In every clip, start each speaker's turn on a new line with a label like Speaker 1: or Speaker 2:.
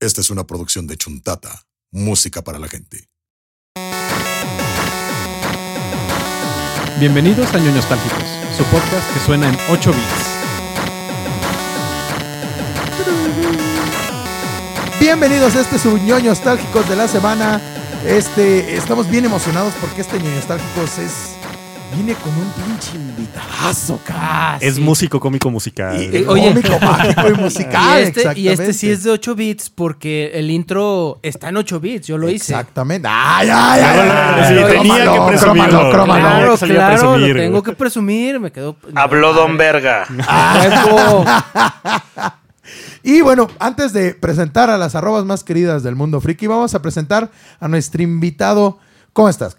Speaker 1: Esta es una producción de Chuntata, música para la gente.
Speaker 2: Bienvenidos a Ñoños Nostálgicos, su podcast que suena en 8 bits.
Speaker 3: Bienvenidos a este su ñoño nostálgicos de la semana. Este, estamos bien emocionados porque este ñoño nostálgicos es viene con un pinche invitadazo,
Speaker 4: Ah,
Speaker 3: cara.
Speaker 5: Es músico cómico musical.
Speaker 3: Y- y-
Speaker 5: ¿no?
Speaker 4: eh, oye.
Speaker 3: cómico, mágico y musical,
Speaker 4: y, este, y este sí
Speaker 3: exactamente.
Speaker 4: es de 8 bits porque el intro está en 8 bits, yo lo hice.
Speaker 3: Exactamente. Ay, ay, ay.
Speaker 5: Ah,
Speaker 3: ay,
Speaker 5: sí,
Speaker 3: ay,
Speaker 5: tenía
Speaker 3: crómalo,
Speaker 5: que
Speaker 3: crómalo,
Speaker 5: presumirlo.
Speaker 3: crómalo.
Speaker 5: Tenía
Speaker 4: Claro,
Speaker 5: que salir a
Speaker 4: claro,
Speaker 5: presumir, Ah,
Speaker 4: lo
Speaker 5: güey.
Speaker 4: tengo que presumir, me quedó...
Speaker 6: Habló Don Verga.
Speaker 4: Huevo.
Speaker 3: Y bueno, antes de presentar a las arrobas más queridas del mundo friki, vamos a presentar a nuestro invitado. ¿Cómo estás?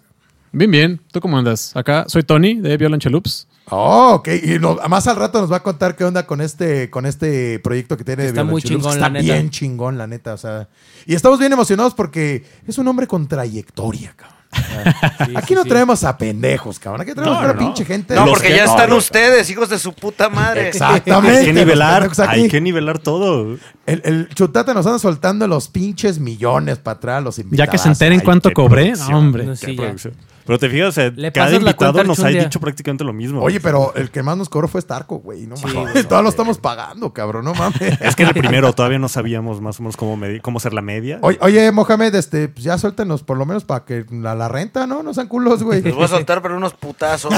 Speaker 2: Bien, bien. ¿Tú cómo andas? Acá soy Tony de Violoncheloops.
Speaker 3: Oh, ok. Y no- más al rato nos va a contar qué onda con este, con este proyecto que tiene de
Speaker 4: Está muy
Speaker 3: Violonchelux, que
Speaker 4: chingón,
Speaker 3: Está
Speaker 4: la neta.
Speaker 3: bien chingón, la neta. O sea, y estamos bien emocionados porque es un hombre con trayectoria, cabrón. Aquí no traemos a pendejos, cabrón. Aquí traemos a pinche gente.
Speaker 6: No,
Speaker 3: Los
Speaker 6: porque
Speaker 3: que-
Speaker 6: ya
Speaker 3: no,
Speaker 6: están
Speaker 3: güey.
Speaker 6: ustedes, hijos de su puta madre.
Speaker 3: Exactamente.
Speaker 5: Hay que
Speaker 3: los
Speaker 5: nivelar,
Speaker 3: pendejos aquí.
Speaker 5: hay que nivelar todo.
Speaker 3: El, el chutata nos anda soltando los pinches millones para atrás, los
Speaker 2: Ya
Speaker 3: invitados.
Speaker 2: que se enteren
Speaker 5: Ay,
Speaker 2: cuánto
Speaker 5: qué
Speaker 2: cobré.
Speaker 5: producción.
Speaker 2: No, hombre.
Speaker 4: No, Pues sí,
Speaker 5: Qué
Speaker 4: ya.
Speaker 5: producción. Pero te fijas, o sea,
Speaker 4: Le
Speaker 5: cada
Speaker 4: pasas la cuenta
Speaker 5: invitado
Speaker 4: al
Speaker 5: nos ha
Speaker 4: Chundia.
Speaker 5: dicho prácticamente lo mismo.
Speaker 3: Oye,
Speaker 5: güey.
Speaker 3: pero el que más nos cobró fue Starco, güey. No mames. Todavía lo estamos pagando, cabrón. No mames.
Speaker 5: Es que en el primero todavía no sabíamos más o menos cómo, medir- cómo hacer la media.
Speaker 3: Oye, oye, Mohamed, este, pues ya suéltenos por lo menos para que la, la renta, ¿no? No sean culos, güey.
Speaker 6: Los voy a soltar pero unos putazos.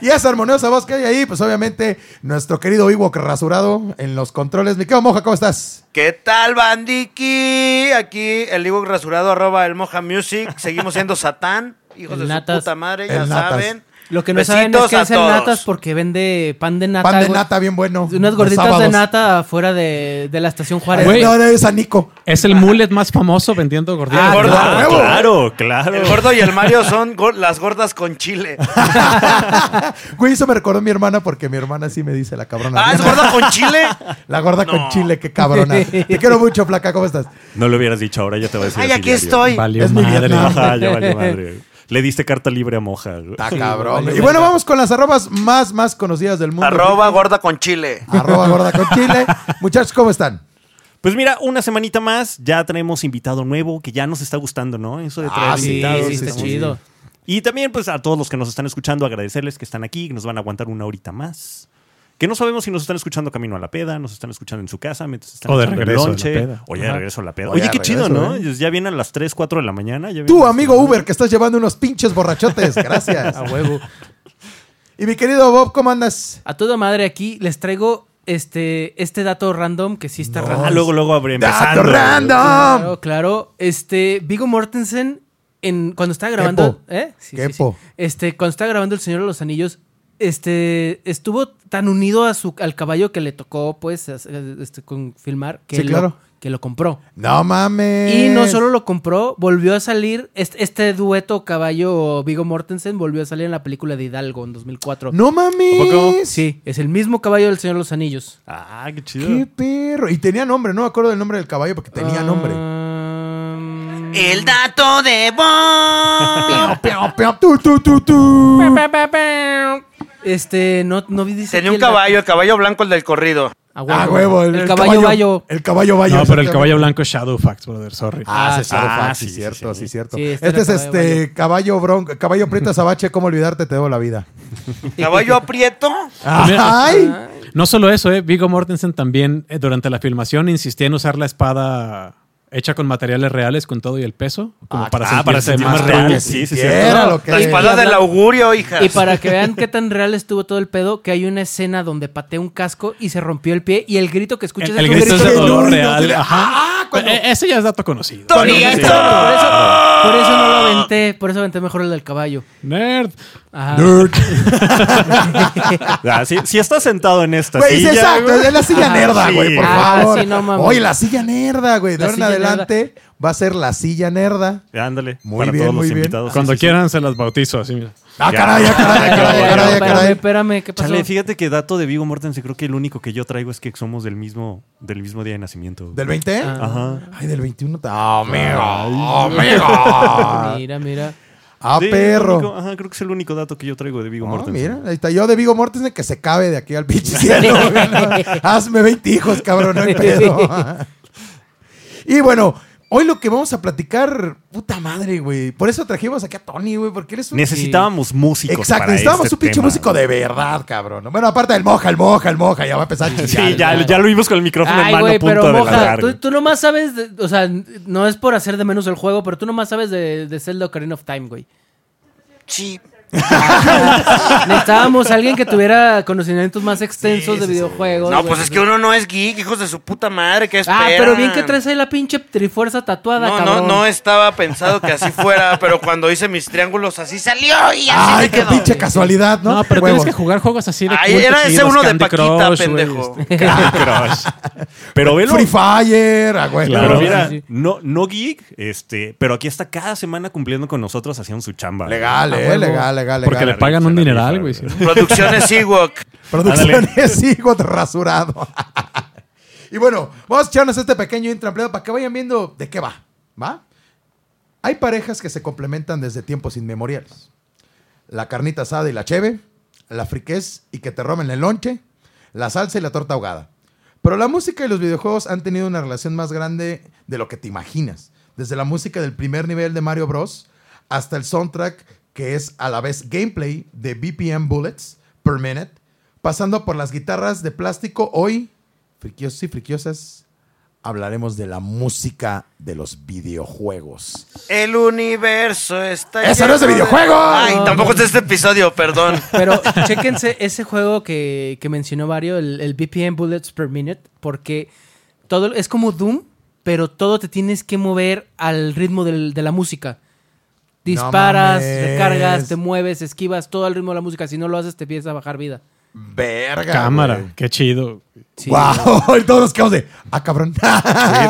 Speaker 3: y esa armoniosa voz que hay ahí, pues obviamente nuestro querido Ewok rasurado en los controles. Mi querido Moja, ¿cómo estás?
Speaker 6: ¿Qué tal, Bandiki? Aquí el ebook rasurado arroba el Moja Music. Seguimos siendo Satán, hijos
Speaker 4: El
Speaker 6: de
Speaker 4: Natas.
Speaker 6: su puta madre, ya
Speaker 3: El Natas.
Speaker 6: saben.
Speaker 4: Lo que no
Speaker 6: Besitos
Speaker 4: saben es que
Speaker 6: a
Speaker 4: hacen
Speaker 6: todos.
Speaker 4: natas porque vende pan de nata.
Speaker 3: Pan de
Speaker 4: güey.
Speaker 3: nata bien bueno.
Speaker 4: Unas
Speaker 3: los
Speaker 4: gorditas de
Speaker 3: sábados.
Speaker 4: nata afuera de, de la estación Juárez.
Speaker 2: Güey.
Speaker 3: No, no, es a Nico.
Speaker 2: Es el mullet más famoso vendiendo
Speaker 6: Ah,
Speaker 2: gorditas.
Speaker 6: gordo.
Speaker 3: claro.
Speaker 5: Ah,
Speaker 3: huevo.
Speaker 5: claro, claro.
Speaker 6: El gordo y el Mario son go- las gordas con chile.
Speaker 3: Güey, eso me recordó a mi hermana porque mi hermana sí me dice la cabrona.
Speaker 6: Ah, ¿es gorda con chile?
Speaker 3: La gorda con
Speaker 6: No.
Speaker 3: chile, qué cabrona. Te quiero mucho, flaca, ¿cómo estás?
Speaker 5: No lo hubieras dicho, ahora ya te voy a decir.
Speaker 6: Ay,
Speaker 5: a ti
Speaker 6: aquí
Speaker 5: diario.
Speaker 6: estoy.
Speaker 2: Valió
Speaker 3: Es mi
Speaker 2: madre.
Speaker 3: Vietnam.
Speaker 5: Ajá, ya valió madre. Le diste carta libre a Moja. güey.
Speaker 3: Está cabrón.
Speaker 4: vale,
Speaker 3: y bueno,
Speaker 4: verga.
Speaker 3: vamos con las arrobas más, más conocidas del mundo.
Speaker 6: Arroba gorda con chile.
Speaker 3: Arroba gorda con chile. Muchachos, ¿cómo están?
Speaker 5: Pues mira, una semanita más, ya tenemos invitado nuevo que ya nos está gustando, ¿no? Eso de traer
Speaker 3: Ah,
Speaker 4: sí,
Speaker 5: invitados.
Speaker 4: sí, está
Speaker 5: estamos-
Speaker 4: chido.
Speaker 5: Y también, pues, a todos los que nos están escuchando, agradecerles que están aquí, que nos van a aguantar una horita más. Que no sabemos si nos están escuchando camino a la peda, nos están escuchando en su casa, mientras están
Speaker 2: O de
Speaker 5: echando el
Speaker 2: regreso a la
Speaker 5: lonche,
Speaker 2: peda.
Speaker 5: O ya de
Speaker 2: Ajá.
Speaker 5: regreso a la peda.
Speaker 3: O
Speaker 5: Oye,
Speaker 3: ya
Speaker 5: qué
Speaker 3: de
Speaker 5: chido,
Speaker 3: regreso,
Speaker 5: ¿no? Ya vienen a las 3, 4 de la mañana. ya
Speaker 3: Tú,
Speaker 5: vienen-
Speaker 3: amigo Uber, que estás llevando unos pinches borrachotes. Gracias.
Speaker 4: A huevo.
Speaker 3: Y mi querido Bob, ¿cómo andas?
Speaker 4: A toda madre aquí les traigo este, este dato random que sí está
Speaker 3: No.
Speaker 4: random.
Speaker 5: Ah, luego, luego abre
Speaker 3: ¡Dato
Speaker 5: empezando.
Speaker 3: random!
Speaker 4: Claro, claro. Este, Vigo Mortensen, en, cuando estaba grabando.
Speaker 3: Quepo.
Speaker 4: ¿eh? Sí, sí,
Speaker 3: Quepo.
Speaker 4: sí. Este, cuando estaba grabando El Señor de los Anillos, este, estuvo tan unido a su, al caballo que le tocó, pues, as- este, con filmar, que,
Speaker 3: Sí,
Speaker 4: lo,
Speaker 3: claro.
Speaker 4: que lo compró.
Speaker 3: No mames.
Speaker 4: Y no solo lo compró, volvió a salir. Este, este dueto caballo Vigo Mortensen volvió a salir en la película de Hidalgo en 2004.
Speaker 3: No mames.
Speaker 5: ¿A poco?
Speaker 4: Sí, es el mismo caballo del Señor de los Anillos.
Speaker 5: Ah, qué chido.
Speaker 3: Qué perro. Y tenía nombre, no me acuerdo del nombre del caballo porque tenía nombre.
Speaker 4: Ah,
Speaker 6: El dato de Bob.
Speaker 3: Pew, pew, tu, tu, tu, tu.
Speaker 4: Este, no, no vi dice
Speaker 6: Tenía
Speaker 4: aquí
Speaker 6: un
Speaker 4: el-
Speaker 6: caballo, el caballo blanco, el del corrido.
Speaker 4: A huevo.
Speaker 3: Ah, huevo.
Speaker 4: El, caballo bayo.
Speaker 3: El caballo bayo.
Speaker 2: No, pero el caballo blanco es Shadowfax, brother. Sorry.
Speaker 3: Ah, sí,
Speaker 5: Ah,
Speaker 3: ah, sí,
Speaker 5: sí, sí,
Speaker 3: cierto, sí,
Speaker 5: sí.
Speaker 3: cierto.
Speaker 4: Sí, este
Speaker 3: este
Speaker 4: era
Speaker 3: es
Speaker 4: caballo
Speaker 3: este caballo bronco, caballo prieto sabache, cómo olvidarte, te debo la vida.
Speaker 6: Caballo aprieto.
Speaker 2: Mira.
Speaker 3: ¡Ay!
Speaker 2: No solo eso, eh. Vigo Mortensen también eh, durante la filmación insistía en usar la espada hecha con materiales reales, con todo y el peso. Como
Speaker 3: Ah,
Speaker 2: para,
Speaker 5: ah,
Speaker 2: sentirse
Speaker 5: para sentir más
Speaker 2: más
Speaker 5: real.
Speaker 2: real.
Speaker 5: Sí, sí,
Speaker 3: Era
Speaker 4: cierto.
Speaker 3: lo que...
Speaker 6: La espada
Speaker 4: habla-
Speaker 6: del augurio, hija.
Speaker 4: Y para que vean qué tan real estuvo todo el pedo, que hay una escena donde pateé un casco y se rompió el pie y el grito que escuchas
Speaker 2: El, el grito es de
Speaker 3: de
Speaker 2: dolor
Speaker 3: dolor,
Speaker 2: real.
Speaker 3: ¿no?
Speaker 2: Ajá.
Speaker 3: Ah, cuando-
Speaker 2: Eh, Ese ya es dato conocido.
Speaker 6: Tony.
Speaker 4: Pero ya
Speaker 6: Sí.
Speaker 4: está, Por eso, por eso no lo aventé, por eso aventé mejor el del caballo.
Speaker 2: Nerd.
Speaker 4: Ajá.
Speaker 5: Ah, sí, si estás sentado en esta
Speaker 3: Güey, sí,
Speaker 5: silla.
Speaker 3: Pues, exacto,
Speaker 5: güey.
Speaker 3: es la silla
Speaker 5: Ah,
Speaker 3: nerda,
Speaker 5: sí.
Speaker 3: güey, por
Speaker 4: Ah,
Speaker 3: favor.
Speaker 4: sí, no mames.
Speaker 3: Oye, la silla nerda, güey. De
Speaker 4: La
Speaker 3: ahora en
Speaker 4: silla nerda.
Speaker 3: adelante va a ser la silla nerda.
Speaker 5: Ándale.
Speaker 3: Muy
Speaker 5: para
Speaker 3: bien,
Speaker 5: todos
Speaker 3: muy
Speaker 5: los
Speaker 3: bien.
Speaker 5: invitados.
Speaker 2: Cuando
Speaker 5: Sí, sí, sí.
Speaker 2: quieran se las bautizo así, mira.
Speaker 3: Ah,
Speaker 5: Ya.
Speaker 3: caray, ah, caray, ah, caray, ah,
Speaker 4: Pero,
Speaker 3: caray, ah,
Speaker 4: espérame,
Speaker 3: caray.
Speaker 4: espérame, ¿qué pasó?
Speaker 5: Chale, fíjate que dato de Vigo Mortensen, creo que el único que yo traigo es que somos del mismo, del mismo día de nacimiento.
Speaker 3: ¿Del 20?
Speaker 5: Ajá.
Speaker 3: Ay, del 21. Ah, amigo, amigo.
Speaker 4: Mira, mira.
Speaker 3: Ah,
Speaker 5: Sí, el único-
Speaker 3: perro.
Speaker 5: ajá, creo que es el único dato que yo traigo de Vigo
Speaker 3: Ah,
Speaker 5: Mortensen.
Speaker 3: mira, ahí está yo de Vigo Mortensen que se cabe de aquí al pinche cielo. güey. Hazme 20 hijos, cabrón, no hay pedo. Y bueno, hoy lo que vamos a platicar, puta madre, güey. Por eso trajimos aquí a Tony, güey, porque eres un.
Speaker 5: Necesitábamos músicos.
Speaker 3: Exacto,
Speaker 5: para
Speaker 3: necesitábamos
Speaker 5: este
Speaker 3: un pinche
Speaker 5: tema.
Speaker 3: músico de verdad, cabrón. Bueno, aparte del moja, el moja, el moja, ya va a empezar a chingar,
Speaker 5: Sí, ya,
Speaker 3: güey.
Speaker 5: ya lo vimos con el micrófono en
Speaker 4: Ay,
Speaker 5: mano,
Speaker 4: güey,
Speaker 5: a punto
Speaker 4: pero
Speaker 5: de
Speaker 4: moja,
Speaker 5: ladrar.
Speaker 4: tú, tú nomás sabes, de- o sea, no es por hacer de menos el juego, pero tú nomás sabes de, de Zelda Ocarina of Time, güey.
Speaker 6: Sí.
Speaker 4: Necesitábamos a alguien que tuviera conocimientos más extensos de videojuegos.
Speaker 6: No,
Speaker 4: güey.
Speaker 6: pues es que uno no es geek, hijos de su puta madre, que espera.
Speaker 4: Ah, pero bien que traes ahí la pinche trifuerza tatuada,
Speaker 6: No, no,
Speaker 4: cabrón.
Speaker 6: no estaba pensado que así fuera, pero cuando hice mis triángulos así salió y así
Speaker 3: Ay,
Speaker 6: me
Speaker 3: qué
Speaker 6: quedó.
Speaker 3: pinche casualidad, ¿no?
Speaker 2: No, pero
Speaker 3: Huevo.
Speaker 2: tienes que jugar juegos así de
Speaker 6: Ay,
Speaker 2: culto
Speaker 6: era ese
Speaker 2: chidos,
Speaker 6: uno de
Speaker 2: Candy
Speaker 6: Paquita,
Speaker 2: Crush, güey,
Speaker 6: pendejo.
Speaker 2: este.
Speaker 5: Crush. Pero velo.
Speaker 3: Free Fire, ah, güey.
Speaker 5: Pero
Speaker 2: Claro.
Speaker 5: mira,
Speaker 4: Sí, sí.
Speaker 5: no, no geek, este, pero aquí está cada semana cumpliendo con nosotros haciendo su chamba.
Speaker 3: Legal,
Speaker 4: A
Speaker 2: Ah,
Speaker 3: eh,
Speaker 4: huevo.
Speaker 3: legal, legal, legal.
Speaker 2: Porque le pagan
Speaker 5: Se
Speaker 2: un
Speaker 5: la
Speaker 2: dineral,
Speaker 5: rifa,
Speaker 2: güey.
Speaker 5: güey.
Speaker 2: sí.
Speaker 6: Producciones Ewok.
Speaker 3: Producciones sigo rasurado. y bueno, vamos a echarnos este pequeño intrampleo para que vayan viendo de qué va. ¿Va? Hay parejas que se complementan desde tiempos inmemoriales. La carnita asada y la cheve, la friquez y que te roben el lonche, la salsa y la torta ahogada. Pero la música y los videojuegos han tenido una relación más grande de lo que te imaginas. Desde la música del primer nivel de Mario Bros. hasta el soundtrack que es a la vez gameplay de BPM Bullets per minute, pasando por las guitarras de plástico. Hoy, friquiosos y friquiosas, hablaremos de la música de los videojuegos.
Speaker 6: El universo está.
Speaker 3: ¡Eso
Speaker 6: lleno
Speaker 3: no es de videojuegos!
Speaker 6: Ay, tampoco es de este episodio, perdón.
Speaker 4: Pero chéquense ese juego que, que mencionó Vario, el, el BPM Bullets per Minute, porque todo es como Doom, pero todo te tienes que mover al ritmo del- de la música. Disparas,
Speaker 3: mames.
Speaker 4: recargas, te mueves, esquivas, todo al ritmo de la música. Si no lo haces, te empieza a bajar vida.
Speaker 3: Verga.
Speaker 2: Cámara,
Speaker 3: güey.
Speaker 2: qué chido.
Speaker 4: Sí.
Speaker 3: Wow, todos nos quedamos de. Ah, cabrón.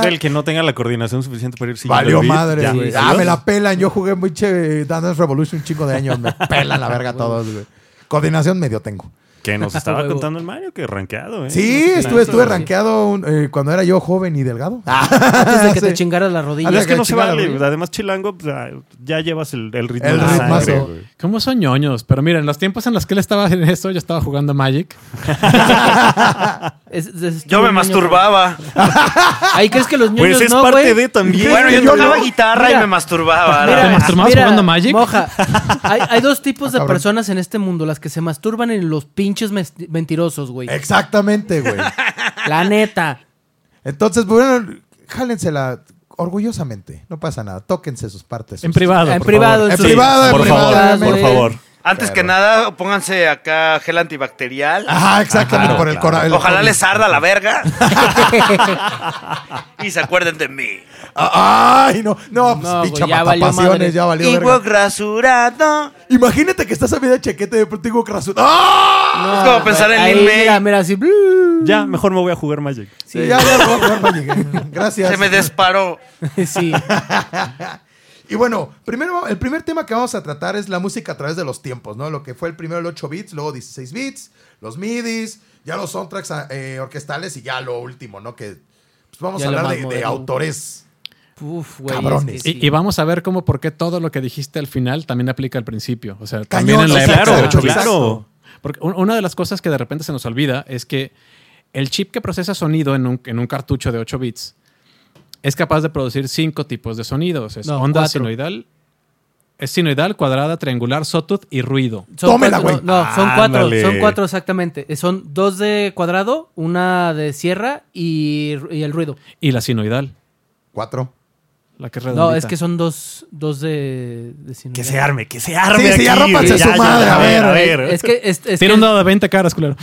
Speaker 5: Es el que no tenga la coordinación suficiente para ir siguiendo
Speaker 3: Valió
Speaker 5: el beat,
Speaker 3: madre,
Speaker 5: ya.
Speaker 3: güey.
Speaker 5: Sí,
Speaker 3: Ah,
Speaker 5: adiós.
Speaker 3: me la pelan. Yo jugué mucho eh, Dance Dance Revolution un chico de años. Me pelan la verga todos, güey. Coordinación medio tengo.
Speaker 5: Que nos estaba
Speaker 4: Huevo.
Speaker 5: contando el Mario, que rankeado, ¿eh?
Speaker 3: Sí,
Speaker 5: No sé
Speaker 3: estuve,
Speaker 5: qué
Speaker 3: estuve
Speaker 5: tanto.
Speaker 3: rankeado un- eh, cuando era yo joven y delgado.
Speaker 4: Antes de que
Speaker 3: Sí.
Speaker 4: te chingaras la rodilla.
Speaker 5: Pero es que no se
Speaker 3: Chingada,
Speaker 5: vale.
Speaker 3: güey.
Speaker 5: Además, Chilango, pues, ah, ya llevas el, el ritmo
Speaker 3: El
Speaker 5: de la
Speaker 3: ritmazo.
Speaker 5: sangre, güey.
Speaker 2: ¿Cómo son ñoños? Pero miren, los tiempos en los que él estaba en eso, yo estaba jugando Magic.
Speaker 4: Es- es-
Speaker 6: Yo me
Speaker 4: niño.
Speaker 6: masturbaba.
Speaker 4: Ahí crees que los niños
Speaker 5: Pues es
Speaker 4: no,
Speaker 5: parte
Speaker 4: güey?
Speaker 5: de también.
Speaker 6: Bueno, yo
Speaker 3: Yo
Speaker 6: tocaba
Speaker 3: no.
Speaker 6: guitarra y
Speaker 4: Mira.
Speaker 6: me
Speaker 2: Mira.
Speaker 6: masturbaba. la
Speaker 2: ¿Te
Speaker 6: verdad.
Speaker 2: masturbabas jugando Magic?
Speaker 4: Moja, hay, hay dos tipos de
Speaker 3: cabrón.
Speaker 4: personas en este mundo: las que se masturban y los pinches mes- mentirosos, güey.
Speaker 3: Exactamente, güey.
Speaker 4: La neta.
Speaker 3: Entonces, bueno, jálensela orgullosamente. No pasa nada. Tóquense sus partes.
Speaker 2: En
Speaker 3: sus-
Speaker 2: privado.
Speaker 4: En
Speaker 2: por
Speaker 4: privado,
Speaker 2: favor.
Speaker 3: En
Speaker 4: Sí,
Speaker 3: privado, en
Speaker 5: por
Speaker 3: privado.
Speaker 5: favor,
Speaker 4: güey.
Speaker 5: por favor.
Speaker 6: Antes que
Speaker 3: Pero-
Speaker 6: nada, pónganse acá gel antibacterial.
Speaker 3: Ajá, exactamente.
Speaker 5: Ajá,
Speaker 3: por el
Speaker 5: claro.
Speaker 3: cora- el-
Speaker 6: Ojalá les arda la verga. y se acuerden de mí.
Speaker 3: Ah, Ay, no. No, pues
Speaker 4: No, güey,
Speaker 3: pinche
Speaker 4: ya valió
Speaker 3: matapasiones,
Speaker 4: madre.
Speaker 3: ya valió. verga.
Speaker 6: Ewok rasurado.
Speaker 3: Imagínate que estás a media chaqueta y de pronto digo crasu- ¡Ah!
Speaker 4: No,
Speaker 6: como pensar en
Speaker 4: ahí,
Speaker 6: Lin May.
Speaker 4: Mira, mira, así.
Speaker 5: Ya, mejor me voy a jugar Magic.
Speaker 4: Sí.
Speaker 3: Ya, ya, ya, ya, ya llegué. Gracias.
Speaker 6: Se me disparó.
Speaker 4: Sí.
Speaker 3: Y bueno, primero, el primer tema que vamos a tratar es la música a través de los tiempos, ¿no? Lo que fue el primero el 8 bits, luego 16 bits, los midis, ya los soundtracks eh, orquestales y ya lo último, ¿no? Que pues vamos
Speaker 4: Ya
Speaker 3: a
Speaker 4: lo
Speaker 3: hablar
Speaker 4: más
Speaker 3: de- de,
Speaker 4: moderno.
Speaker 3: autores.
Speaker 4: Uf, güey.
Speaker 3: Cabrones.
Speaker 4: es que sí.
Speaker 2: Y, y vamos a ver cómo, por qué todo lo que dijiste al final también aplica al principio. O sea, también
Speaker 3: Cañón,
Speaker 2: en la
Speaker 3: sí,
Speaker 2: época
Speaker 5: Claro,
Speaker 2: del
Speaker 3: exacto,
Speaker 2: Chubis.
Speaker 5: claro.
Speaker 2: Porque un- una de las cosas que de repente se nos olvida es que el chip que procesa sonido en un, en un cartucho de 8 bits es capaz de producir cinco tipos de sonidos. Es
Speaker 4: No,
Speaker 2: onda
Speaker 4: cuatro.
Speaker 2: sinoidal, es sinoidal, cuadrada, triangular, sawtooth y ruido.
Speaker 4: Son
Speaker 3: Tómela,
Speaker 4: cuatro-
Speaker 3: güey.
Speaker 4: No, no, son cuatro.
Speaker 5: Ándale.
Speaker 4: Son cuatro exactamente. Eh, Son dos de cuadrado, una de sierra y, y el ruido.
Speaker 2: Y la sinoidal,
Speaker 3: Cuatro.
Speaker 2: la que es
Speaker 4: No,
Speaker 2: redondita.
Speaker 4: es que son dos, dos de, de sin-
Speaker 5: Que se arme, que se arme.
Speaker 3: Sí, sí,
Speaker 5: aquí,
Speaker 3: ya rómpanse
Speaker 5: güey.
Speaker 3: su madre, a ver,
Speaker 5: a ver.
Speaker 4: Es que. Es, es
Speaker 2: Tiene
Speaker 4: que-
Speaker 2: un dado de 20 caras, culero.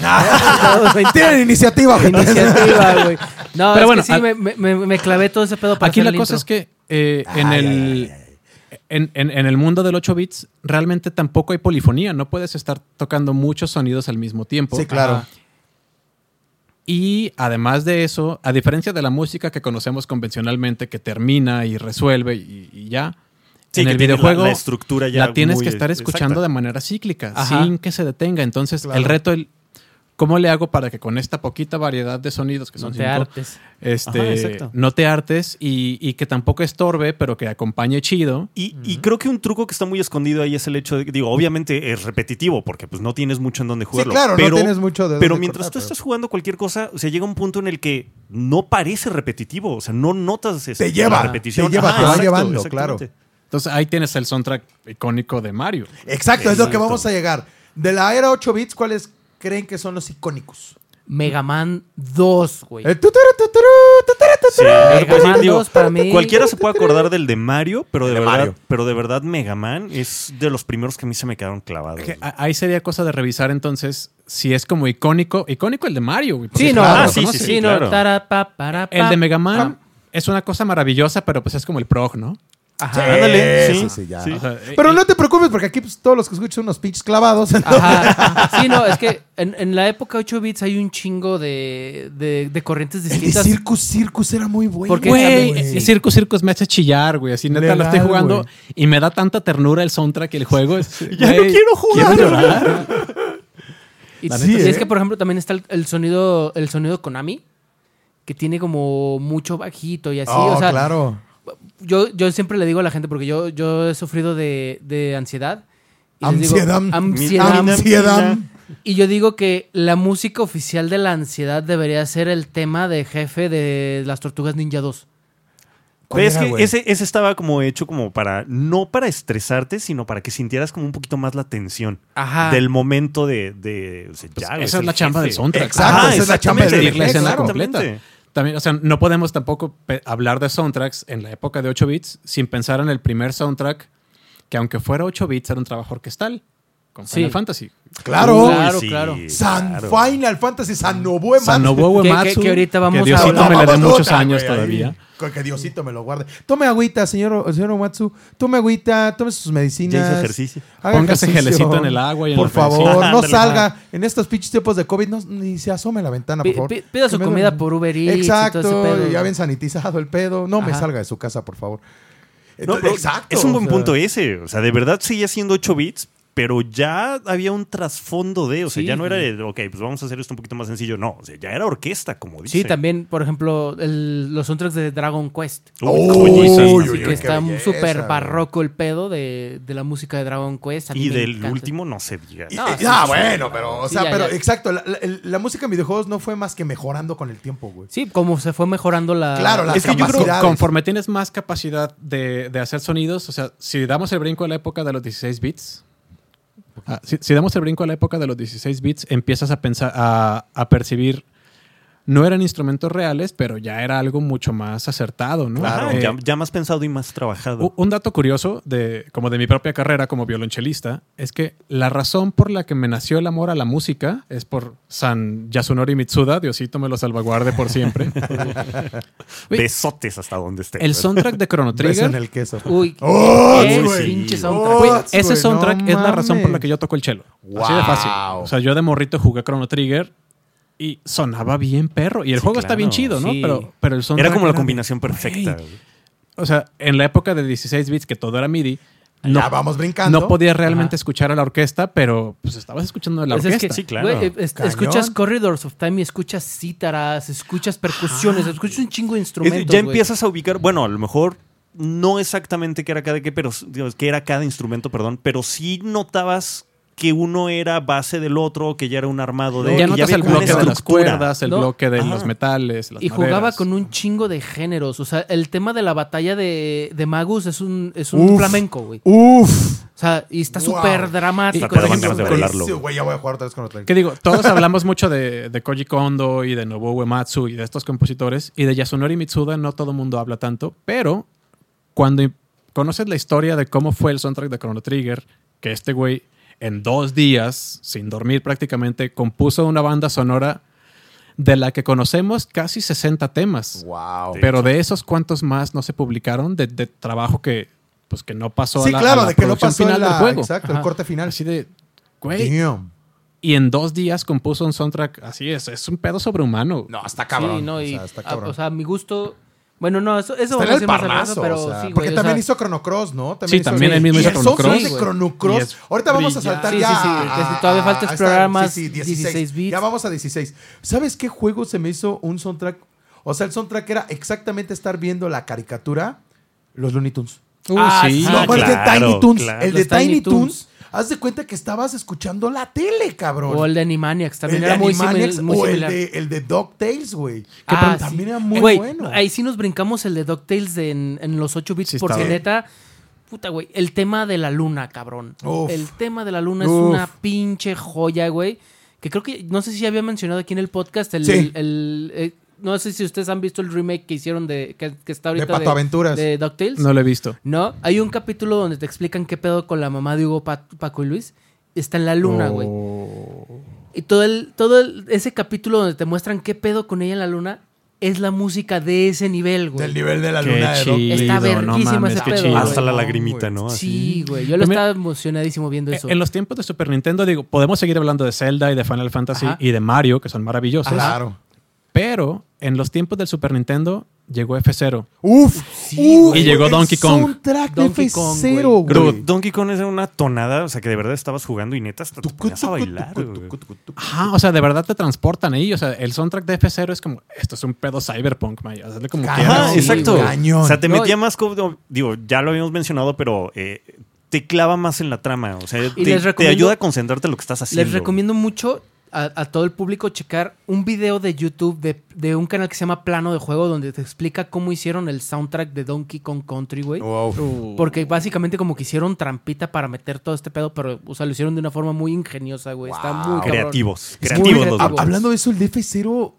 Speaker 3: Tienen iniciativa, gente.
Speaker 4: Ah. Iniciativa, güey. No,
Speaker 2: Pero
Speaker 4: es
Speaker 2: bueno,
Speaker 4: que sí,
Speaker 2: a-
Speaker 4: me, me- me- me clavé todo ese pedo para
Speaker 2: Aquí
Speaker 4: hacer
Speaker 2: la
Speaker 4: el
Speaker 2: cosa
Speaker 4: intro.
Speaker 2: es que eh, en,
Speaker 3: Ay,
Speaker 2: el, En, en- en el mundo del 8 bits realmente tampoco hay polifonía. No puedes estar tocando muchos sonidos al mismo tiempo.
Speaker 3: Sí, claro.
Speaker 2: Y además de eso, a diferencia de la música que conocemos convencionalmente, que termina y resuelve y, y ya,
Speaker 5: Sí,
Speaker 2: en
Speaker 5: que
Speaker 2: el
Speaker 5: tiene la-
Speaker 2: videojuego
Speaker 5: la estructura ya
Speaker 2: la tienes
Speaker 5: muy
Speaker 2: que estar escuchando
Speaker 5: exacta.
Speaker 2: de manera cíclica,
Speaker 4: Ajá.
Speaker 2: sin que se detenga. Entonces,
Speaker 3: Claro.
Speaker 2: el reto, el, ¿Cómo le hago para que con esta poquita variedad de sonidos, que
Speaker 4: No
Speaker 2: son
Speaker 4: te
Speaker 2: cinco,
Speaker 4: hartes.
Speaker 5: Ajá,
Speaker 2: este,
Speaker 5: exacto.
Speaker 2: no te hartes y, y que tampoco estorbe, pero que acompañe chido?
Speaker 5: Y, y creo que un truco que está muy escondido ahí es el hecho de que, digo, obviamente es repetitivo porque pues no tienes mucho en donde jugarlo.
Speaker 3: claro, no
Speaker 5: pero,
Speaker 3: tienes mucho de
Speaker 5: Pero
Speaker 3: dónde
Speaker 5: mientras
Speaker 3: cortar,
Speaker 5: tú
Speaker 3: pero-
Speaker 5: estás jugando cualquier cosa, o sea, llega un punto en el que no parece repetitivo, o sea, no notas este,
Speaker 3: Te lleva,
Speaker 5: la repetición.
Speaker 3: te lleva, te va llevando,
Speaker 5: exactamente.
Speaker 3: claro.
Speaker 2: Entonces ahí tienes el soundtrack icónico de Mario.
Speaker 3: Exacto, es lo que
Speaker 5: Exacto.
Speaker 3: vamos a llegar. De la era 8 bits, ¿cuáles creen que son los icónicos?
Speaker 4: Mega Man 2, güey.
Speaker 3: El tuturu, tuturu, tuturu,
Speaker 5: Sí,
Speaker 3: tuturu.
Speaker 5: yo creo que
Speaker 4: Man
Speaker 5: sí, digo,
Speaker 4: 2 para mí-
Speaker 5: Cualquiera se puede acordar del de Mario, pero de,
Speaker 1: de
Speaker 5: verdad,
Speaker 1: Mario.
Speaker 5: pero de verdad Mega Man es de los primeros que a mí se me quedaron clavados.
Speaker 2: Que
Speaker 5: güey.
Speaker 2: a- ahí sería cosa de revisar entonces si es como icónico. Icónico el de Mario, güey. porque
Speaker 4: Sí, no,
Speaker 5: Ah,
Speaker 4: lo
Speaker 5: sí, sí,
Speaker 4: conoces.
Speaker 5: sí,
Speaker 4: no,
Speaker 5: claro.
Speaker 4: tara, pa, para, pa.
Speaker 2: El de Mega Man
Speaker 3: Ah.
Speaker 2: es una cosa maravillosa, pero pues es como el prog, ¿no?
Speaker 5: Ajá, ándale,
Speaker 3: Sí,
Speaker 5: sí,
Speaker 3: sí, sí, ya.
Speaker 5: sí.
Speaker 2: O sea, eh,
Speaker 3: Pero no te preocupes, porque aquí pues, todos los que escuchan son unos pinches clavados.
Speaker 5: Ah,
Speaker 4: Ajá. Sí, no, es que en, en la época 8 bits hay un chingo de, de, de corrientes
Speaker 3: El de
Speaker 4: distintas.
Speaker 3: Circus Circus era muy bueno.
Speaker 4: Porque-
Speaker 2: Güey,
Speaker 4: Güey.
Speaker 2: el Circus Circus me hace chillar, güey. Así neta lo
Speaker 3: Legal,
Speaker 2: estoy jugando
Speaker 3: güey.
Speaker 2: y me da tanta ternura el soundtrack y el juego. Es-
Speaker 5: Ya no
Speaker 2: güey,
Speaker 5: quiero jugar.
Speaker 2: llorar.
Speaker 4: y,
Speaker 2: La
Speaker 3: neta,
Speaker 4: y
Speaker 3: sí,
Speaker 4: es
Speaker 3: ¿eh?
Speaker 4: que, por ejemplo, también está el, el sonido el sonido Konami, que tiene como mucho bajito y así.
Speaker 3: Oh,
Speaker 4: o sea,
Speaker 3: claro.
Speaker 4: yo, yo siempre le digo a la gente, porque yo, yo he sufrido de, de ansiedad. y les digo,
Speaker 3: Ansiedad.
Speaker 4: ansiedad.
Speaker 5: Am-
Speaker 3: Ansiedad.
Speaker 4: Y yo digo que la música oficial de la ansiedad debería ser el tema de jefe de las Tortugas Ninja 2.
Speaker 3: ¿Cuál
Speaker 5: Pues es
Speaker 3: era,
Speaker 5: que
Speaker 3: güey?
Speaker 5: ese, ese estaba como hecho como para, no para estresarte, sino para que sintieras como un poquito más la tensión
Speaker 4: Ajá.
Speaker 5: del momento de... de o sea, ya, güey,
Speaker 2: Pues Esa es
Speaker 5: el
Speaker 2: la chamba
Speaker 5: jefe.
Speaker 2: del soundtrack.
Speaker 3: Exacto,
Speaker 5: Ajá,
Speaker 3: esa es la chamba del
Speaker 5: Ah, exactamente.
Speaker 2: Pedir la
Speaker 3: jefe,
Speaker 2: escena
Speaker 3: claro.
Speaker 2: completa.
Speaker 5: Exactamente.
Speaker 2: También, o sea, no podemos tampoco pe- hablar de soundtracks en la época de 8 bits sin pensar en el primer soundtrack que aunque fuera 8 bits era un trabajo orquestal con
Speaker 4: Sí.
Speaker 2: Final Fantasy.
Speaker 3: Claro.
Speaker 4: Uy, Claro,
Speaker 5: Sí,
Speaker 4: claro.
Speaker 3: San
Speaker 5: claro.
Speaker 3: Final Fantasy, San Nobuo
Speaker 2: Sanobu
Speaker 4: Que- que-
Speaker 2: Uematsu,
Speaker 4: que ahorita vamos a
Speaker 2: que Diosito
Speaker 4: hablar.
Speaker 2: me le dé
Speaker 3: Vamos,
Speaker 2: muchos
Speaker 3: puta,
Speaker 2: años
Speaker 3: güey, ahí.
Speaker 2: todavía.
Speaker 3: Con Que Diosito me lo guarde. Tome agüita, señor, señor Omatsu. Tome agüita, tome sus medicinas.
Speaker 5: Ya hizo ejercicio.
Speaker 3: Haga
Speaker 2: Póngase gelecito en el agua y en
Speaker 3: Por
Speaker 2: la
Speaker 3: favor,
Speaker 2: medicina.
Speaker 3: no
Speaker 5: Ándale,
Speaker 3: salga. En estos pinches tiempos de COVID, no, ni se asome a la ventana, por
Speaker 4: Pi-
Speaker 3: favor.
Speaker 4: pi- pida su
Speaker 3: Que me
Speaker 4: comida
Speaker 3: duele.
Speaker 4: por Uber Eats y
Speaker 3: Exacto,
Speaker 4: todo ese pedo.
Speaker 3: ya bien sanitizado el pedo. No me
Speaker 4: Ajá.
Speaker 3: salga de su casa, por favor.
Speaker 5: No,
Speaker 3: Entonces,
Speaker 5: pero Es un buen
Speaker 3: o sea,
Speaker 5: punto ese. O sea, de verdad seguía siendo 8 bits, pero ya había un trasfondo de, o sea,
Speaker 4: Sí,
Speaker 5: ya no era
Speaker 4: güey.
Speaker 5: de, ok, pues vamos a hacer esto un poquito más sencillo. No, o sea, ya era orquesta, como dice.
Speaker 4: Sí, también, por ejemplo, el- los soundtracks de Dragon Quest.
Speaker 5: Uy,
Speaker 3: Uy,
Speaker 5: joyisas.
Speaker 3: uy,
Speaker 4: Así
Speaker 3: uy,
Speaker 4: que
Speaker 3: qué
Speaker 4: está
Speaker 3: belleza,
Speaker 4: súper
Speaker 3: güey.
Speaker 4: barroco el pedo de, de la música de Dragon Quest. A mí
Speaker 5: y
Speaker 4: me
Speaker 5: del
Speaker 4: encanta.
Speaker 5: último no se diga.
Speaker 3: Y-
Speaker 4: No,
Speaker 3: y-
Speaker 4: sí,
Speaker 3: ah,
Speaker 4: sí,
Speaker 3: bueno, pero, o
Speaker 4: Sí,
Speaker 3: sea,
Speaker 4: ya,
Speaker 3: pero
Speaker 4: ya.
Speaker 3: exacto, la, la- la música en videojuegos no fue más que mejorando con el tiempo, güey.
Speaker 4: Sí, como se fue mejorando la.
Speaker 3: Claro, las
Speaker 5: Es que yo creo-
Speaker 3: capacidades.
Speaker 2: Conforme tienes más capacidad de, de hacer sonidos, o sea, si damos el brinco a la época de los 16 bits, ah, si, si damos el brinco a la época de los 16 bits, empiezas a pensar, a, a percibir, no eran instrumentos reales, pero ya era algo mucho más acertado, ¿no?
Speaker 5: Ajá,
Speaker 2: Eh,
Speaker 5: ya, ya más pensado y más trabajado.
Speaker 2: u- un dato curioso, de, como de mi propia carrera como violonchelista, es que la razón por la que me nació el amor a la música es por San Yasunori Mitsuda, Diosito me lo salvaguarde por siempre. Uy,
Speaker 5: Besotes hasta donde esté.
Speaker 2: el soundtrack de Chrono
Speaker 3: Beso
Speaker 2: Trigger.
Speaker 3: en el queso.
Speaker 4: Uy,
Speaker 3: ¡Oh,
Speaker 4: qué
Speaker 5: güey!
Speaker 4: pinche soundtrack.
Speaker 3: ¡Oh!
Speaker 2: Güey,
Speaker 3: What,
Speaker 2: ese
Speaker 3: güey,
Speaker 2: soundtrack
Speaker 3: no
Speaker 2: es la razón por la
Speaker 3: mames.
Speaker 2: que yo toco el chelo. Así de fácil.
Speaker 3: Wow.
Speaker 2: O sea, yo de morrito jugué Chrono Trigger y sonaba bien perro. Y el
Speaker 5: Sí,
Speaker 2: juego está bien
Speaker 5: claro,
Speaker 2: chido, ¿no?
Speaker 4: sí.
Speaker 2: Pero, pero el soundtrack
Speaker 5: Era como la
Speaker 2: de-
Speaker 5: combinación perfecta.
Speaker 2: Güey. O sea, en la época de 16 bits, que todo era MIDI,
Speaker 3: ya
Speaker 2: no,
Speaker 3: vamos brincando.
Speaker 2: no podías realmente
Speaker 4: Ajá.
Speaker 2: escuchar a la orquesta, pero pues estabas escuchando la
Speaker 4: Pues
Speaker 2: orquesta.
Speaker 4: es que,
Speaker 5: Sí, claro.
Speaker 4: güey, es-
Speaker 3: Cañón.
Speaker 4: escuchas Corridors of Time y escuchas cítaras, escuchas percusiones, escuchas un chingo de
Speaker 5: Ah. Es-
Speaker 4: instrumentos.
Speaker 5: ya
Speaker 4: güey.
Speaker 5: empiezas a ubicar, bueno, a lo mejor no exactamente qué era cada qué, pero digo, qué era cada instrumento, perdón, pero sí notabas que uno era base del otro, que ya era un armado de
Speaker 2: ya
Speaker 5: y
Speaker 2: notas
Speaker 5: había
Speaker 2: el
Speaker 5: como una
Speaker 2: bloque de las
Speaker 5: estructura.
Speaker 2: cuerdas, el
Speaker 4: ¿no?
Speaker 2: bloque de
Speaker 5: Ajá.
Speaker 2: los metales, las
Speaker 4: Y jugaba
Speaker 2: maderas.
Speaker 4: con un chingo de géneros. O sea, el tema de la batalla de, de Magus es un, es un
Speaker 3: Uf.
Speaker 4: flamenco, güey.
Speaker 3: Uf.
Speaker 4: O sea, y está
Speaker 3: Wow.
Speaker 4: súper dramático.
Speaker 5: Hasta te
Speaker 4: Está
Speaker 5: dan ganas de
Speaker 4: súper-
Speaker 5: volarlo.
Speaker 3: Sí, güey, ya voy a jugar otra vez con otra.
Speaker 2: Que digo, todos hablamos mucho de, de Koji Kondo y de Nobuo Uematsu y de estos compositores y de Yasunori Mitsuda no todo el mundo habla tanto, pero cuando i- conoces la historia de cómo fue el soundtrack de Chrono Trigger, que este güey en dos días, sin dormir prácticamente, compuso una banda sonora de la que conocemos casi 60 temas.
Speaker 3: Wow.
Speaker 2: Pero de esos cuantos más no se publicaron de, de trabajo que pues que no pasó
Speaker 3: Sí,
Speaker 2: a la, a
Speaker 3: claro,
Speaker 2: la
Speaker 3: de que no
Speaker 2: producción
Speaker 3: pasó
Speaker 2: final
Speaker 3: la-
Speaker 2: del juego.
Speaker 3: Exacto, el
Speaker 4: Ajá.
Speaker 3: corte final.
Speaker 2: Así de, güey,
Speaker 3: Damn.
Speaker 2: y en dos días compuso un soundtrack así es es un pedo sobrehumano
Speaker 3: No, está
Speaker 4: Sí,
Speaker 3: cabrón.
Speaker 4: no, y,
Speaker 3: o sea, está
Speaker 4: a-
Speaker 3: cabrón.
Speaker 4: o sea, a mi gusto, Bueno, no, eso, eso
Speaker 3: Está en
Speaker 4: vamos a
Speaker 3: el
Speaker 4: ir más al rato,
Speaker 3: parnazo,
Speaker 4: pero
Speaker 3: o sea,
Speaker 4: sí, güey,
Speaker 3: porque
Speaker 4: o
Speaker 3: también
Speaker 4: sea,
Speaker 3: hizo Chrono Cross, ¿no?
Speaker 2: Sí, también él mismo
Speaker 3: y
Speaker 2: hizo
Speaker 3: el
Speaker 2: Chrono
Speaker 3: Souls
Speaker 2: Cross.
Speaker 3: de
Speaker 4: Sí,
Speaker 3: Chrono
Speaker 2: güey. Y
Speaker 3: Cross.
Speaker 2: es
Speaker 3: Ahorita vamos a
Speaker 2: brillante.
Speaker 3: saltar
Speaker 4: Sí,
Speaker 3: ya.
Speaker 4: sí, sí,
Speaker 3: a-
Speaker 4: que todavía falta
Speaker 3: a- a-
Speaker 4: explorar
Speaker 3: está-
Speaker 4: más
Speaker 3: Sí, sí,
Speaker 4: 16 bits.
Speaker 3: Ya vamos a 16. ¿Sabes qué juego se me hizo un soundtrack? O sea, el soundtrack era exactamente estar viendo la caricatura, los Looney Tunes.
Speaker 2: Uy,
Speaker 4: Ah,
Speaker 2: sí.
Speaker 4: sí.
Speaker 3: No, más bien
Speaker 5: claro,
Speaker 3: Tiny Toons.
Speaker 5: claro.
Speaker 3: El de
Speaker 4: Los
Speaker 3: Tiny,
Speaker 4: Tiny
Speaker 3: Toons.
Speaker 4: Toons.
Speaker 3: Haz de cuenta que estabas escuchando la tele, cabrón.
Speaker 4: O el de Animaniacs, también
Speaker 3: El de
Speaker 4: era muy,
Speaker 3: Animaniacs
Speaker 4: simil- muy
Speaker 3: o
Speaker 4: similar.
Speaker 3: el de, el de DuckTales, güey. Que
Speaker 4: Ah, sí.
Speaker 3: también era muy
Speaker 4: Güey,
Speaker 3: bueno.
Speaker 4: Ahí sí nos brincamos el de DuckTales de en, en los 8 bits,
Speaker 2: Sí,
Speaker 4: porque
Speaker 2: estaba.
Speaker 4: neta, puta, güey. El tema de la luna, cabrón.
Speaker 3: Uf.
Speaker 4: El tema de la luna es
Speaker 3: Uf.
Speaker 4: una pinche joya, güey. Que creo que, no sé si ya había mencionado aquí en el podcast, el,
Speaker 3: Sí.
Speaker 4: el- eh, no sé si ustedes han visto el remake que hicieron de, que, que está
Speaker 3: de
Speaker 4: ahorita
Speaker 3: Pato Aventuras.
Speaker 4: de DuckTales.
Speaker 2: No lo he visto.
Speaker 4: No, hay un capítulo donde te explican qué pedo con la mamá de Hugo Pa- Paco y Luis. Está en la
Speaker 2: Oh.
Speaker 4: luna, güey. Y todo el, todo el- ese capítulo donde te muestran qué pedo con ella en la luna es la música de ese nivel,
Speaker 3: del
Speaker 4: güey.
Speaker 3: nivel de la
Speaker 2: Qué
Speaker 3: luna de
Speaker 2: chido,
Speaker 4: Está
Speaker 2: no
Speaker 4: verguísima
Speaker 2: mames,
Speaker 4: ese
Speaker 2: qué
Speaker 4: pedo,
Speaker 2: chido.
Speaker 4: güey.
Speaker 5: Hasta la
Speaker 3: No,
Speaker 5: lagrimita,
Speaker 3: güey.
Speaker 5: ¿no? Así.
Speaker 4: Sí, güey. Yo lo
Speaker 2: También-
Speaker 4: estaba emocionadísimo viendo eso.
Speaker 2: En los tiempos de Super Nintendo, digo, podemos seguir hablando de Zelda y de Final Fantasy
Speaker 4: Ajá.
Speaker 2: y de Mario, que son maravillosos.
Speaker 3: Claro.
Speaker 2: Pero en los tiempos del Super Nintendo llegó F0.
Speaker 3: Uf,
Speaker 4: Sí,
Speaker 3: uf,
Speaker 4: güey.
Speaker 2: Y llegó
Speaker 3: el
Speaker 2: Donkey Kong.
Speaker 3: soundtrack de
Speaker 4: Donkey Kong,
Speaker 3: F0,
Speaker 4: güey.
Speaker 3: güey.
Speaker 5: Dude, Donkey Kong era una tonada, o sea, que de verdad estabas jugando y neta hasta te
Speaker 3: Tucu,
Speaker 5: ponías a
Speaker 3: tucu,
Speaker 5: bailar.
Speaker 3: tucu,
Speaker 5: güey.
Speaker 3: tucu, tucu, tucu.
Speaker 2: Ajá, o sea, de verdad te transportan ahí. O sea, el soundtrack de F0 es como, esto es un pedo cyberpunk, Maya. Hazle como
Speaker 3: Ajá,
Speaker 2: quieras.
Speaker 5: Ajá,
Speaker 4: Sí,
Speaker 5: exacto.
Speaker 4: güey.
Speaker 3: Cañón.
Speaker 5: O sea, te
Speaker 4: No,
Speaker 5: metía
Speaker 4: y-
Speaker 5: más como, digo, ya lo habíamos mencionado, pero eh, te clava más en la trama. O sea, te,
Speaker 4: les
Speaker 5: te
Speaker 4: recomiendo-
Speaker 5: ayuda a concentrarte en lo que estás haciendo.
Speaker 4: Les recomiendo mucho a, a todo el público checar un video de YouTube de, de un canal que se llama Plano de Juego donde te explica cómo hicieron el soundtrack de Donkey Kong Country, güey.
Speaker 5: Oh.
Speaker 3: Wow.
Speaker 4: Porque básicamente como que hicieron trampita para meter todo este pedo, pero, o sea, lo hicieron de una forma muy ingeniosa, güey. Está
Speaker 3: Wow.
Speaker 4: muy cabrón.
Speaker 5: Creativos.
Speaker 4: Es
Speaker 5: Creativos
Speaker 4: muy
Speaker 5: los
Speaker 4: creativo.
Speaker 5: vatos.
Speaker 3: Hablando de eso, el de F0,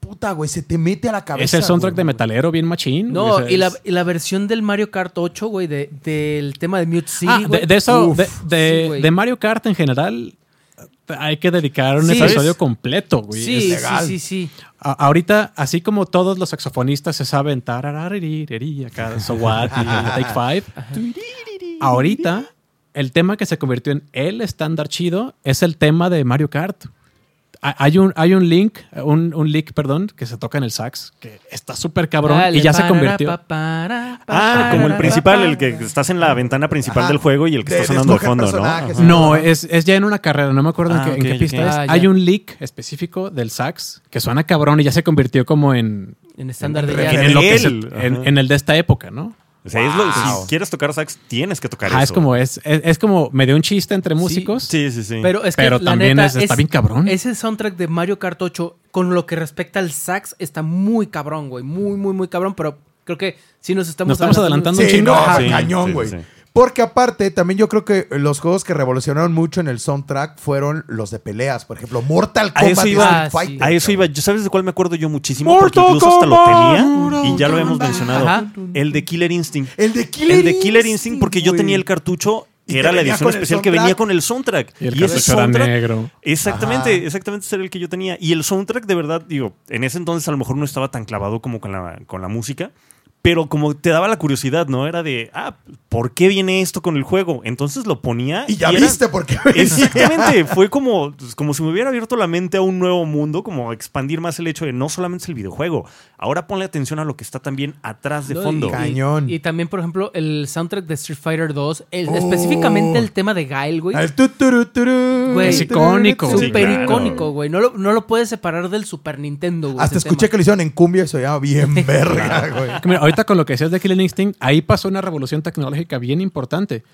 Speaker 3: puta, güey, se te mete a la cabeza.
Speaker 2: Es el soundtrack
Speaker 3: güey.
Speaker 2: de metalero bien machín. O
Speaker 4: No,
Speaker 2: sea,
Speaker 4: y la,
Speaker 2: es-
Speaker 4: y la versión del Mario Kart 8, güey, de- del tema de Mute City,
Speaker 2: Ah,
Speaker 4: güey.
Speaker 2: de, de eso,
Speaker 4: Uf,
Speaker 2: de, de-
Speaker 4: sí, güey.
Speaker 2: de Mario Kart en general, hay que dedicar un
Speaker 4: Sí.
Speaker 2: episodio
Speaker 4: ¿Sabes?
Speaker 2: completo, güey.
Speaker 4: Sí,
Speaker 2: Es-
Speaker 4: sí,
Speaker 3: legal.
Speaker 4: sí, sí.
Speaker 2: a- ahorita, así como todos los saxofonistas se saben tararaririri, acá, So What y el Take Five, ahorita el tema que se convirtió en el estándar chido es el tema de Mario Kart. Ha- Hay un, hay un link, un, un leak, perdón, que se toca en el sax, que está súper cabrón
Speaker 4: Dale,
Speaker 2: y ya se
Speaker 4: parara,
Speaker 2: convirtió.
Speaker 4: pa, para,
Speaker 5: Ah,
Speaker 4: pa,
Speaker 5: como el
Speaker 4: para,
Speaker 5: principal,
Speaker 4: pa.
Speaker 5: el que estás en la ventana principal
Speaker 3: Ajá.
Speaker 5: del juego y el que
Speaker 3: De-
Speaker 5: está sonando de
Speaker 3: escoger
Speaker 5: fondo, ¿no?
Speaker 3: personajes.
Speaker 5: Ajá.
Speaker 2: No, es, es ya en una carrera, no me acuerdo en
Speaker 5: Ah,
Speaker 2: qué, en
Speaker 5: ok,
Speaker 2: qué
Speaker 5: ok.
Speaker 2: pista es.
Speaker 4: Ah, ya.
Speaker 2: Hay un leak específico del sax que suena cabrón y ya se convirtió como en,
Speaker 4: En estándar de
Speaker 3: En-
Speaker 4: jazz.
Speaker 2: en lo que se-
Speaker 5: él.
Speaker 2: en-
Speaker 5: Ajá.
Speaker 2: en el de esta época, ¿no?
Speaker 5: O sea, es lo-
Speaker 3: Wow.
Speaker 5: si quieres tocar sax, tienes que tocar
Speaker 2: Ah,
Speaker 5: eso.
Speaker 2: es como es, es, es como medio un chiste entre músicos.
Speaker 5: Sí, sí, sí.
Speaker 4: Pero es que
Speaker 2: Pero
Speaker 4: la
Speaker 2: también
Speaker 4: neta,
Speaker 2: es- está bien cabrón.
Speaker 4: Ese soundtrack de Mario Kart 8, con lo que respecta al sax, está muy cabrón, güey. Muy, muy, muy cabrón. Pero creo que sí nos estamos,
Speaker 2: Nos estamos adelantando un
Speaker 3: Sí,
Speaker 2: chingo.
Speaker 3: no, ajá,
Speaker 5: Sí,
Speaker 3: Ah, cañón,
Speaker 5: sí,
Speaker 3: güey.
Speaker 5: sí.
Speaker 3: Porque aparte, también yo creo que los juegos que revolucionaron mucho en el soundtrack fueron los de peleas. Por ejemplo, Mortal
Speaker 5: A eso
Speaker 3: Kombat y
Speaker 5: iba.
Speaker 3: Street
Speaker 4: Ah, sí.
Speaker 3: Fighter.
Speaker 5: A eso iba. Yo- ¿Sabes de cuál me acuerdo yo muchísimo? Porque
Speaker 2: Mortal
Speaker 5: incluso hasta lo
Speaker 2: Kombat.
Speaker 5: tenía y ya lo habíamos
Speaker 2: Kombat.
Speaker 5: mencionado.
Speaker 4: Ajá.
Speaker 5: El de Killer Instinct.
Speaker 3: El de Killer
Speaker 5: El de Killer Instinct,
Speaker 3: Instinct,
Speaker 5: porque yo
Speaker 3: güey.
Speaker 5: tenía el cartucho.
Speaker 3: Y te
Speaker 5: Era la
Speaker 3: venía
Speaker 5: edición
Speaker 3: con el
Speaker 5: especial que
Speaker 3: soundtrack.
Speaker 5: venía con el soundtrack.
Speaker 2: Y el
Speaker 5: ese
Speaker 2: cartucho era
Speaker 5: soundtrack-
Speaker 2: negro.
Speaker 5: Exactamente,
Speaker 3: Ajá.
Speaker 5: exactamente ese era el que yo tenía. Y el soundtrack, de verdad, digo, en ese entonces a lo mejor no estaba tan clavado como con la, con la música, pero como te daba la curiosidad, ¿no? Era de, ah, ¿por qué viene esto con el juego? Entonces lo ponía.
Speaker 3: Y ya
Speaker 5: era-
Speaker 3: viste pues. por qué.
Speaker 5: Exactamente, fue como, pues, como si me hubiera abierto la mente a un nuevo mundo, como expandir más el hecho de no solamente es el videojuego, ahora ponle atención a lo que está también atrás de
Speaker 4: No, y-
Speaker 5: fondo.
Speaker 4: y-
Speaker 3: Cañón.
Speaker 4: Y, también, por ejemplo, el soundtrack de Street Fighter 2, el-
Speaker 3: Oh.
Speaker 4: específicamente el tema de Gail, güey.
Speaker 3: El tu, tu, tu, tu, tu,
Speaker 4: Güey,
Speaker 2: Es icónico.
Speaker 4: Súper
Speaker 5: Sí, claro.
Speaker 4: icónico, güey. No lo, no lo puedes separar del Super Nintendo, güey.
Speaker 3: Hasta
Speaker 4: ese
Speaker 3: escuché
Speaker 4: tema.
Speaker 3: que lo hicieron en cumbia y soñaba bien verga, güey.
Speaker 2: Mira, ahorita con lo que decías de Killing Instinct, ahí pasó una revolución tecnológica bien importante.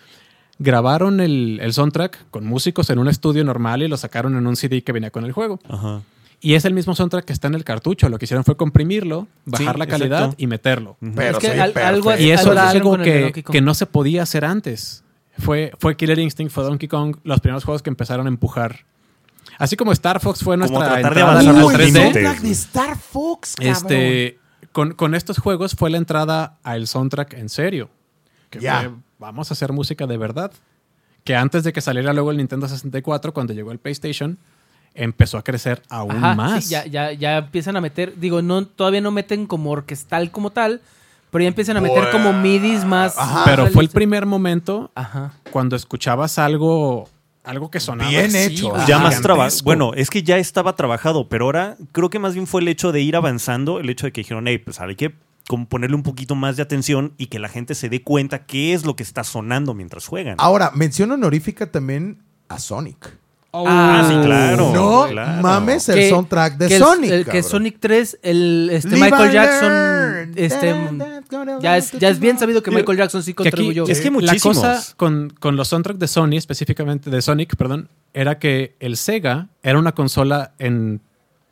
Speaker 2: Grabaron el, el soundtrack con músicos en un estudio normal y lo sacaron en un CD que venía con el juego.
Speaker 5: Ajá.
Speaker 2: Y es el mismo soundtrack que está en el cartucho. Lo que hicieron fue comprimirlo, bajar
Speaker 5: Sí,
Speaker 2: la calidad
Speaker 5: exacto.
Speaker 2: y meterlo.
Speaker 3: Pero
Speaker 4: Es que
Speaker 3: soy
Speaker 4: al- algo
Speaker 3: perfecto.
Speaker 4: así-
Speaker 2: Y eso
Speaker 4: algo
Speaker 2: es
Speaker 4: hicieron
Speaker 2: algo
Speaker 4: Pues, con el de
Speaker 2: que,
Speaker 4: Donkey Kong.
Speaker 2: que no se podía hacer antes. Fue, fue Killer Instinct, fue Donkey Kong, los primeros juegos que empezaron a empujar. Así como Star Fox fue nuestra
Speaker 5: tratar de
Speaker 2: entrada
Speaker 5: avanzar
Speaker 2: a
Speaker 5: los
Speaker 2: la
Speaker 3: el
Speaker 2: 3D,
Speaker 3: soundtrack de Star Fox, cabrón.
Speaker 2: este, con, con estos juegos fue la entrada al soundtrack en serio. Que
Speaker 3: Ya.
Speaker 2: fue, vamos a hacer música de verdad. Que antes de que saliera luego el Nintendo 64, cuando llegó el PlayStation, empezó a crecer aún
Speaker 4: Ajá, sí,
Speaker 2: más.
Speaker 4: ya, ya, ya empiezan a meter, digo, no, todavía no meten como orquestal como tal, pero ya empiezan a meter como midis más.
Speaker 3: Pues, Ajá.
Speaker 2: Pero fue el primer momento
Speaker 4: Ajá.
Speaker 2: cuando escuchabas algo, algo que sonaba
Speaker 3: Bien
Speaker 2: así,
Speaker 3: hecho.
Speaker 2: güey,
Speaker 5: Ya más
Speaker 2: gigantesco.
Speaker 5: trabajo. Bueno, es que ya estaba trabajado, pero ahora creo que más bien fue el hecho de ir avanzando, el hecho de que dijeron, hey, pues hay que como ponerle un poquito más de atención y que la gente se dé cuenta qué es lo que está sonando mientras juegan.
Speaker 4: Ah,
Speaker 3: Ahora, mención honorífica también a Sonic.
Speaker 2: Oh,
Speaker 5: Ah, sí, claro.
Speaker 3: no
Speaker 5: claro.
Speaker 3: mames el
Speaker 4: Que-
Speaker 3: soundtrack de
Speaker 4: que el-
Speaker 3: Sonic.
Speaker 4: el- que
Speaker 3: cabrón.
Speaker 4: Sonic 3, el, este,
Speaker 3: Live
Speaker 4: Michael
Speaker 3: and
Speaker 4: Jackson.
Speaker 3: learn.
Speaker 4: Este,
Speaker 3: That- that-
Speaker 4: ya, es, ya es bien sabido que
Speaker 5: Mira,
Speaker 4: Michael Jackson sí
Speaker 2: Que aquí-
Speaker 4: contribuyó.
Speaker 5: es que
Speaker 2: la
Speaker 5: muchísimos.
Speaker 2: cosa con, con los soundtracks de Sony, específicamente de Sonic, perdón, era que el Sega era una consola en,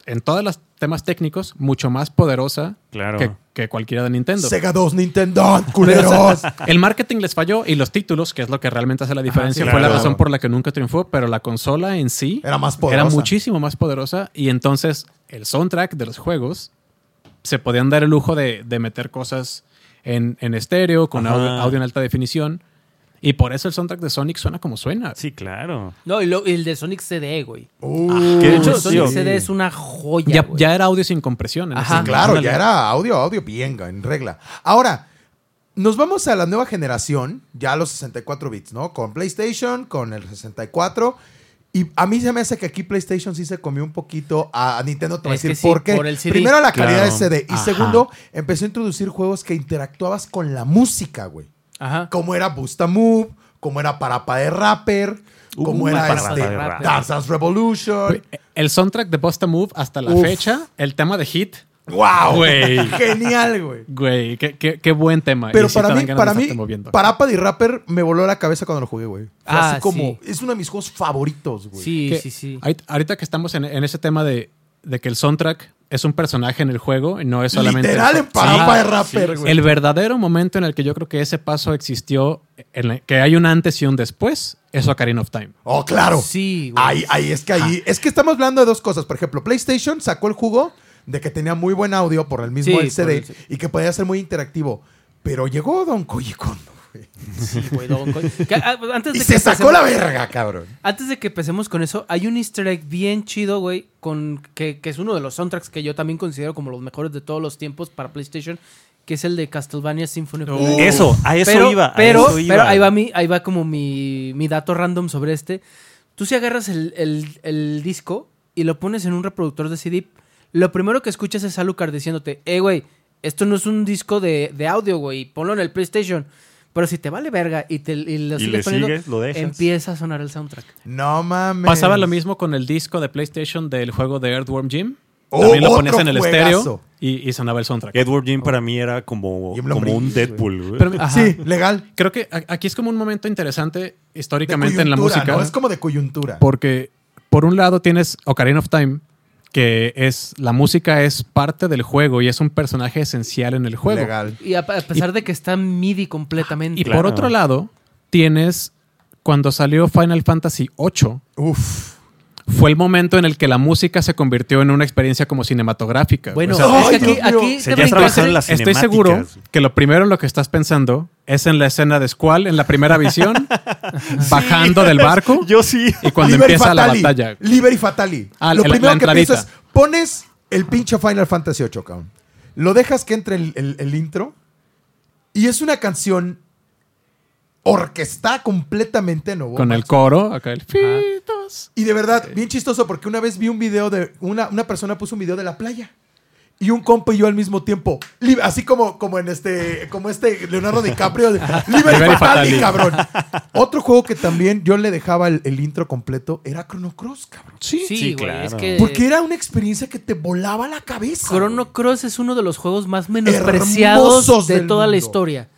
Speaker 2: en todos los temas técnicos mucho más poderosa
Speaker 5: Claro.
Speaker 2: que, que cualquiera de Nintendo.
Speaker 3: Sega 2, Nintendo, culeros.
Speaker 2: El marketing les falló y los títulos, que es lo que realmente hace la diferencia,
Speaker 5: sí,
Speaker 2: fue la
Speaker 5: claro.
Speaker 2: razón por la que nunca triunfó, pero la consola en sí
Speaker 3: Era más poderosa.
Speaker 2: era muchísimo más poderosa y entonces el soundtrack de los juegos se podían dar el lujo de, de meter cosas en, en estéreo, con
Speaker 5: Ajá.
Speaker 2: audio, audio en alta definición. Y por eso el soundtrack de Sonic suena como suena.
Speaker 5: Sí, claro.
Speaker 4: No, y, lo- y el de Sonic CD, güey.
Speaker 3: Uh,
Speaker 5: Que de
Speaker 4: El
Speaker 5: hecho,
Speaker 4: de Sonic
Speaker 5: sí.
Speaker 4: CD es una joya.
Speaker 2: ya,
Speaker 4: güey.
Speaker 2: ya era audio sin compresión. en
Speaker 4: Ajá.
Speaker 2: ese-
Speaker 3: claro,
Speaker 2: ándale.
Speaker 3: ya era audio, audio bien, en regla. Ahora, nos vamos a la nueva generación, ya a los 64 bits, ¿no? Con PlayStation, con el 64. Y a mí se me hace que aquí PlayStation sí se comió un poquito a a Nintendo. Te voy a
Speaker 4: Es que
Speaker 3: decir
Speaker 4: sí,
Speaker 3: por qué.
Speaker 4: por el CD.
Speaker 3: Primero, la
Speaker 5: Claro.
Speaker 3: calidad de CD. Y
Speaker 4: Ajá.
Speaker 3: segundo, empezó a introducir juegos que interactuabas con la música, güey.
Speaker 4: Ajá.
Speaker 3: Como era Busta Move, como era Parapa de Rapper,
Speaker 5: Uh,
Speaker 3: como era
Speaker 5: Parappa
Speaker 3: este,
Speaker 5: de Rapper.
Speaker 3: Dance Dance Revolution.
Speaker 2: El soundtrack de Busta Move hasta la
Speaker 3: Uf.
Speaker 2: fecha, el tema de Hit,
Speaker 3: ¡Wow!
Speaker 2: Güey.
Speaker 3: Genial, güey.
Speaker 2: güey, qué, qué- qué buen tema.
Speaker 3: Pero
Speaker 2: Ah, Y sí
Speaker 3: para
Speaker 2: te dan
Speaker 3: mí,
Speaker 2: ganas de
Speaker 3: para
Speaker 2: estarte
Speaker 3: mí,
Speaker 2: moviendo.
Speaker 3: Parappa y Rapper me voló la cabeza cuando lo jugué, güey. Fue
Speaker 4: Ah,
Speaker 3: así como,
Speaker 4: sí.
Speaker 3: es uno de mis juegos favoritos, güey.
Speaker 4: Sí,
Speaker 2: que
Speaker 4: sí, sí.
Speaker 2: ahí- Ahorita que estamos en, en ese tema de, de que el soundtrack es un personaje en el juego y no es solamente.
Speaker 3: Literal en Parappa de Rapper,
Speaker 2: Sí.
Speaker 3: güey.
Speaker 2: El verdadero momento en el que yo creo que ese paso existió, en la- que hay un antes y un después, es Ocarina of Time.
Speaker 3: Oh, claro.
Speaker 4: Sí, güey.
Speaker 3: Ahí, ahí es que ahí. Es que estamos hablando de dos cosas. Por ejemplo, PlayStation sacó el jugo de que tenía muy buen audio por el
Speaker 4: Sí,
Speaker 3: mismo el CD
Speaker 4: por el-
Speaker 3: y que podía ser muy interactivo. Pero llegó Don Koji Kondo, güey.
Speaker 4: Sí, güey, Don Con- Que, ah, antes de
Speaker 3: Y
Speaker 4: que
Speaker 3: se sacó
Speaker 4: empecemos-
Speaker 3: la verga, cabrón.
Speaker 4: Antes de que empecemos con eso, hay un easter egg bien chido, güey, con, que, que es uno de los soundtracks que yo también considero como los mejores de todos los tiempos para PlayStation, que es el de Castlevania Symphony of the Night.
Speaker 5: Eso, a eso
Speaker 4: Oh. pero,
Speaker 5: iba. a
Speaker 4: Pero,
Speaker 5: eso iba.
Speaker 4: pero ahí, va mi, ahí va como mi, mi dato random sobre este. Tú si agarras el, el- el disco y lo pones en un reproductor de CD, lo primero que escuchas es Alucard diciéndote, eh, güey, esto no es un disco de, de audio, güey, ponlo en el PlayStation. Pero si te vale verga y, te, y lo
Speaker 5: Y
Speaker 4: sigues
Speaker 5: le
Speaker 4: poniendo,
Speaker 5: sigues, lo dejas.
Speaker 4: empieza a sonar el soundtrack.
Speaker 3: No mames.
Speaker 2: Pasaba lo mismo con el disco de PlayStation del juego de Earthworm Jim.
Speaker 3: Oh,
Speaker 2: También lo
Speaker 3: otro
Speaker 2: ponías en el
Speaker 3: juegazo.
Speaker 2: estéreo y, y sonaba el soundtrack.
Speaker 5: Edward Jim para mí era como,
Speaker 3: Y un
Speaker 5: como un
Speaker 3: lombriz,
Speaker 5: Deadpool. güey.
Speaker 2: Pero- ajá.
Speaker 3: Sí, legal.
Speaker 2: Creo que a- aquí es como un momento interesante
Speaker 3: De
Speaker 2: históricamente en la
Speaker 3: coyuntura,
Speaker 2: música.
Speaker 3: ¿no? Es como de coyuntura.
Speaker 2: Porque por un lado tienes Ocarina of Time, que es la música es parte del juego y es un personaje esencial en el juego.
Speaker 3: Legal.
Speaker 4: Y a, a pesar de que está MIDI completamente.
Speaker 2: Y
Speaker 5: Claro.
Speaker 2: por otro lado, tienes cuando salió Final Fantasy VIII,
Speaker 3: Uf.
Speaker 2: fue el momento en el que la música se convirtió en una experiencia como cinematográfica.
Speaker 4: bueno,
Speaker 2: O sea,
Speaker 3: Ay,
Speaker 4: es que aquí,
Speaker 3: Dios mío.
Speaker 4: aquí
Speaker 5: Se
Speaker 4: te
Speaker 5: ya
Speaker 4: brincaste-
Speaker 5: trabajaron en las
Speaker 2: estoy
Speaker 5: cinemáticas.
Speaker 2: seguro que lo primero en lo que estás pensando es en la escena de Squall en la primera visión, bajando del barco
Speaker 5: Yo sí.
Speaker 4: Eh,
Speaker 2: y cuando
Speaker 3: Liberi
Speaker 2: empieza
Speaker 3: Fatali,
Speaker 2: la batalla.
Speaker 3: Liberi Fatali.
Speaker 2: Ah,
Speaker 3: lo
Speaker 2: la- la
Speaker 3: primero que
Speaker 2: entradita.
Speaker 3: piensas, pones el pinche Final Fantasy VIII, cabrón. Lo dejas que entre el, el- el intro. Y es una canción orquestada completamente nuevo.
Speaker 2: Con el coro, acá el...
Speaker 3: Y de verdad, bien chistoso porque una vez vi un video de una, una persona puso un video de la playa. Y un compa y yo al mismo tiempo. Li- Así como, como en este. Como este Leonardo DiCaprio. de- Liberi
Speaker 2: Liberi
Speaker 3: Fatali,
Speaker 2: Fatali.
Speaker 3: cabrón. Otro juego que también yo le dejaba el, el intro completo era Chrono Cross, cabrón.
Speaker 4: Sí,
Speaker 5: Sí,
Speaker 4: güey,
Speaker 5: claro.
Speaker 4: es que
Speaker 3: Porque era una experiencia que te volaba la cabeza.
Speaker 4: Chrono Cross es uno de los juegos más menospreciados
Speaker 3: Hermosos
Speaker 4: de
Speaker 3: del
Speaker 4: toda la
Speaker 3: mundo.
Speaker 4: historia.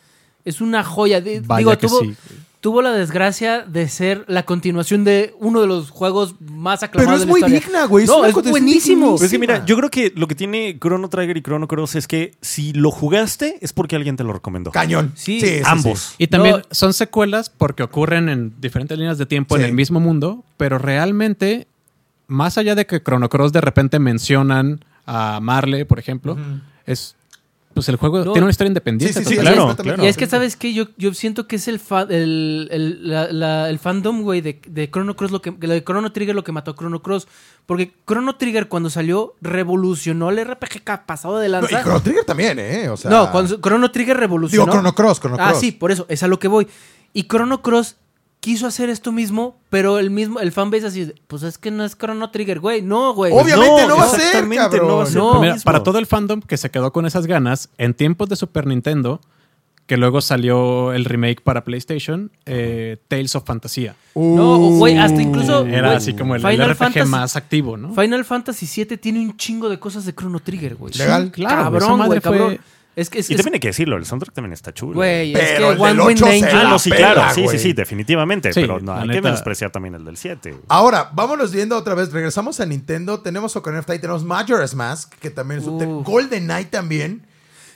Speaker 4: Es una joya. De-
Speaker 2: Vaya
Speaker 4: Digo,
Speaker 2: que
Speaker 4: tuvo,
Speaker 2: sí.
Speaker 4: tuvo la desgracia de ser la continuación de uno de los juegos más aclamados
Speaker 3: Pero es
Speaker 4: de la
Speaker 3: muy
Speaker 4: historia.
Speaker 3: digna, güey, es
Speaker 4: No,
Speaker 3: una
Speaker 4: es
Speaker 3: continuación
Speaker 4: buenísimo.
Speaker 3: dignísima.
Speaker 5: Pues es que mira,
Speaker 3: encima.
Speaker 5: yo creo que lo que tiene Chrono Trigger y Chrono Cross es que si lo jugaste es porque alguien te lo recomendó.
Speaker 3: Cañón.
Speaker 4: Sí,
Speaker 5: Ambos.
Speaker 2: Y también
Speaker 4: No.
Speaker 2: son secuelas porque ocurren en diferentes líneas de tiempo
Speaker 3: Sí.
Speaker 2: en el mismo mundo, pero realmente, más allá de que Chrono Cross de repente mencionan a Marle, por ejemplo, es pues el juego
Speaker 4: No.
Speaker 2: tiene una historia
Speaker 3: Sí,
Speaker 2: independiente.
Speaker 3: sí, sí,
Speaker 2: totalmente.
Speaker 5: claro,
Speaker 3: completamente.
Speaker 5: claro.
Speaker 4: Y es que, ¿sabes qué? Yo, yo siento que es el, fa- el, el- la- la- el fandom, güey, de, de Chrono Cross, lo que, lo de Chrono Trigger, lo que mató a Chrono Cross. Porque Chrono Trigger, cuando salió, revolucionó el RPG ca- pasado de
Speaker 3: No, y
Speaker 4: lanza.
Speaker 3: Chrono Trigger también, ¿eh? O sea,
Speaker 4: no, cuando Chrono Trigger revolucionó.
Speaker 3: Digo, Chrono Cross, Chrono
Speaker 4: Ah,
Speaker 3: Cross.
Speaker 4: sí, por eso, es a lo que voy. Y Chrono Cross quiso hacer esto mismo, pero el mismo, el fanbase así, de, pues es que no es Chrono Trigger, güey. No, güey.
Speaker 3: Obvio. Obviamente no va a ser,
Speaker 5: Pues exactamente, No va a ser
Speaker 4: cabrón.
Speaker 5: lo
Speaker 4: No.
Speaker 2: Mira,
Speaker 5: mismo.
Speaker 2: para todo el fandom que se quedó con esas ganas, en tiempos de Super Nintendo, que luego salió el remake para PlayStation, eh, Tales of Fantasía.
Speaker 4: No, güey, hasta incluso-
Speaker 2: Era
Speaker 4: Güey,
Speaker 2: así como el,
Speaker 4: Final
Speaker 2: el RPG
Speaker 4: Fantasy-
Speaker 2: más activo, ¿no?
Speaker 4: Final Fantasy VII tiene un chingo de cosas de Chrono Trigger, güey.
Speaker 3: Legal.
Speaker 2: Claro, güey, esa
Speaker 4: cabrón,
Speaker 2: madre
Speaker 4: güey,
Speaker 2: fue-
Speaker 4: cabrón. Es que es,
Speaker 5: Y
Speaker 4: es-
Speaker 5: también hay que decirlo, el soundtrack también está chulo.
Speaker 4: güey, es que
Speaker 3: Pero el del
Speaker 4: One Winged
Speaker 3: 8 se
Speaker 4: Angel.
Speaker 5: Ah,
Speaker 3: la
Speaker 5: no, sí,
Speaker 3: pela,
Speaker 5: claro, sí,
Speaker 3: güey.
Speaker 5: sí, sí, definitivamente.
Speaker 2: Sí,
Speaker 5: pero no,
Speaker 2: la
Speaker 5: hay que
Speaker 2: neta.
Speaker 5: menospreciar también el del 7.
Speaker 3: Ahora, vámonos viendo otra vez. Regresamos a Nintendo. Tenemos Ocarina of Time, tenemos Majora's Mask, que también es un
Speaker 4: Uh.
Speaker 3: Golden Knight también.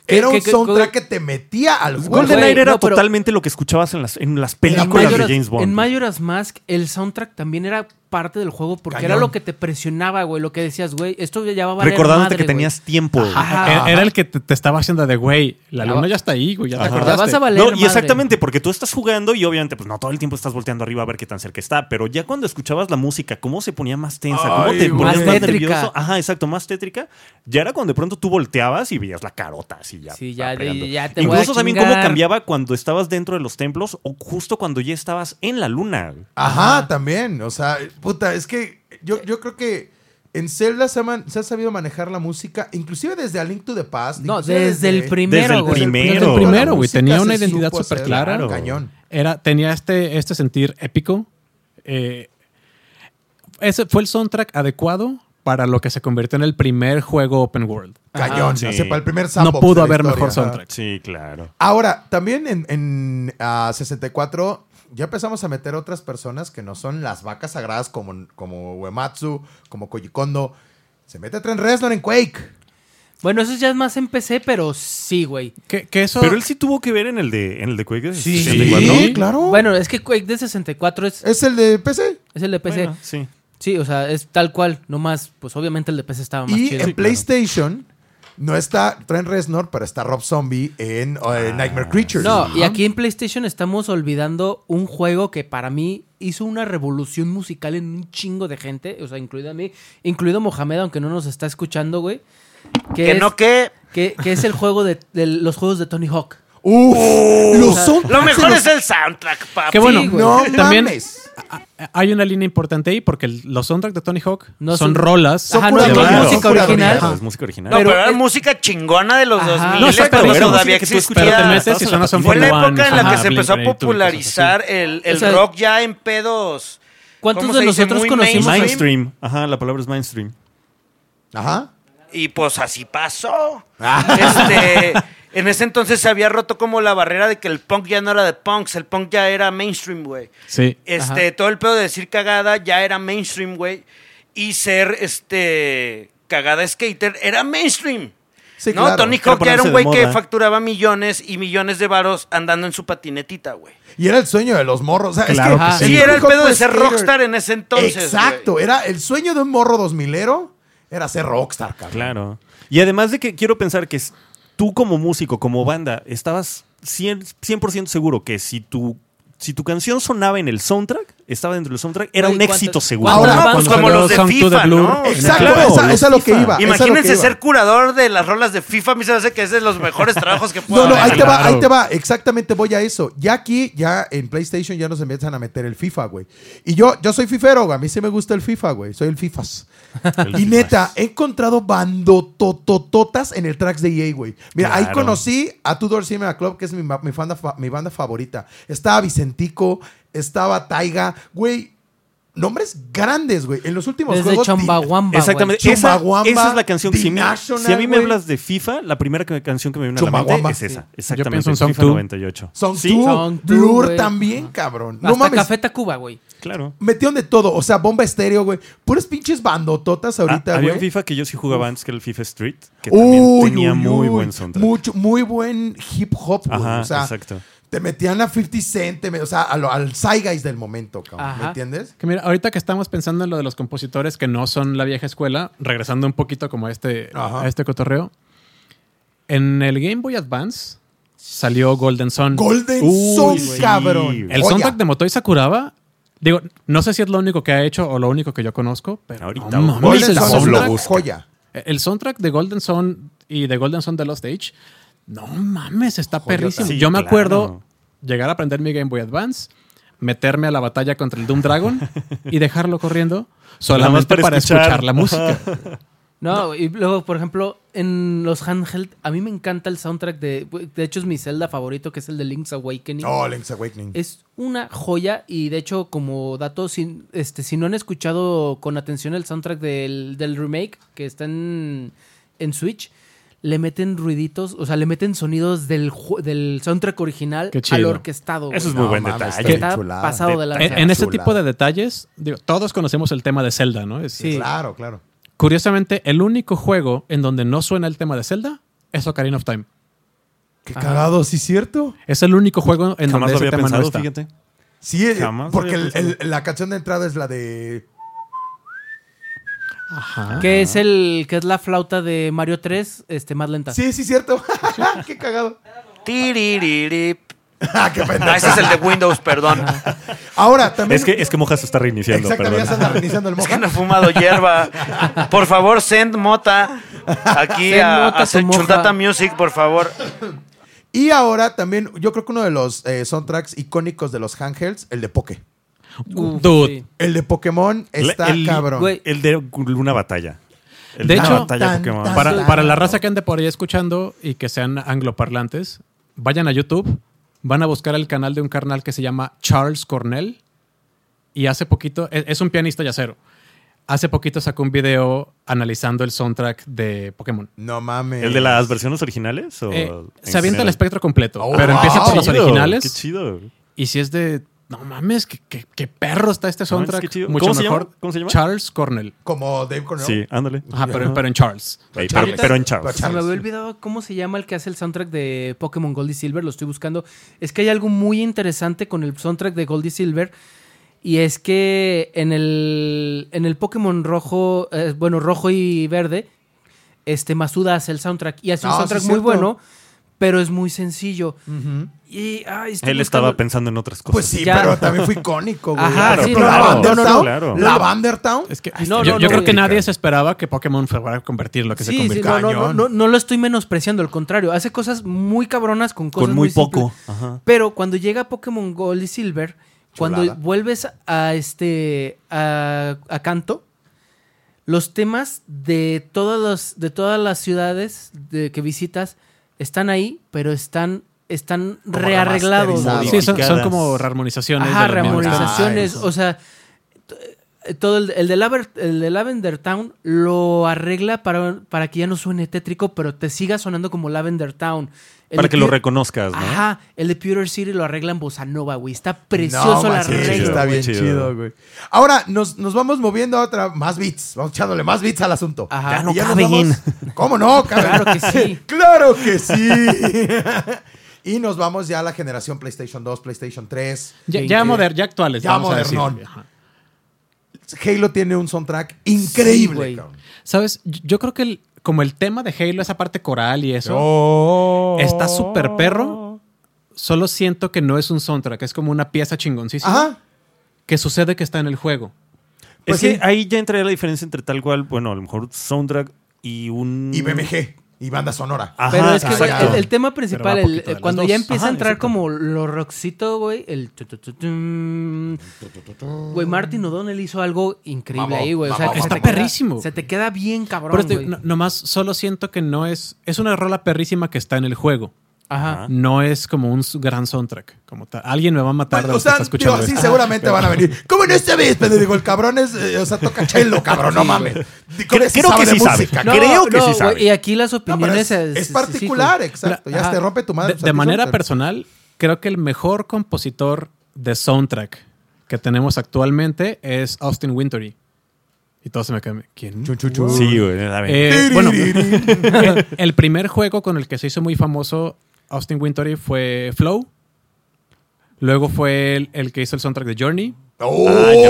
Speaker 4: ¿Qué-
Speaker 3: Era un
Speaker 4: qué- qué- Pues
Speaker 3: soundtrack que te metía al juego.
Speaker 4: Golden
Speaker 5: GoldenEye
Speaker 4: Güey,
Speaker 5: era
Speaker 4: no, pero-
Speaker 5: totalmente lo que escuchabas en las, en las
Speaker 4: En
Speaker 5: películas de
Speaker 4: Majora's-
Speaker 5: James Bond.
Speaker 4: En Majora's Mask, el soundtrack también era parte del juego porque era
Speaker 3: Cañón.
Speaker 4: lo que te presionaba, güey. Lo que decías, güey, esto ya va a valer
Speaker 5: Recordándote
Speaker 4: madre,
Speaker 5: que
Speaker 4: güey.
Speaker 5: tenías tiempo. güey.
Speaker 4: Ajá.
Speaker 2: Era- Era el que te, te estaba haciendo de güey. La
Speaker 4: Ya
Speaker 2: luna
Speaker 4: va-
Speaker 2: ya está ahí, güey. Ya te
Speaker 4: Ajá.
Speaker 2: acordaste.
Speaker 4: Ya vas a valer
Speaker 5: No, y
Speaker 4: madre.
Speaker 5: exactamente, porque tú estás jugando y obviamente, pues no todo el tiempo estás volteando arriba a ver qué tan cerca está, pero ya cuando escuchabas la música, cómo se ponía más tensa, cómo
Speaker 3: Ay,
Speaker 5: te
Speaker 3: güey.
Speaker 5: ponías
Speaker 4: Más
Speaker 5: más,
Speaker 4: tétrica.
Speaker 5: nervioso. Ajá, exacto, más tétrica. Ya era cuando de pronto tú volteabas y veías la carota así ya.
Speaker 4: Sí, ya-
Speaker 5: estaba pegando.
Speaker 4: ya te voy
Speaker 5: Incluso
Speaker 4: a
Speaker 5: también
Speaker 4: chingar.
Speaker 5: cómo cambiaba cuando estabas dentro de los templos o justo cuando ya estabas en la luna. güey.
Speaker 3: Ajá, también. O sea, puta, es que yo, yo creo que en Zelda se ha, man- se ha sabido manejar la música, inclusive desde A Link to the Past.
Speaker 4: No,
Speaker 3: inclusive
Speaker 4: desde el primero,
Speaker 5: desde el
Speaker 4: güey.
Speaker 5: primero.
Speaker 2: Desde el
Speaker 5: Pero
Speaker 2: primero,
Speaker 3: la
Speaker 2: güey.
Speaker 3: música
Speaker 2: Tenía
Speaker 3: se
Speaker 2: una identidad
Speaker 3: supo hacer.
Speaker 2: súper clara.
Speaker 5: Claro.
Speaker 3: Cañón.
Speaker 2: Era, tenía este, este sentir épico. Eh, ese fue el soundtrack adecuado para lo que se convirtió en el primer juego open world.
Speaker 3: Cañón.
Speaker 5: sí.
Speaker 3: O sea, para el primer
Speaker 2: Ah, No
Speaker 3: sandbox de
Speaker 2: pudo
Speaker 3: la
Speaker 2: haber
Speaker 3: historia.
Speaker 2: mejor
Speaker 3: Ajá.
Speaker 2: soundtrack.
Speaker 5: Sí, claro.
Speaker 3: Ahora, también en, en, ah, 64 ya empezamos a meter otras personas que no son las vacas sagradas como, como Uematsu, como Koji Kondo. Se mete Trent Reznor en Quake.
Speaker 4: Bueno, eso ya es más en PC, pero sí, güey.
Speaker 2: Que, que eso...
Speaker 5: Pero él sí tuvo que ver en el de en el de Quake de
Speaker 4: Sí.
Speaker 5: 64.
Speaker 2: Sí.
Speaker 3: claro.
Speaker 4: Bueno, es que Quake de 64 es,
Speaker 3: es el de PC.
Speaker 4: es el de PC.
Speaker 5: Bueno, sí.
Speaker 4: Sí, o sea, es tal cual. Nomás, pues obviamente el de PC estaba más
Speaker 3: Y
Speaker 4: chido.
Speaker 3: en PlayStation no está Trent Reznor, pero está Rob Zombie en eh,
Speaker 2: Ah,
Speaker 3: Nightmare Creatures.
Speaker 4: No, y aquí en PlayStation estamos olvidando un juego que para mí hizo una revolución musical en un chingo de gente, o sea, incluido a mí, incluido Mohamed, aunque no nos está escuchando, güey. Que,
Speaker 6: Que
Speaker 4: es,
Speaker 6: no que.
Speaker 4: que, que es el juego de, de los juegos de Tony Hawk.
Speaker 3: Uf, los son-
Speaker 6: Lo mejor
Speaker 3: se
Speaker 6: es el soundtrack, papi.
Speaker 2: Qué Ah. bueno.
Speaker 4: Sí, güey.
Speaker 3: No
Speaker 2: También-
Speaker 3: mames.
Speaker 2: Hay una línea importante ahí porque el- los soundtracks de Tony Hawk
Speaker 4: No
Speaker 2: son
Speaker 4: son-
Speaker 2: rolas.
Speaker 4: Son
Speaker 2: Ajá,
Speaker 4: pura
Speaker 2: de
Speaker 4: rola,
Speaker 2: varios.
Speaker 4: música
Speaker 3: son pura
Speaker 4: original.
Speaker 3: rola.
Speaker 5: Es música original.
Speaker 6: No, pero,
Speaker 4: Pero
Speaker 6: era
Speaker 4: es-
Speaker 6: música chingona de los
Speaker 4: Ajá.
Speaker 6: 2000,
Speaker 2: No, exacto,
Speaker 6: cuando
Speaker 2: pero-
Speaker 6: todavía
Speaker 5: música que tú
Speaker 6: existía.
Speaker 5: escuchabas,
Speaker 2: Pero te metes y
Speaker 5: Estabas en
Speaker 2: suena
Speaker 5: la-
Speaker 2: son
Speaker 6: Fue la época en la que
Speaker 2: Ajá,
Speaker 6: se empezó a
Speaker 2: Blink-182 y cosas
Speaker 6: popularizar el, el
Speaker 4: O sea,
Speaker 6: rock ya en pedos.
Speaker 4: ¿Cuántos
Speaker 6: ¿cómo
Speaker 4: de
Speaker 6: se dice?
Speaker 4: nosotros
Speaker 6: Muy
Speaker 4: conocimos a-
Speaker 6: mainstream.
Speaker 5: Mainstream. Ajá, la palabra es mainstream.
Speaker 3: Ajá.
Speaker 6: Y pues así pasó. Este, en ese entonces se había roto como la barrera de que el punk ya no era de punks, el punk ya era mainstream, güey.
Speaker 2: Sí.
Speaker 6: Este, todo el pedo de decir cagada ya era mainstream, güey. Y ser este cagada skater era mainstream.
Speaker 3: Sí,
Speaker 6: no,
Speaker 3: claro.
Speaker 6: Tony
Speaker 5: Era
Speaker 6: Hawk ya era
Speaker 5: ponerse
Speaker 6: un
Speaker 5: de
Speaker 6: güey que
Speaker 5: moda.
Speaker 6: facturaba millones y millones de varos andando en su patinetita, güey.
Speaker 3: Y era el sueño de los morros. O sea, es
Speaker 2: Claro
Speaker 3: que-
Speaker 4: que sí.
Speaker 6: Sí, era el
Speaker 3: Hawk
Speaker 6: pedo
Speaker 3: fue
Speaker 6: de ser
Speaker 3: skater.
Speaker 6: rockstar en ese entonces.
Speaker 3: Exacto. Era el sueño de un morro dos milero. Era ser rockstar, cabrón.
Speaker 5: Claro. Y además de que quiero pensar que s- tú como músico, como banda, estabas 100%, 100% seguro que si tu, si tu canción sonaba en el soundtrack, estaba dentro del soundtrack, era
Speaker 4: Güey,
Speaker 5: un éxito
Speaker 4: ¿cuántas-
Speaker 5: seguro.
Speaker 3: Ahora-
Speaker 6: No, pues
Speaker 2: Cuando
Speaker 6: como
Speaker 2: salió
Speaker 6: los de
Speaker 2: Sound to the
Speaker 6: FIFA,
Speaker 2: Blue,
Speaker 6: ¿no?
Speaker 2: en
Speaker 3: Exacto.
Speaker 5: Claro,
Speaker 3: esa,
Speaker 5: los
Speaker 3: esa es lo que
Speaker 5: FIFA.
Speaker 3: iba. esa es lo que
Speaker 6: Imagínense
Speaker 3: iba.
Speaker 6: ser curador de las rolas de FIFA. A mí se me hace que es de los mejores trabajos que puedo
Speaker 3: No, no, ahí te va,
Speaker 2: Claro.
Speaker 3: ahí te va. Exactamente voy a eso. Ya aquí, ya en PlayStation ya nos empiezan a meter el FIFA, güey. Y yo, yo soy fifero, güey. A mí sí me gusta el FIFA, güey. Soy el FIFAs. y neta, he encontrado bandototototas en el tracks de EA, güey. Mira, ahí
Speaker 5: Claro.
Speaker 3: conocí a Tudor Cinema Club, que es mi, ma- mi, banda, fa- mi banda favorita. Estaba Vicentico, estaba Taiga, güey. Nombres grandes, güey. En los últimos
Speaker 4: Desde
Speaker 3: juegos...
Speaker 4: Chambaguamba,
Speaker 5: Exactamente.
Speaker 3: güey.
Speaker 5: Esa,
Speaker 3: Chumbawamba,
Speaker 5: esa es la canción que si, me-
Speaker 3: The National,
Speaker 5: si a mí me
Speaker 3: güey.
Speaker 5: hablas de FIFA, la primera que- canción que me viene a la
Speaker 3: Chumbawamba.
Speaker 5: mente es esa.
Speaker 3: Sí.
Speaker 5: Exactamente.
Speaker 2: Yo pienso en Song
Speaker 5: FIFA
Speaker 2: Two.
Speaker 5: 98.
Speaker 3: Son
Speaker 5: Sí,
Speaker 3: tú,
Speaker 4: Son tú,
Speaker 3: Blur
Speaker 4: güey.
Speaker 3: también, cabrón.
Speaker 4: güey.
Speaker 3: No
Speaker 4: Hasta
Speaker 3: mames.
Speaker 4: Café Tacuba, güey.
Speaker 5: claro.
Speaker 3: Metieron de todo, o sea, bomba estéreo, güey. Puras pinches bandototas
Speaker 5: Ah,
Speaker 3: ahorita,
Speaker 5: había un
Speaker 3: güey.
Speaker 5: FIFA que yo sí jugaba antes que era el FIFA Street, que
Speaker 3: Uy,
Speaker 5: también tenía
Speaker 3: uy,
Speaker 5: muy
Speaker 3: uy.
Speaker 5: buen soundtrack.
Speaker 3: Mucho, muy buen hip hop, güey.
Speaker 5: Ajá,
Speaker 3: o sea,
Speaker 5: exacto.
Speaker 3: te metían a 50 Cent, te me- o sea, a lo- al Zeitgeist del momento, cabrón. ¿Me
Speaker 4: Ajá.
Speaker 3: entiendes?
Speaker 2: Que mira, ahorita que estamos pensando en lo de los compositores que no son la vieja escuela, regresando un poquito como a este,
Speaker 3: Ajá.
Speaker 2: a este cotorreo, en el Game Boy Advance salió Golden Sun.
Speaker 3: Golden
Speaker 5: Mm. Uy,
Speaker 3: Sun,
Speaker 5: sí.
Speaker 3: cabrón.
Speaker 2: el
Speaker 3: Joya.
Speaker 2: soundtrack de Motoi Sakuraba, digo, no sé si es lo único que ha hecho o lo único que yo conozco, pero
Speaker 5: Ahorita,
Speaker 2: no mames,
Speaker 3: Golden
Speaker 2: el,
Speaker 3: Sun es una
Speaker 2: soundtrack,
Speaker 3: joya.
Speaker 2: el soundtrack de Golden Sun y de Golden Sun de Lost Age, no mames, está
Speaker 3: Joyota.
Speaker 2: perrísimo.
Speaker 5: Sí,
Speaker 2: yo me
Speaker 5: claro.
Speaker 2: acuerdo llegar a aprender mi Game Boy Advance, meterme a la batalla contra el Doom Dragon y dejarlo corriendo
Speaker 5: Nada más
Speaker 2: solamente
Speaker 5: para
Speaker 2: para, escuchar.
Speaker 5: escuchar.
Speaker 2: la música.
Speaker 4: No, y luego, por ejemplo, en los handheld, a mí me encanta el soundtrack de. De hecho, es mi Zelda favorito, que es el de Link's Awakening.
Speaker 3: Oh, Link's Awakening.
Speaker 4: Es una joya y de hecho como dato, si, este, si no han escuchado con atención el soundtrack del, del remake que está en, en Switch, le meten ruiditos, o sea, le meten sonidos del, ju- del soundtrack original
Speaker 2: Qué chido.
Speaker 4: al orquestado. güey.
Speaker 5: Eso es muy
Speaker 3: No
Speaker 5: buen
Speaker 3: mames,
Speaker 5: detalle.
Speaker 3: está bien
Speaker 4: Está
Speaker 3: chulada.
Speaker 4: pasado de la
Speaker 2: En, en este tipo de detalles, digo, todos conocemos el tema de Zelda, ¿no? Es-
Speaker 4: Sí.
Speaker 3: Claro, claro.
Speaker 2: Curiosamente, el único juego en donde no suena el tema de Zelda es Ocarina of Time.
Speaker 3: Qué
Speaker 4: Ajá.
Speaker 3: cagado, sí, cierto.
Speaker 2: Es el único juego en
Speaker 5: Jamás
Speaker 2: donde
Speaker 5: lo
Speaker 2: ese
Speaker 5: había
Speaker 2: tema
Speaker 5: pensado,
Speaker 2: no está.
Speaker 5: fíjate.
Speaker 3: Sí, eh,
Speaker 5: Jamás
Speaker 3: porque
Speaker 5: había
Speaker 3: el-
Speaker 5: pensado.
Speaker 3: el- la canción de entrada es la de.
Speaker 2: Ajá.
Speaker 5: Ah.
Speaker 4: Que es el que es la flauta de Mario 3, este más lenta.
Speaker 3: Sí, sí, cierto. Qué cagado.
Speaker 6: Tiriririp.
Speaker 3: Ah, qué pendejo.
Speaker 6: No, ese es el de Windows, perdón.
Speaker 3: Ahora también.
Speaker 5: Es que, es que Moja se está reiniciando,
Speaker 3: Exactamente, ya se anda
Speaker 5: perdón.
Speaker 3: reiniciando el
Speaker 6: Es que
Speaker 3: moja.
Speaker 6: no he fumado hierba. Por favor, send mota aquí
Speaker 4: Send
Speaker 6: a,
Speaker 4: mota
Speaker 6: a
Speaker 4: tu moja.
Speaker 6: Chuntata Music, por favor.
Speaker 3: Y ahora también, yo creo que uno de los eh, soundtracks icónicos de los handhelds, el de Poké.
Speaker 4: Uf,
Speaker 2: Dude.
Speaker 4: sí.
Speaker 3: El de Pokémon
Speaker 5: Le-
Speaker 3: está
Speaker 5: el-
Speaker 3: cabrón.
Speaker 4: güey,
Speaker 5: El de una batalla. El
Speaker 2: De
Speaker 5: una
Speaker 2: hecho,
Speaker 5: batalla
Speaker 3: tan,
Speaker 5: Pokémon.
Speaker 3: tan,
Speaker 5: Para-
Speaker 2: Para, para la raza que ande por ahí escuchando y que sean angloparlantes, vayan a YouTube, van a buscar el canal de un carnal que se llama Charles Cornell y hace poquito, e- es, un pianista yacero, hace poquito sacó un video analizando el soundtrack de Pokémon.
Speaker 3: No mames.
Speaker 5: ¿El de las versiones originales? o
Speaker 2: Eh,
Speaker 5: en
Speaker 2: se avienta el
Speaker 5: general?
Speaker 2: espectro completo,
Speaker 3: Oh,
Speaker 2: pero
Speaker 3: wow.
Speaker 2: empieza por los
Speaker 5: Chido, Qué
Speaker 2: originales
Speaker 5: chido.
Speaker 2: y si es de, no mames, qué, qué- qué perro está este soundtrack,
Speaker 5: qué chido.
Speaker 2: mucho
Speaker 5: ¿Cómo se
Speaker 2: mejor.
Speaker 5: llama? ¿Cómo se llama?
Speaker 2: Charles Cornell.
Speaker 3: Como Dave Cornell.
Speaker 5: Sí, ándale.
Speaker 2: Ajá, Ah, pero, pero en Charles.
Speaker 5: Ey, pero,
Speaker 4: Charles.
Speaker 5: pero en Charles.
Speaker 4: Se me había
Speaker 3: Charles.
Speaker 4: olvidado cómo se llama el que hace el soundtrack de Pokémon Gold y Silver, lo estoy buscando. Es que hay algo muy interesante con el soundtrack de Gold y Silver. Y es que en el, en el Pokémon rojo, eh, bueno, rojo y verde, este Masuda hace el soundtrack. Y hace
Speaker 3: Ah,
Speaker 4: un
Speaker 3: sí,
Speaker 4: soundtrack muy
Speaker 3: cierto.
Speaker 4: bueno, pero es muy sencillo.
Speaker 3: Ujú.
Speaker 4: Y, ay, estoy
Speaker 5: Él estaba
Speaker 4: buscando-
Speaker 5: pensando en otras cosas.
Speaker 3: Pues sí,
Speaker 4: Ya.
Speaker 3: pero también fue icónico, güey.
Speaker 4: Ajá,
Speaker 3: Por
Speaker 4: sí,
Speaker 3: ejemplo,
Speaker 4: no,
Speaker 3: la
Speaker 4: no,
Speaker 3: Vandertown.
Speaker 5: claro.
Speaker 3: La Vandertown.
Speaker 2: Es que yo,
Speaker 4: No, no,
Speaker 2: yo
Speaker 4: no,
Speaker 2: creo que
Speaker 4: güey.
Speaker 2: nadie se esperaba que Pokémon fuera a convertir lo que se
Speaker 4: Sí, sí,
Speaker 2: convirtió.
Speaker 4: no, no, no,
Speaker 3: Cañón.
Speaker 4: no, no lo estoy menospreciando, al contrario. Hace cosas muy cabronas con cosas
Speaker 5: Con muy
Speaker 4: simples.
Speaker 5: poco. Ajá.
Speaker 4: Pero cuando llega Pokémon Gold y Silver, cuando vuelves a este a, a Canto, los temas de todas las de todas las ciudades de- que visitas están ahí, pero están están
Speaker 3: Como
Speaker 4: rearreglados.
Speaker 3: remasterizados.
Speaker 2: Sí, son, son
Speaker 5: Modificadas.
Speaker 2: como rearmonizaciones.
Speaker 4: Ajá,
Speaker 2: de las mismas
Speaker 3: rearmonizaciones.
Speaker 4: reamorizaciones.
Speaker 3: Ah, eso.
Speaker 4: O sea, t- eh, todo el, el de Laver- el de Lavender Town lo arregla para, para que ya no suene tétrico, pero te siga sonando como Lavender Town. El
Speaker 5: Para
Speaker 4: de
Speaker 5: que lo
Speaker 4: Pu-
Speaker 5: reconozcas, ¿no?
Speaker 4: Ajá, el de Pewter City lo arregla en bossa nova, güey. Está precioso
Speaker 3: No,
Speaker 4: la
Speaker 3: man, sí,
Speaker 4: arreglo.
Speaker 3: Está
Speaker 5: Muy
Speaker 3: bien
Speaker 5: chido.
Speaker 3: chido, güey. Ahora nos, nos vamos moviendo a otra. Más beats. Vamos echándole más beats al asunto.
Speaker 4: Ajá. Ya
Speaker 3: Y
Speaker 4: no
Speaker 3: nos
Speaker 5: caben.
Speaker 3: vamos- ¿Cómo no? caben?
Speaker 4: Claro que sí.
Speaker 3: claro que sí. y nos vamos ya a la generación PlayStation 2, PlayStation 3.
Speaker 2: Ya,
Speaker 3: Eh,
Speaker 2: ya, moder- ya actuales.
Speaker 3: Ya
Speaker 2: vamos a decir.
Speaker 3: modernón.
Speaker 2: Ajá.
Speaker 3: Halo tiene un soundtrack increíble.
Speaker 4: güey.
Speaker 3: cabrón.
Speaker 2: Sabes, yo yo creo que el- como el tema de Halo, esa parte coral y eso, está súper perro. Solo siento que no es un soundtrack, es como una pieza chingoncísima
Speaker 3: Ajá.
Speaker 2: que sucede que está en el juego.
Speaker 3: Pues
Speaker 5: es
Speaker 3: sí.
Speaker 5: que ahí ya entraría la diferencia entre tal cual, bueno, a lo mejor soundtrack y un.
Speaker 3: Y BMG. Y banda sonora.
Speaker 5: Ajá,
Speaker 4: Pero es que güey,
Speaker 5: exacto.
Speaker 4: el, el tema
Speaker 2: Pero
Speaker 4: principal,
Speaker 2: va
Speaker 4: el-
Speaker 2: poquito de las
Speaker 4: cuando
Speaker 2: dos.
Speaker 4: ya empieza
Speaker 2: Ajá,
Speaker 4: a entrar
Speaker 2: exacto.
Speaker 4: como lo rockcito, güey, el... tu, tu, tu, tum. Güey, Martin O'Donnell hizo algo increíble
Speaker 3: Mamó,
Speaker 4: ahí, güey. O sea,
Speaker 3: mamó,
Speaker 4: que se
Speaker 3: mamó.
Speaker 4: te queda-
Speaker 2: Perrísimo.
Speaker 4: Se te queda bien cabrón,
Speaker 2: Pero este,
Speaker 4: güey.
Speaker 2: no- nomás solo siento que no es. Es una rola perrísima que está en el juego.
Speaker 4: Ajá.
Speaker 5: Ajá.
Speaker 2: No es como un s- gran soundtrack. Como tal. Alguien me va a matar de
Speaker 3: Bueno, o
Speaker 2: los que
Speaker 3: sea,
Speaker 2: está escuchando.
Speaker 3: digo, sí,
Speaker 2: esto.
Speaker 3: seguramente van a venir. ¿Cómo no esta vez? Pero digo, el cabrón es, eh, o sea, toca chelo, cabrón, no mames. Creo,
Speaker 5: Creo- creo que sí sabe.
Speaker 4: No,
Speaker 5: Creo que
Speaker 4: no,
Speaker 5: sí
Speaker 4: güey,
Speaker 5: sabe.
Speaker 4: Y aquí las
Speaker 3: No, pero
Speaker 4: opiniones
Speaker 3: es,
Speaker 4: se-
Speaker 3: es
Speaker 4: se-
Speaker 3: particular,
Speaker 4: sí,
Speaker 3: exacto. Ya
Speaker 4: Ajá.
Speaker 3: te rompe tu
Speaker 2: De,
Speaker 3: madre. pues,
Speaker 2: de manera personal, creo que el mejor compositor de soundtrack que tenemos actualmente es Austin Wintory. Y todos se me quedan. ¿Quién?
Speaker 5: Sí, güey. la verdad.
Speaker 2: Eh, bueno, el, el primer juego con el que se hizo muy famoso Austin Wintory fue Flow. Luego fue el, el que hizo el soundtrack de Journey.
Speaker 5: Ah, ya, ya,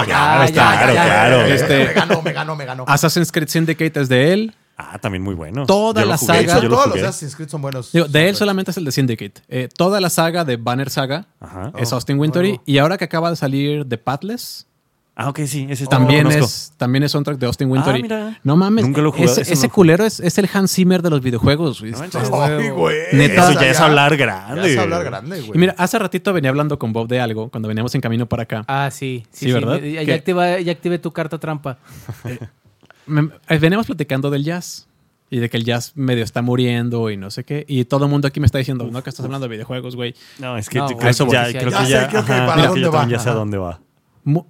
Speaker 3: Ah,
Speaker 5: claro,
Speaker 4: ya, ya,
Speaker 5: claro,
Speaker 4: ya, ya,
Speaker 5: claro.
Speaker 2: ya, ya. Este-
Speaker 3: Me ganó, me ganó, me ganó.
Speaker 2: Assassin's Creed Syndicate es de él.
Speaker 5: Ah, también muy bueno.
Speaker 2: Toda
Speaker 5: Yo lo
Speaker 2: la
Speaker 5: jugué,
Speaker 2: saga-
Speaker 5: eso yo lo
Speaker 3: Todos los
Speaker 5: jugué.
Speaker 3: de Assassin's Creed son buenos.
Speaker 2: Digo, de él solamente es el de Syndicate. Eh, toda la saga de Banner Saga
Speaker 5: Ajá.
Speaker 2: es
Speaker 3: Oh,
Speaker 2: Austin Wintory.
Speaker 3: bueno.
Speaker 2: Y ahora que acaba de salir The Pathless,
Speaker 5: Ah, ok, sí, ese
Speaker 2: También
Speaker 5: tampoco lo conozco.
Speaker 2: es, también es soundtrack de Austin Winter.
Speaker 5: Ah,
Speaker 2: y-
Speaker 5: mira.
Speaker 2: No mames.
Speaker 5: Nunca lo he jugado,
Speaker 2: Ese,
Speaker 5: ese no
Speaker 2: ese
Speaker 5: lo jugué.
Speaker 2: culero es, es el Hans Zimmer de los videojuegos. güey.
Speaker 5: No manches.
Speaker 2: Está-
Speaker 1: Ay, güey.
Speaker 2: Neta.
Speaker 5: Eso ya es hablar
Speaker 3: Ya
Speaker 5: grande.
Speaker 3: es hablar grande, güey.
Speaker 2: Y mira, hace ratito venía hablando con Bob de algo cuando veníamos en camino para acá.
Speaker 4: Ah, sí.
Speaker 2: Sí,
Speaker 4: Sí,
Speaker 2: ¿verdad?
Speaker 4: me- Ya,
Speaker 2: ¿Qué?
Speaker 4: ya, activa- ya activé tu carta trampa.
Speaker 2: Me- eh, veníamos platicando del jazz y de que el jazz medio está muriendo y no sé qué. Y todo el mundo aquí me está diciendo, no, que estás hablando de videojuegos, güey.
Speaker 5: No, es que
Speaker 4: No,
Speaker 5: creo,
Speaker 4: güey,
Speaker 5: que
Speaker 4: eso
Speaker 5: ya,
Speaker 4: voy.
Speaker 5: creo
Speaker 4: Ya
Speaker 5: que
Speaker 3: sé,
Speaker 5: ya,
Speaker 3: creo que
Speaker 5: ajá,
Speaker 3: para
Speaker 5: creo que
Speaker 3: dónde
Speaker 5: yo también
Speaker 3: va.
Speaker 5: ya sé a
Speaker 3: Ajá.
Speaker 5: dónde va.
Speaker 2: Mu-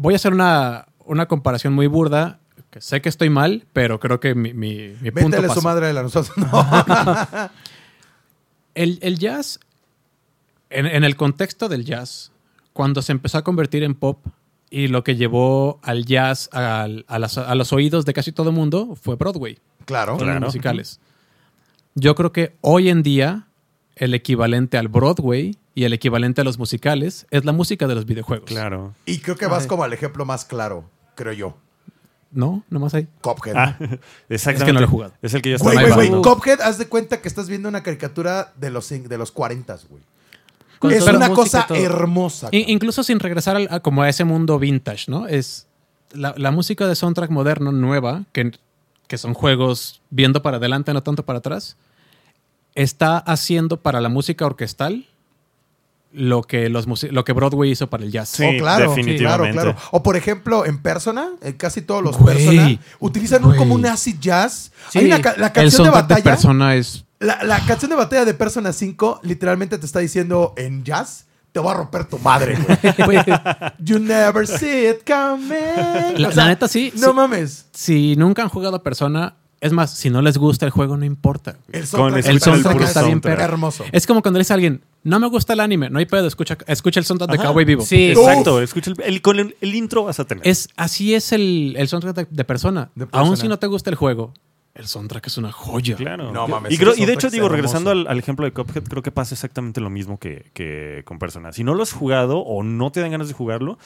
Speaker 2: Voy a hacer una, una comparación muy burda. Que sé que estoy mal, pero creo que mi, mi, mi punto
Speaker 3: Véntale
Speaker 2: pasa.
Speaker 3: su madre de la nosotros. No.
Speaker 2: El, el jazz, en, en el contexto del jazz, cuando se empezó a convertir en pop y lo que llevó al jazz al- a, las- a los oídos de casi todo mundo fue Broadway,
Speaker 3: claro.
Speaker 2: todos los
Speaker 5: Claro.
Speaker 2: musicales. Yo creo que hoy en día el equivalente al Broadway y el equivalente a los musicales es la música de los videojuegos.
Speaker 5: Claro.
Speaker 3: Y creo que vas como al ejemplo más claro, creo yo.
Speaker 2: ¿No? Nomás ahí.
Speaker 3: Cophead.
Speaker 5: Ah, exactamente.
Speaker 2: lo he jugado.
Speaker 5: Es el que yo estaba
Speaker 3: Güey, güey, güey,
Speaker 5: hablando.
Speaker 3: Cuphead, haz de cuenta que estás viendo una caricatura de los, cin- de los 40, güey.
Speaker 4: Con
Speaker 3: Es
Speaker 4: toda la
Speaker 3: una
Speaker 4: música y
Speaker 3: cosa
Speaker 4: todo.
Speaker 3: hermosa.
Speaker 2: I-
Speaker 3: cabrón.
Speaker 2: incluso sin regresar al- a, como a ese mundo vintage, ¿no? Es la, la música de soundtrack moderno nueva, que, que son juegos viendo para adelante, no tanto para atrás, está haciendo para la música orquestal lo que, los musi- lo que Broadway hizo para el jazz.
Speaker 5: Sí,
Speaker 3: oh, claro,
Speaker 5: definitivamente.
Speaker 3: claro, claro. O por ejemplo, en Persona, en casi todos los
Speaker 2: Güey,
Speaker 3: Persona, utilizan un- como un
Speaker 2: güey.
Speaker 3: acid jazz.
Speaker 4: Sí.
Speaker 3: Hay una ca- la
Speaker 2: el
Speaker 3: canción de
Speaker 2: soundtrack de,
Speaker 3: batalla.
Speaker 2: persona es...
Speaker 3: la, la canción de batalla de Persona 5 literalmente te está diciendo en jazz, te va a romper tu madre, güey.
Speaker 2: Güey,
Speaker 3: You never see it coming.
Speaker 2: La-
Speaker 3: O sea,
Speaker 2: la neta, sí,
Speaker 3: No
Speaker 2: sí.
Speaker 3: mames.
Speaker 2: si nunca han jugado a persona, es más, si no les gusta el juego, no importa.
Speaker 3: El
Speaker 5: Con
Speaker 3: soundtrack,
Speaker 5: ese-
Speaker 2: el
Speaker 3: de Persona
Speaker 2: soundtrack
Speaker 3: es
Speaker 2: está bien perro.
Speaker 3: hermoso.
Speaker 2: Es como cuando le dice a alguien, no me gusta el anime, no hay pedo, escucha, escucha el soundtrack de
Speaker 5: Ajá.
Speaker 2: Cowboy Vivo.
Speaker 4: Sí.
Speaker 5: Exacto, escucha el, el- con el, el intro vas a tener.
Speaker 2: Es, así es el, el soundtrack de, de persona.
Speaker 3: De Persona.
Speaker 2: Aún si no te gusta el juego, el soundtrack es una joya.
Speaker 5: Claro.
Speaker 3: No mames,
Speaker 5: y, creo-
Speaker 3: ese
Speaker 5: y de
Speaker 3: soundtrack
Speaker 5: hecho,
Speaker 3: está
Speaker 5: digo, regresando
Speaker 3: hermoso.
Speaker 5: al, al ejemplo de Cuphead, creo que pasa exactamente lo mismo que, que con Persona. Si no lo has jugado o no te dan ganas de jugarlo,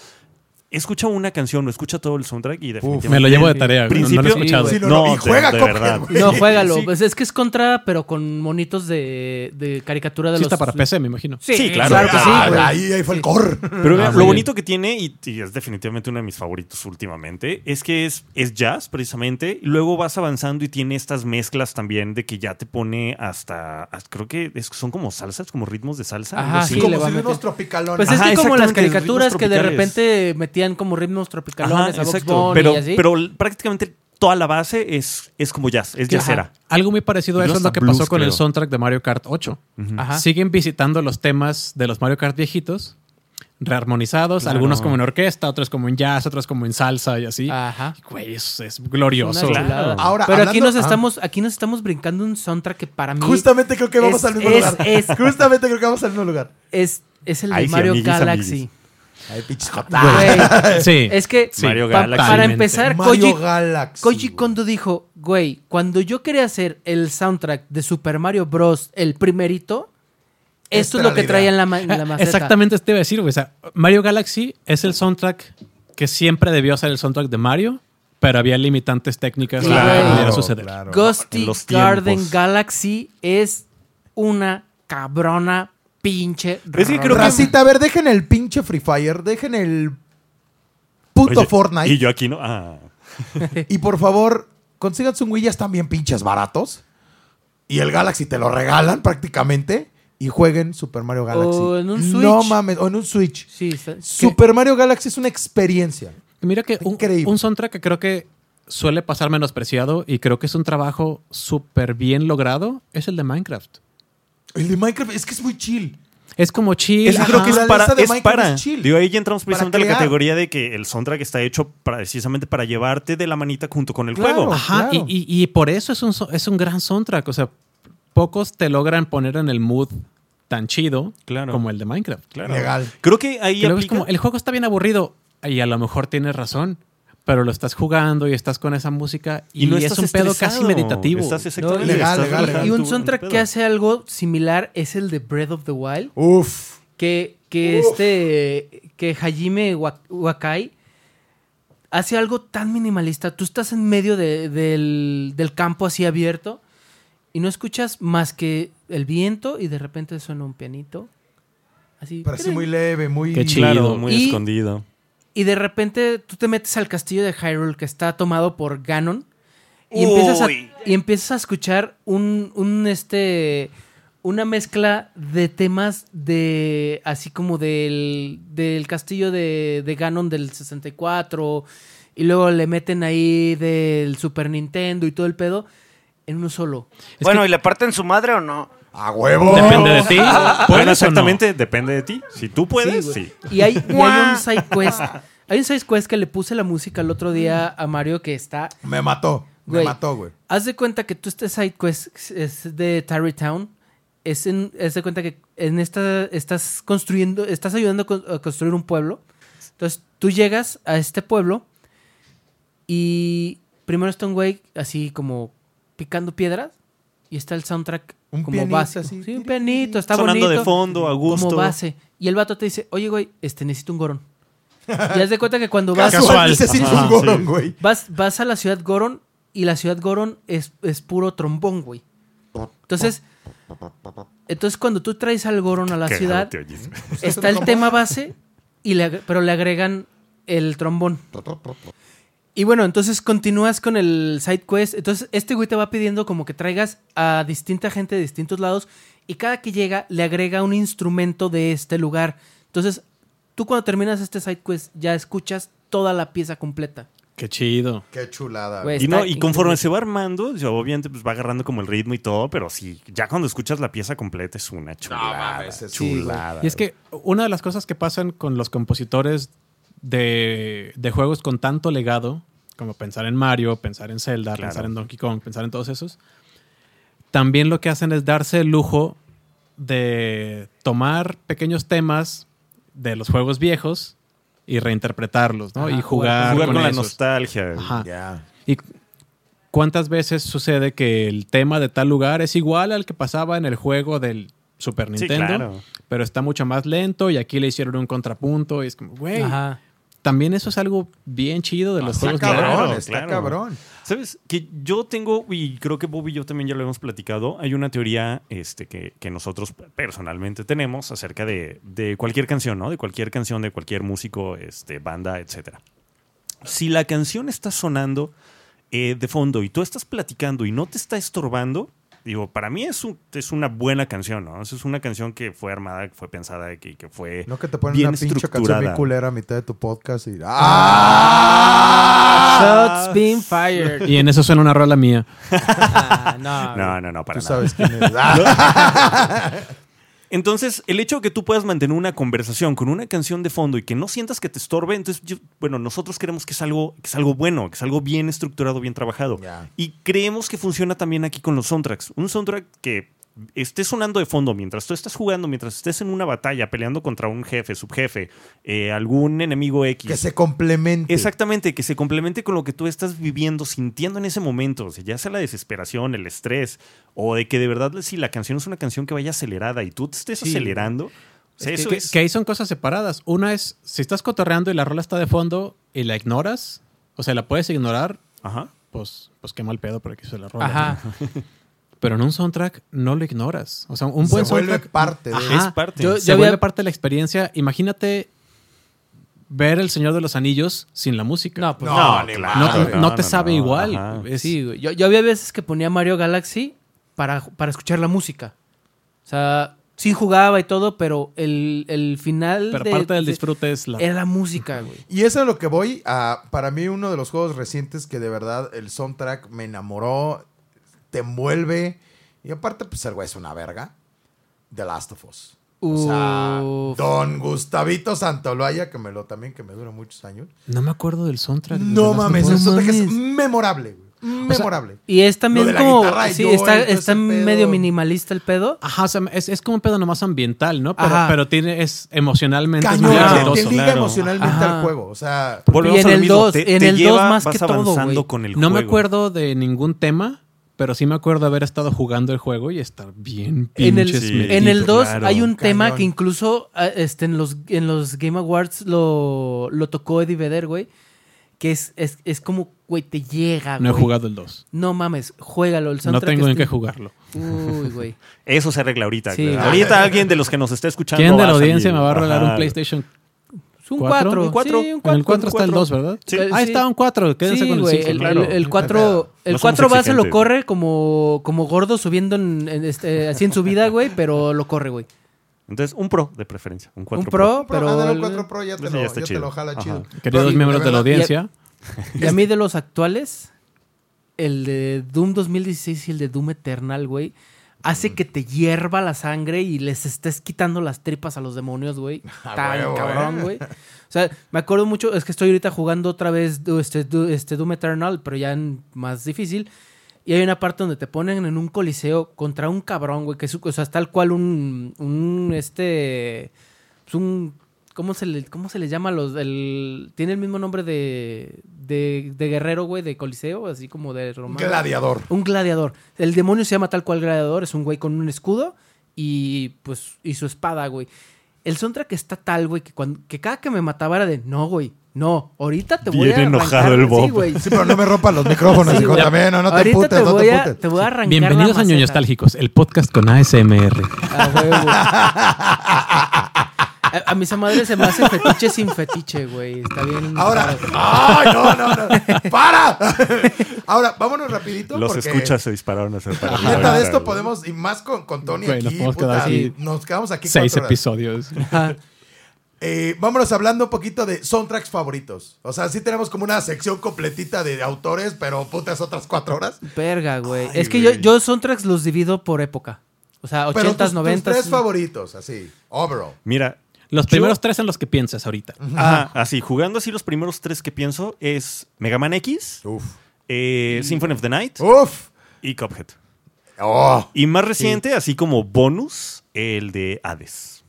Speaker 5: escucha una canción o escucha todo el soundtrack y definitivamente...
Speaker 2: Me lo llevo de tarea. güey. No, no
Speaker 5: Principio-
Speaker 2: lo he escuchado.
Speaker 3: Sí,
Speaker 5: no,
Speaker 3: no, no, y
Speaker 5: de-
Speaker 3: juega
Speaker 5: de
Speaker 3: Cuphead,
Speaker 5: verdad.
Speaker 3: güey.
Speaker 4: No, juégalo.
Speaker 5: Sí.
Speaker 4: Pues es que es contra, pero con monitos de, de caricatura de
Speaker 2: Sí
Speaker 4: los.
Speaker 2: está para PC, me imagino.
Speaker 4: Sí,
Speaker 5: Sí, claro.
Speaker 4: claro. que sí.
Speaker 3: Ah,
Speaker 4: güey.
Speaker 3: ahí, ahí fue el core.
Speaker 5: Pero
Speaker 2: Ah,
Speaker 5: vean,
Speaker 2: muy
Speaker 5: lo
Speaker 2: bien.
Speaker 5: bonito que tiene, y, y es definitivamente uno de mis favoritos últimamente, es que es, es jazz precisamente, y luego vas avanzando y tiene estas mezclas también de que ya te pone hasta, hasta- creo que es- son como salsas, como ritmos de salsa.
Speaker 4: Ajá,
Speaker 5: algo así.
Speaker 4: Sí,
Speaker 3: como
Speaker 4: le va
Speaker 3: si
Speaker 4: a
Speaker 3: de unos
Speaker 4: meter.
Speaker 3: tropicalones.
Speaker 4: Pues es
Speaker 5: Ajá,
Speaker 4: que como las
Speaker 5: exactamente,
Speaker 4: caricaturas
Speaker 5: ritmos
Speaker 4: que de
Speaker 5: tropicales.
Speaker 4: repente metían como ritmos tropicalones
Speaker 5: Ajá,
Speaker 4: a Vox
Speaker 5: exacto.
Speaker 4: Bunny
Speaker 5: pero,
Speaker 4: y así.
Speaker 5: pero l- prácticamente toda la base es, es como jazz, es
Speaker 4: Que- ajá.
Speaker 5: jazzera.
Speaker 2: Algo muy parecido a
Speaker 5: Yo
Speaker 2: eso es
Speaker 5: hasta
Speaker 2: lo que
Speaker 5: blues
Speaker 2: pasó con
Speaker 5: creo.
Speaker 2: el soundtrack de Mario Kart 8.
Speaker 4: Ajá.
Speaker 2: Siguen visitando los temas de los Mario Kart viejitos, rearmonizados,
Speaker 5: Claro.
Speaker 2: algunos como en orquesta, otros como en jazz, otros como en salsa y así.
Speaker 4: Ajá.
Speaker 2: Güey, es, es
Speaker 4: Una
Speaker 2: glorioso.
Speaker 5: Claro.
Speaker 4: chulada.
Speaker 3: Ahora,
Speaker 4: pero aquí
Speaker 3: hablando-
Speaker 4: nos
Speaker 3: ah.
Speaker 4: estamos, aquí nos estamos brincando un soundtrack que para Ah, mí
Speaker 3: Justamente creo que vamos
Speaker 4: Es-
Speaker 3: al mismo
Speaker 4: es-
Speaker 3: lugar.
Speaker 4: es-
Speaker 3: Justamente creo que vamos al mismo lugar.
Speaker 4: es, es el de
Speaker 5: Ay, sí,
Speaker 4: Mario
Speaker 5: amiguis,
Speaker 4: Galaxy.
Speaker 5: amiguis.
Speaker 3: Ay, pinches
Speaker 4: Ah, Güey,
Speaker 2: Sí.
Speaker 4: Es que
Speaker 5: Sí. Mario
Speaker 4: pa-
Speaker 5: Galaxy.
Speaker 4: para
Speaker 2: Totalmente.
Speaker 4: empezar,
Speaker 3: Mario
Speaker 4: Koji,
Speaker 3: Galaxy.
Speaker 4: Koji
Speaker 3: güey.
Speaker 4: Kondo dijo, güey, cuando yo quería hacer el soundtrack de Super Mario Bros. el primerito,
Speaker 3: Esta
Speaker 4: esto es lo que
Speaker 3: era la
Speaker 4: traía
Speaker 3: idea.
Speaker 4: en la, ma- en la
Speaker 2: Ah,
Speaker 4: maceta.
Speaker 2: Exactamente te iba a decir, güey. O sea, Mario Galaxy es el soundtrack que siempre debió ser el soundtrack de Mario, pero había limitantes técnicas
Speaker 4: Claro,
Speaker 2: para que pudiera suceder.
Speaker 3: claro.
Speaker 4: Ghosty
Speaker 5: En los
Speaker 4: Garden
Speaker 5: tiempos.
Speaker 4: Galaxy es una cabrona pinche.
Speaker 5: Es que creo que-
Speaker 3: Racita, a ver, dejen el pinche Free Fire, dejen el puto
Speaker 5: Oye,
Speaker 3: Fortnite.
Speaker 5: Y
Speaker 3: Y,
Speaker 5: yo aquí no. Ah.
Speaker 3: por favor, consíganse un Wii, ya están bien pinches baratos. Y el Galaxy te lo regalan prácticamente. Y jueguen Super Mario Galaxy.
Speaker 4: O en un
Speaker 3: No
Speaker 4: Switch.
Speaker 3: mames, o en un Switch.
Speaker 4: Sí, está-
Speaker 3: Super Mario Galaxy es una experiencia.
Speaker 2: Mira que un,
Speaker 3: Increíble.
Speaker 2: un soundtrack que creo que suele pasar menospreciado y creo que es un trabajo súper bien logrado es el de Minecraft.
Speaker 3: El de Minecraft es que es muy chill.
Speaker 2: Es como chill.
Speaker 5: Es que creo
Speaker 2: ajá.
Speaker 5: que es
Speaker 3: naturaleza
Speaker 5: para.
Speaker 3: de
Speaker 5: es
Speaker 3: Minecraft
Speaker 5: para.
Speaker 3: es chill.
Speaker 5: Digo, ahí ya entramos
Speaker 3: Para
Speaker 5: precisamente a la
Speaker 3: crear.
Speaker 5: categoría de que el soundtrack está hecho para- precisamente para llevarte de la manita junto con el
Speaker 3: Claro.
Speaker 5: juego.
Speaker 2: Ajá,
Speaker 3: claro.
Speaker 2: y, y- y por eso es un, so- es un gran soundtrack. O sea, pocos te logran poner en el mood tan chido
Speaker 5: Claro.
Speaker 2: como el de Minecraft.
Speaker 5: Claro.
Speaker 3: Legal.
Speaker 5: Creo que ahí
Speaker 2: Que luego es
Speaker 5: aplica-
Speaker 2: como, el juego está bien aburrido y a lo mejor tienes razón, pero lo estás jugando y estás con esa música y, es un pedo
Speaker 5: estresado.
Speaker 2: casi meditativo.
Speaker 5: Estás
Speaker 4: No,
Speaker 5: exactamente
Speaker 4: y,
Speaker 3: Legal,
Speaker 5: estás
Speaker 3: legal,
Speaker 4: y-
Speaker 3: legal.
Speaker 4: y
Speaker 5: tu-
Speaker 4: un
Speaker 5: tu
Speaker 4: soundtrack
Speaker 5: pedo.
Speaker 4: que hace algo similar es el de Breath of the Wild.
Speaker 3: Uf.
Speaker 4: Que, que
Speaker 3: Uf.
Speaker 4: este. Que Hajime Wa- Wakai hace algo tan minimalista. Tú estás en medio de- del, del campo así abierto y no escuchas más que el viento y de repente suena un pianito. Así.
Speaker 3: Pero así muy leve, muy.
Speaker 2: Qué chido.
Speaker 5: Claro, muy
Speaker 4: Y-
Speaker 5: escondido.
Speaker 4: Y de repente tú te metes al castillo de Hyrule que está tomado por Ganon. Y empiezas, a,
Speaker 6: Uy.
Speaker 4: y empiezas a escuchar un, un, este una mezcla de temas de así como del, del castillo de, de Ganon del 64 y luego le meten ahí del Super Nintendo y todo el pedo en uno solo.
Speaker 6: bueno, ¿y le parten su madre o no?
Speaker 3: ¡A huevo!
Speaker 2: Depende de ti.
Speaker 5: Bueno,
Speaker 2: ¿Puedes o no?
Speaker 5: exactamente, depende de ti. Si tú puedes,
Speaker 4: güey.
Speaker 5: sí.
Speaker 4: Y hay, y hay un side quest. Hay un side quest que le puse la música el otro día a Mario que está
Speaker 3: Me mató. Me
Speaker 4: Güey.
Speaker 3: mató, güey.
Speaker 4: Haz de cuenta que tú este side quest es de Tarrytown. Es en, haz de cuenta que en esta estás construyendo, estás ayudando a con- a construir un pueblo. Entonces tú llegas a este pueblo y primero está un güey así como picando piedras y está el soundtrack
Speaker 3: Un
Speaker 4: como
Speaker 3: pianito
Speaker 4: base.
Speaker 3: así.
Speaker 4: Sí, un pianito, está
Speaker 5: Sonando
Speaker 4: bonito
Speaker 5: de fondo, a gusto.
Speaker 4: como base. Y el vato te dice, oye, güey, este, necesito un gorón. Y haz de cuenta que cuando vas,
Speaker 3: Casual.
Speaker 2: Casual.
Speaker 3: Necesito
Speaker 5: Ajá,
Speaker 3: un gorón,
Speaker 5: sí.
Speaker 3: güey.
Speaker 4: vas, vas a la ciudad Goron y la ciudad Goron es, es puro trombón, güey. Entonces, entonces cuando tú traes al Goron a la
Speaker 5: Qué
Speaker 4: ciudad,
Speaker 5: raro te oyes.
Speaker 4: está el tema base, y le ag- pero le agregan el trombón. Y bueno, entonces continúas con el side quest. Entonces, este güey te va pidiendo como que traigas a distinta gente de distintos lados. Y cada que llega, le agrega un instrumento de este lugar. Entonces, tú cuando terminas este side quest, ya escuchas toda la pieza completa.
Speaker 2: Qué chido.
Speaker 3: Qué chulada.
Speaker 4: Güey,
Speaker 5: Y, no,
Speaker 4: está
Speaker 5: y conforme
Speaker 4: increíble.
Speaker 5: se va armando, ya obviamente pues, va agarrando como el ritmo y todo, pero sí, ya cuando escuchas la pieza completa es una chulada.
Speaker 3: mames, sí,
Speaker 5: chulada.
Speaker 2: Y es que una de las cosas que pasan con los compositores de, de juegos con tanto legado, como pensar en Mario, pensar en Zelda,
Speaker 5: Claro.
Speaker 2: pensar en Donkey Kong, pensar en todos esos, también lo que hacen es darse el lujo de tomar pequeños temas de los juegos viejos y reinterpretarlos, ¿no?
Speaker 4: Ajá,
Speaker 2: y
Speaker 4: jugar-
Speaker 2: jugar,
Speaker 5: Jugar con, la
Speaker 2: Ah, esos.
Speaker 5: nostalgia.
Speaker 2: Ajá.
Speaker 3: Ya.
Speaker 2: ¿Y cuántas veces sucede que el tema de tal lugar es igual al que pasaba en el juego del Super
Speaker 5: Sí,
Speaker 2: Nintendo?
Speaker 5: claro.
Speaker 2: Pero está mucho más lento y aquí le hicieron un contrapunto y es como, güey,
Speaker 4: Ajá.
Speaker 2: también eso es algo bien chido de los
Speaker 3: Ah, Está
Speaker 2: juegos.
Speaker 3: cabrón,
Speaker 2: modernos.
Speaker 5: claro,
Speaker 3: está
Speaker 5: claro.
Speaker 3: cabrón.
Speaker 5: ¿Sabes? Que yo tengo, y creo que Bob y yo también ya lo hemos platicado, hay una teoría este, que, que nosotros personalmente tenemos acerca de, de cualquier canción, ¿no? De cualquier canción, de cualquier músico, este, banda, etcétera. Si la canción está sonando eh, de fondo y tú estás platicando y no te está estorbando, digo, para mí es, un- es una buena canción, ¿no? Es una canción que fue armada, que fue pensada, que, que fue
Speaker 3: No que te ponen
Speaker 5: bien
Speaker 3: una pinche canción bien
Speaker 5: estructurada.
Speaker 3: culera a mitad de tu podcast y... ¡Ah!
Speaker 4: Shots being fired.
Speaker 2: Y en eso suena una rola mía.
Speaker 4: Ah, no.
Speaker 5: no, no, no, para
Speaker 3: Tú
Speaker 5: nada.
Speaker 3: sabes quién eres. Ah,
Speaker 5: Entonces, el hecho de que tú puedas mantener una conversación con una canción de fondo y que no sientas que te estorbe, entonces, yo- bueno, nosotros queremos que es algo, que es algo bueno, que es algo bien estructurado, bien trabajado.
Speaker 3: Ya.
Speaker 5: Y creemos que funciona también aquí con los soundtracks. Un soundtrack que esté sonando de fondo mientras tú estás jugando, mientras estés en una batalla, peleando contra un jefe, subjefe, eh, algún enemigo X.
Speaker 3: que se complemente.
Speaker 5: Exactamente, que se complemente con lo que tú estás viviendo, sintiendo en ese momento, o sea, ya sea la desesperación, el estrés, o de que de verdad si la canción es una canción que vaya acelerada y tú te estés
Speaker 2: Sí.
Speaker 5: acelerando, o sea, eso
Speaker 2: que,
Speaker 5: es...
Speaker 2: que ahí son cosas separadas. Una es, si estás cotorreando y la rola está de fondo y la ignoras, o sea, la puedes ignorar,
Speaker 5: Ajá.
Speaker 2: pues, pues qué mal pedo por aquí se la rola.
Speaker 4: Ajá.
Speaker 2: Pero en un soundtrack no lo ignoras. O sea, un buen
Speaker 3: se vuelve
Speaker 2: soundtrack Ah,
Speaker 3: parte de...
Speaker 2: Ajá.
Speaker 5: Es parte.
Speaker 4: Yo-
Speaker 2: se
Speaker 4: ya había-
Speaker 2: vuelve parte de la experiencia. Imagínate ver El Señor de los Anillos sin la música. No,
Speaker 4: pues
Speaker 5: No,
Speaker 3: ni
Speaker 5: claro,
Speaker 2: no,
Speaker 5: no,
Speaker 2: te
Speaker 5: no,
Speaker 2: sabe
Speaker 5: no, ajá.
Speaker 2: igual. Es-
Speaker 4: Sí, güey. Yo, yo había veces que ponía Mario Galaxy para, para escuchar la música. O sea, sí jugaba y todo, pero el, el final.
Speaker 2: pero
Speaker 4: de-
Speaker 2: parte del
Speaker 4: de- er
Speaker 2: disfrute es la...
Speaker 4: Era la música, güey.
Speaker 3: Y eso es lo que voy a. Para mí, uno de los juegos recientes que de verdad el soundtrack me enamoró, te envuelve. Y aparte, pues el güey es una verga. The Last of Us. O sea,
Speaker 4: Uf.
Speaker 3: Don Gustavito Santoloaya, que me lo también, que me dura muchos años.
Speaker 2: No me acuerdo del soundtrack. de The
Speaker 3: No
Speaker 2: Last of
Speaker 3: mames,
Speaker 2: Us.
Speaker 3: el soundtrack es
Speaker 4: mames.
Speaker 3: memorable, güey.
Speaker 4: O sea,
Speaker 3: Memorable.
Speaker 4: y
Speaker 3: Lo
Speaker 4: es
Speaker 3: de
Speaker 4: también
Speaker 3: la
Speaker 4: como.
Speaker 3: guitarra y
Speaker 4: Sí,
Speaker 3: yo, y
Speaker 4: está,
Speaker 3: todo ese
Speaker 4: está
Speaker 3: pedo.
Speaker 4: medio minimalista el pedo.
Speaker 2: Ajá, o sea, es, es como un pedo nomás ambiental, ¿no? Pero,
Speaker 4: Ajá.
Speaker 2: pero tiene, es emocionalmente es muy
Speaker 3: Cañón,
Speaker 4: claro,
Speaker 3: que
Speaker 2: exitoso.
Speaker 3: te liga
Speaker 5: claro.
Speaker 3: emocionalmente
Speaker 4: Ajá.
Speaker 3: al juego. O sea,
Speaker 5: Volvemos
Speaker 4: Y en
Speaker 5: a lo
Speaker 4: el
Speaker 5: mismo,
Speaker 4: dos,
Speaker 5: te-
Speaker 4: en
Speaker 5: te
Speaker 4: el
Speaker 5: lleva,
Speaker 4: dos más
Speaker 5: vas
Speaker 4: que todo,
Speaker 5: avanzando
Speaker 4: güey.
Speaker 5: con el
Speaker 2: No me
Speaker 5: juego.
Speaker 2: acuerdo de ningún tema, pero sí me acuerdo haber estado jugando el juego y estar bien
Speaker 4: En el,
Speaker 2: pinches metido.
Speaker 4: en
Speaker 3: pues,
Speaker 4: el 2
Speaker 5: claro,
Speaker 4: hay un tema
Speaker 3: cañón.
Speaker 4: que incluso ah, este, en, los, en los Game Awards lo, lo tocó Eddie Vedder, güey. Que es, es, es como, güey, te llega, güey.
Speaker 2: No he jugado el 2.
Speaker 4: No mames, juégalo. El
Speaker 2: No
Speaker 4: soundtrack este.
Speaker 2: tengo en
Speaker 4: está-
Speaker 2: qué jugarlo.
Speaker 4: Uy, güey.
Speaker 5: Eso se arregla ahorita.
Speaker 4: Sí,
Speaker 5: claro.
Speaker 4: güey.
Speaker 5: Ahorita alguien de los que nos está escuchando.
Speaker 2: ¿Quién de
Speaker 5: va
Speaker 2: la
Speaker 5: a
Speaker 2: audiencia
Speaker 5: salir.
Speaker 2: me va a regalar
Speaker 5: Ajá.
Speaker 2: un PlayStation
Speaker 4: un
Speaker 2: ¿Cuatro?
Speaker 4: 4.
Speaker 2: Un
Speaker 5: cuatro.
Speaker 4: Sí, un
Speaker 2: En el
Speaker 4: 4.
Speaker 2: 4 está el
Speaker 5: cuatro.
Speaker 2: 2, ¿verdad?
Speaker 5: Sí.
Speaker 4: El-
Speaker 2: Ahí
Speaker 4: sí.
Speaker 2: está un 4. Quédense
Speaker 4: Sí,
Speaker 2: con el
Speaker 4: güey,
Speaker 2: 5.
Speaker 4: el,
Speaker 5: claro.
Speaker 4: el- el
Speaker 3: No
Speaker 4: cuatro, el
Speaker 5: somos
Speaker 4: cuatro va, se lo
Speaker 5: exigentes.
Speaker 4: corre como, como gordo subiendo en- en este, así en su vida, güey, pero lo corre, güey.
Speaker 5: Entonces, un pro de preferencia. Un 4
Speaker 4: Un pro,
Speaker 3: Pero,
Speaker 4: pero...
Speaker 3: ándale, un
Speaker 4: el-
Speaker 3: 4 Pro ya te,
Speaker 5: Ese
Speaker 3: lo,
Speaker 5: ya
Speaker 3: ya
Speaker 5: está
Speaker 3: te
Speaker 5: chido.
Speaker 3: lo jala
Speaker 5: Ajá.
Speaker 3: chido.
Speaker 2: Queridos
Speaker 3: Sí,
Speaker 2: miembros de la
Speaker 3: verdad.
Speaker 2: audiencia,
Speaker 4: Y a mí de los actuales, el de Doom 2016 y el de Doom Eternal, güey,
Speaker 3: Mm.
Speaker 4: hace que te hierva la sangre y les estés quitando las tripas a los demonios, güey.
Speaker 3: Ah,
Speaker 4: Tan
Speaker 3: huevo,
Speaker 4: cabrón,
Speaker 3: eh.
Speaker 4: güey. O sea, me acuerdo mucho, es que estoy ahorita jugando otra vez du- este, du- este Doom Eternal, pero ya en- más difícil. Y hay una parte donde te ponen en un coliseo contra un cabrón, güey, que es, o sea, es tal cual un, un, este, es un. ¿Cómo se le, cómo se les llama a los? El, tiene el mismo nombre de, de, de guerrero, güey, de coliseo, así como de
Speaker 3: Un
Speaker 4: romano.
Speaker 3: Gladiador.
Speaker 4: Un gladiador. El demonio se llama tal cual gladiador, es un güey con un escudo y pues y su espada, güey. El soundtrack está tal, güey, que, cuando, que cada que me mataba era de, no, güey, no, ahorita te voy a
Speaker 5: Bien
Speaker 4: arrancar".
Speaker 5: enojado el Bob.
Speaker 4: Sí, güey.
Speaker 3: Sí, pero no me rompan los micrófonos,
Speaker 4: Sí,
Speaker 3: hijo,
Speaker 4: güey.
Speaker 3: también. No, no te
Speaker 4: Ahorita
Speaker 3: emputes,
Speaker 4: te
Speaker 3: no
Speaker 4: voy
Speaker 3: te
Speaker 4: a,
Speaker 3: emputes.
Speaker 4: te voy a arrancar
Speaker 2: bienvenidos
Speaker 4: la
Speaker 2: a Ñoño
Speaker 4: maceta.
Speaker 2: Nostálgicos, el podcast con ASMR.
Speaker 4: A huevo. A, a mí esa madre se me hace fetiche sin fetiche, güey. Está bien.
Speaker 3: Ahora,
Speaker 4: raro.
Speaker 3: ¡ay, no, no, no! ¡Para! Ahora, vámonos rapidito.
Speaker 5: Los
Speaker 3: porque
Speaker 5: escuchas se dispararon hacia para arriba
Speaker 3: Neta de
Speaker 5: ahorita,
Speaker 3: esto
Speaker 5: güey.
Speaker 3: podemos, y más con, con Tony
Speaker 2: Güey,
Speaker 3: aquí,
Speaker 2: nos podemos
Speaker 3: puta,
Speaker 2: quedar así
Speaker 3: Nos quedamos aquí
Speaker 2: Seis
Speaker 3: cuatro horas.
Speaker 2: episodios.
Speaker 4: Ajá.
Speaker 3: Eh, vámonos hablando un poquito de soundtracks favoritos. O sea, sí tenemos como una sección completita de autores, pero putas otras cuatro horas.
Speaker 4: Verga, güey.
Speaker 3: Ay,
Speaker 4: Es que yo,
Speaker 3: güey.
Speaker 4: yo soundtracks los divido por época. O sea,
Speaker 3: Pero
Speaker 4: 80s,
Speaker 3: tus- tus
Speaker 4: 90s.
Speaker 3: tres favoritos, así, Oh, overall.
Speaker 5: Mira,
Speaker 2: Los primeros tres en los que piensas ahorita.
Speaker 5: ajá, así, jugando así los primeros tres que pienso es Mega Man X,
Speaker 3: Uf.
Speaker 5: eh, Symphony of the Night
Speaker 3: Uf.
Speaker 5: y Cuphead.
Speaker 3: Oh,
Speaker 5: Y más reciente, así como bonus, el de Hades.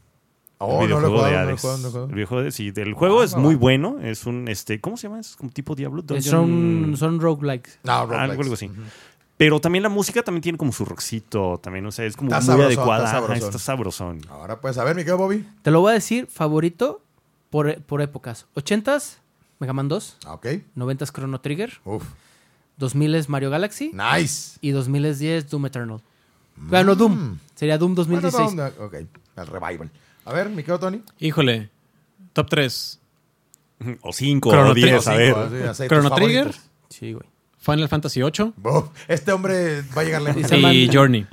Speaker 3: oh
Speaker 5: el
Speaker 3: no lo he
Speaker 5: videojuego
Speaker 3: jugado,
Speaker 5: de
Speaker 3: no lo he
Speaker 5: Hades.
Speaker 3: jugado, no lo he jugado. Ah,
Speaker 5: El videojuego de- sí, del juego es muy bueno. Es un, este, ¿cómo se llama? Es como tipo Diablo. Dungeon-
Speaker 2: Mm.
Speaker 4: eh, Son, son roguelikes.
Speaker 3: No,
Speaker 5: Ah,
Speaker 3: roguelikes.
Speaker 5: algo así. Pero también la música también tiene como su rockcito, también, o sea, es como
Speaker 3: Está
Speaker 5: muy
Speaker 3: sabrosón,
Speaker 5: adecuada.
Speaker 3: está
Speaker 5: Ajá,
Speaker 3: sabrosón.
Speaker 5: está sabrosón.
Speaker 3: Ahora pues, a ver, mi querido Bobby.
Speaker 4: Te lo voy a decir favorito por, por épocas. 80s, Mega Man 2.
Speaker 3: Ah, Ok.
Speaker 4: 90s, Chrono Trigger.
Speaker 3: Uf.
Speaker 4: 2000s, Mario Galaxy.
Speaker 3: Nice.
Speaker 4: Y 2010, Doom Eternal. Bueno, Doom. Sería Doom
Speaker 3: Mm. Bueno,
Speaker 4: 2016.
Speaker 3: no, no, ok, el revival. A ver, mi querido Tony.
Speaker 2: Híjole, top 3.
Speaker 5: O cinco,
Speaker 2: Chrono
Speaker 5: o diez,
Speaker 2: Trigger,
Speaker 5: a
Speaker 3: Cinco, ¿eh? así,
Speaker 5: ver.
Speaker 3: así, tus
Speaker 2: Chrono Trigger,
Speaker 3: favoritos.
Speaker 4: Sí, güey.
Speaker 2: Final Fantasy VIII
Speaker 3: Uf, este hombre va a llegar lejos.
Speaker 4: Sí.
Speaker 2: y Journey.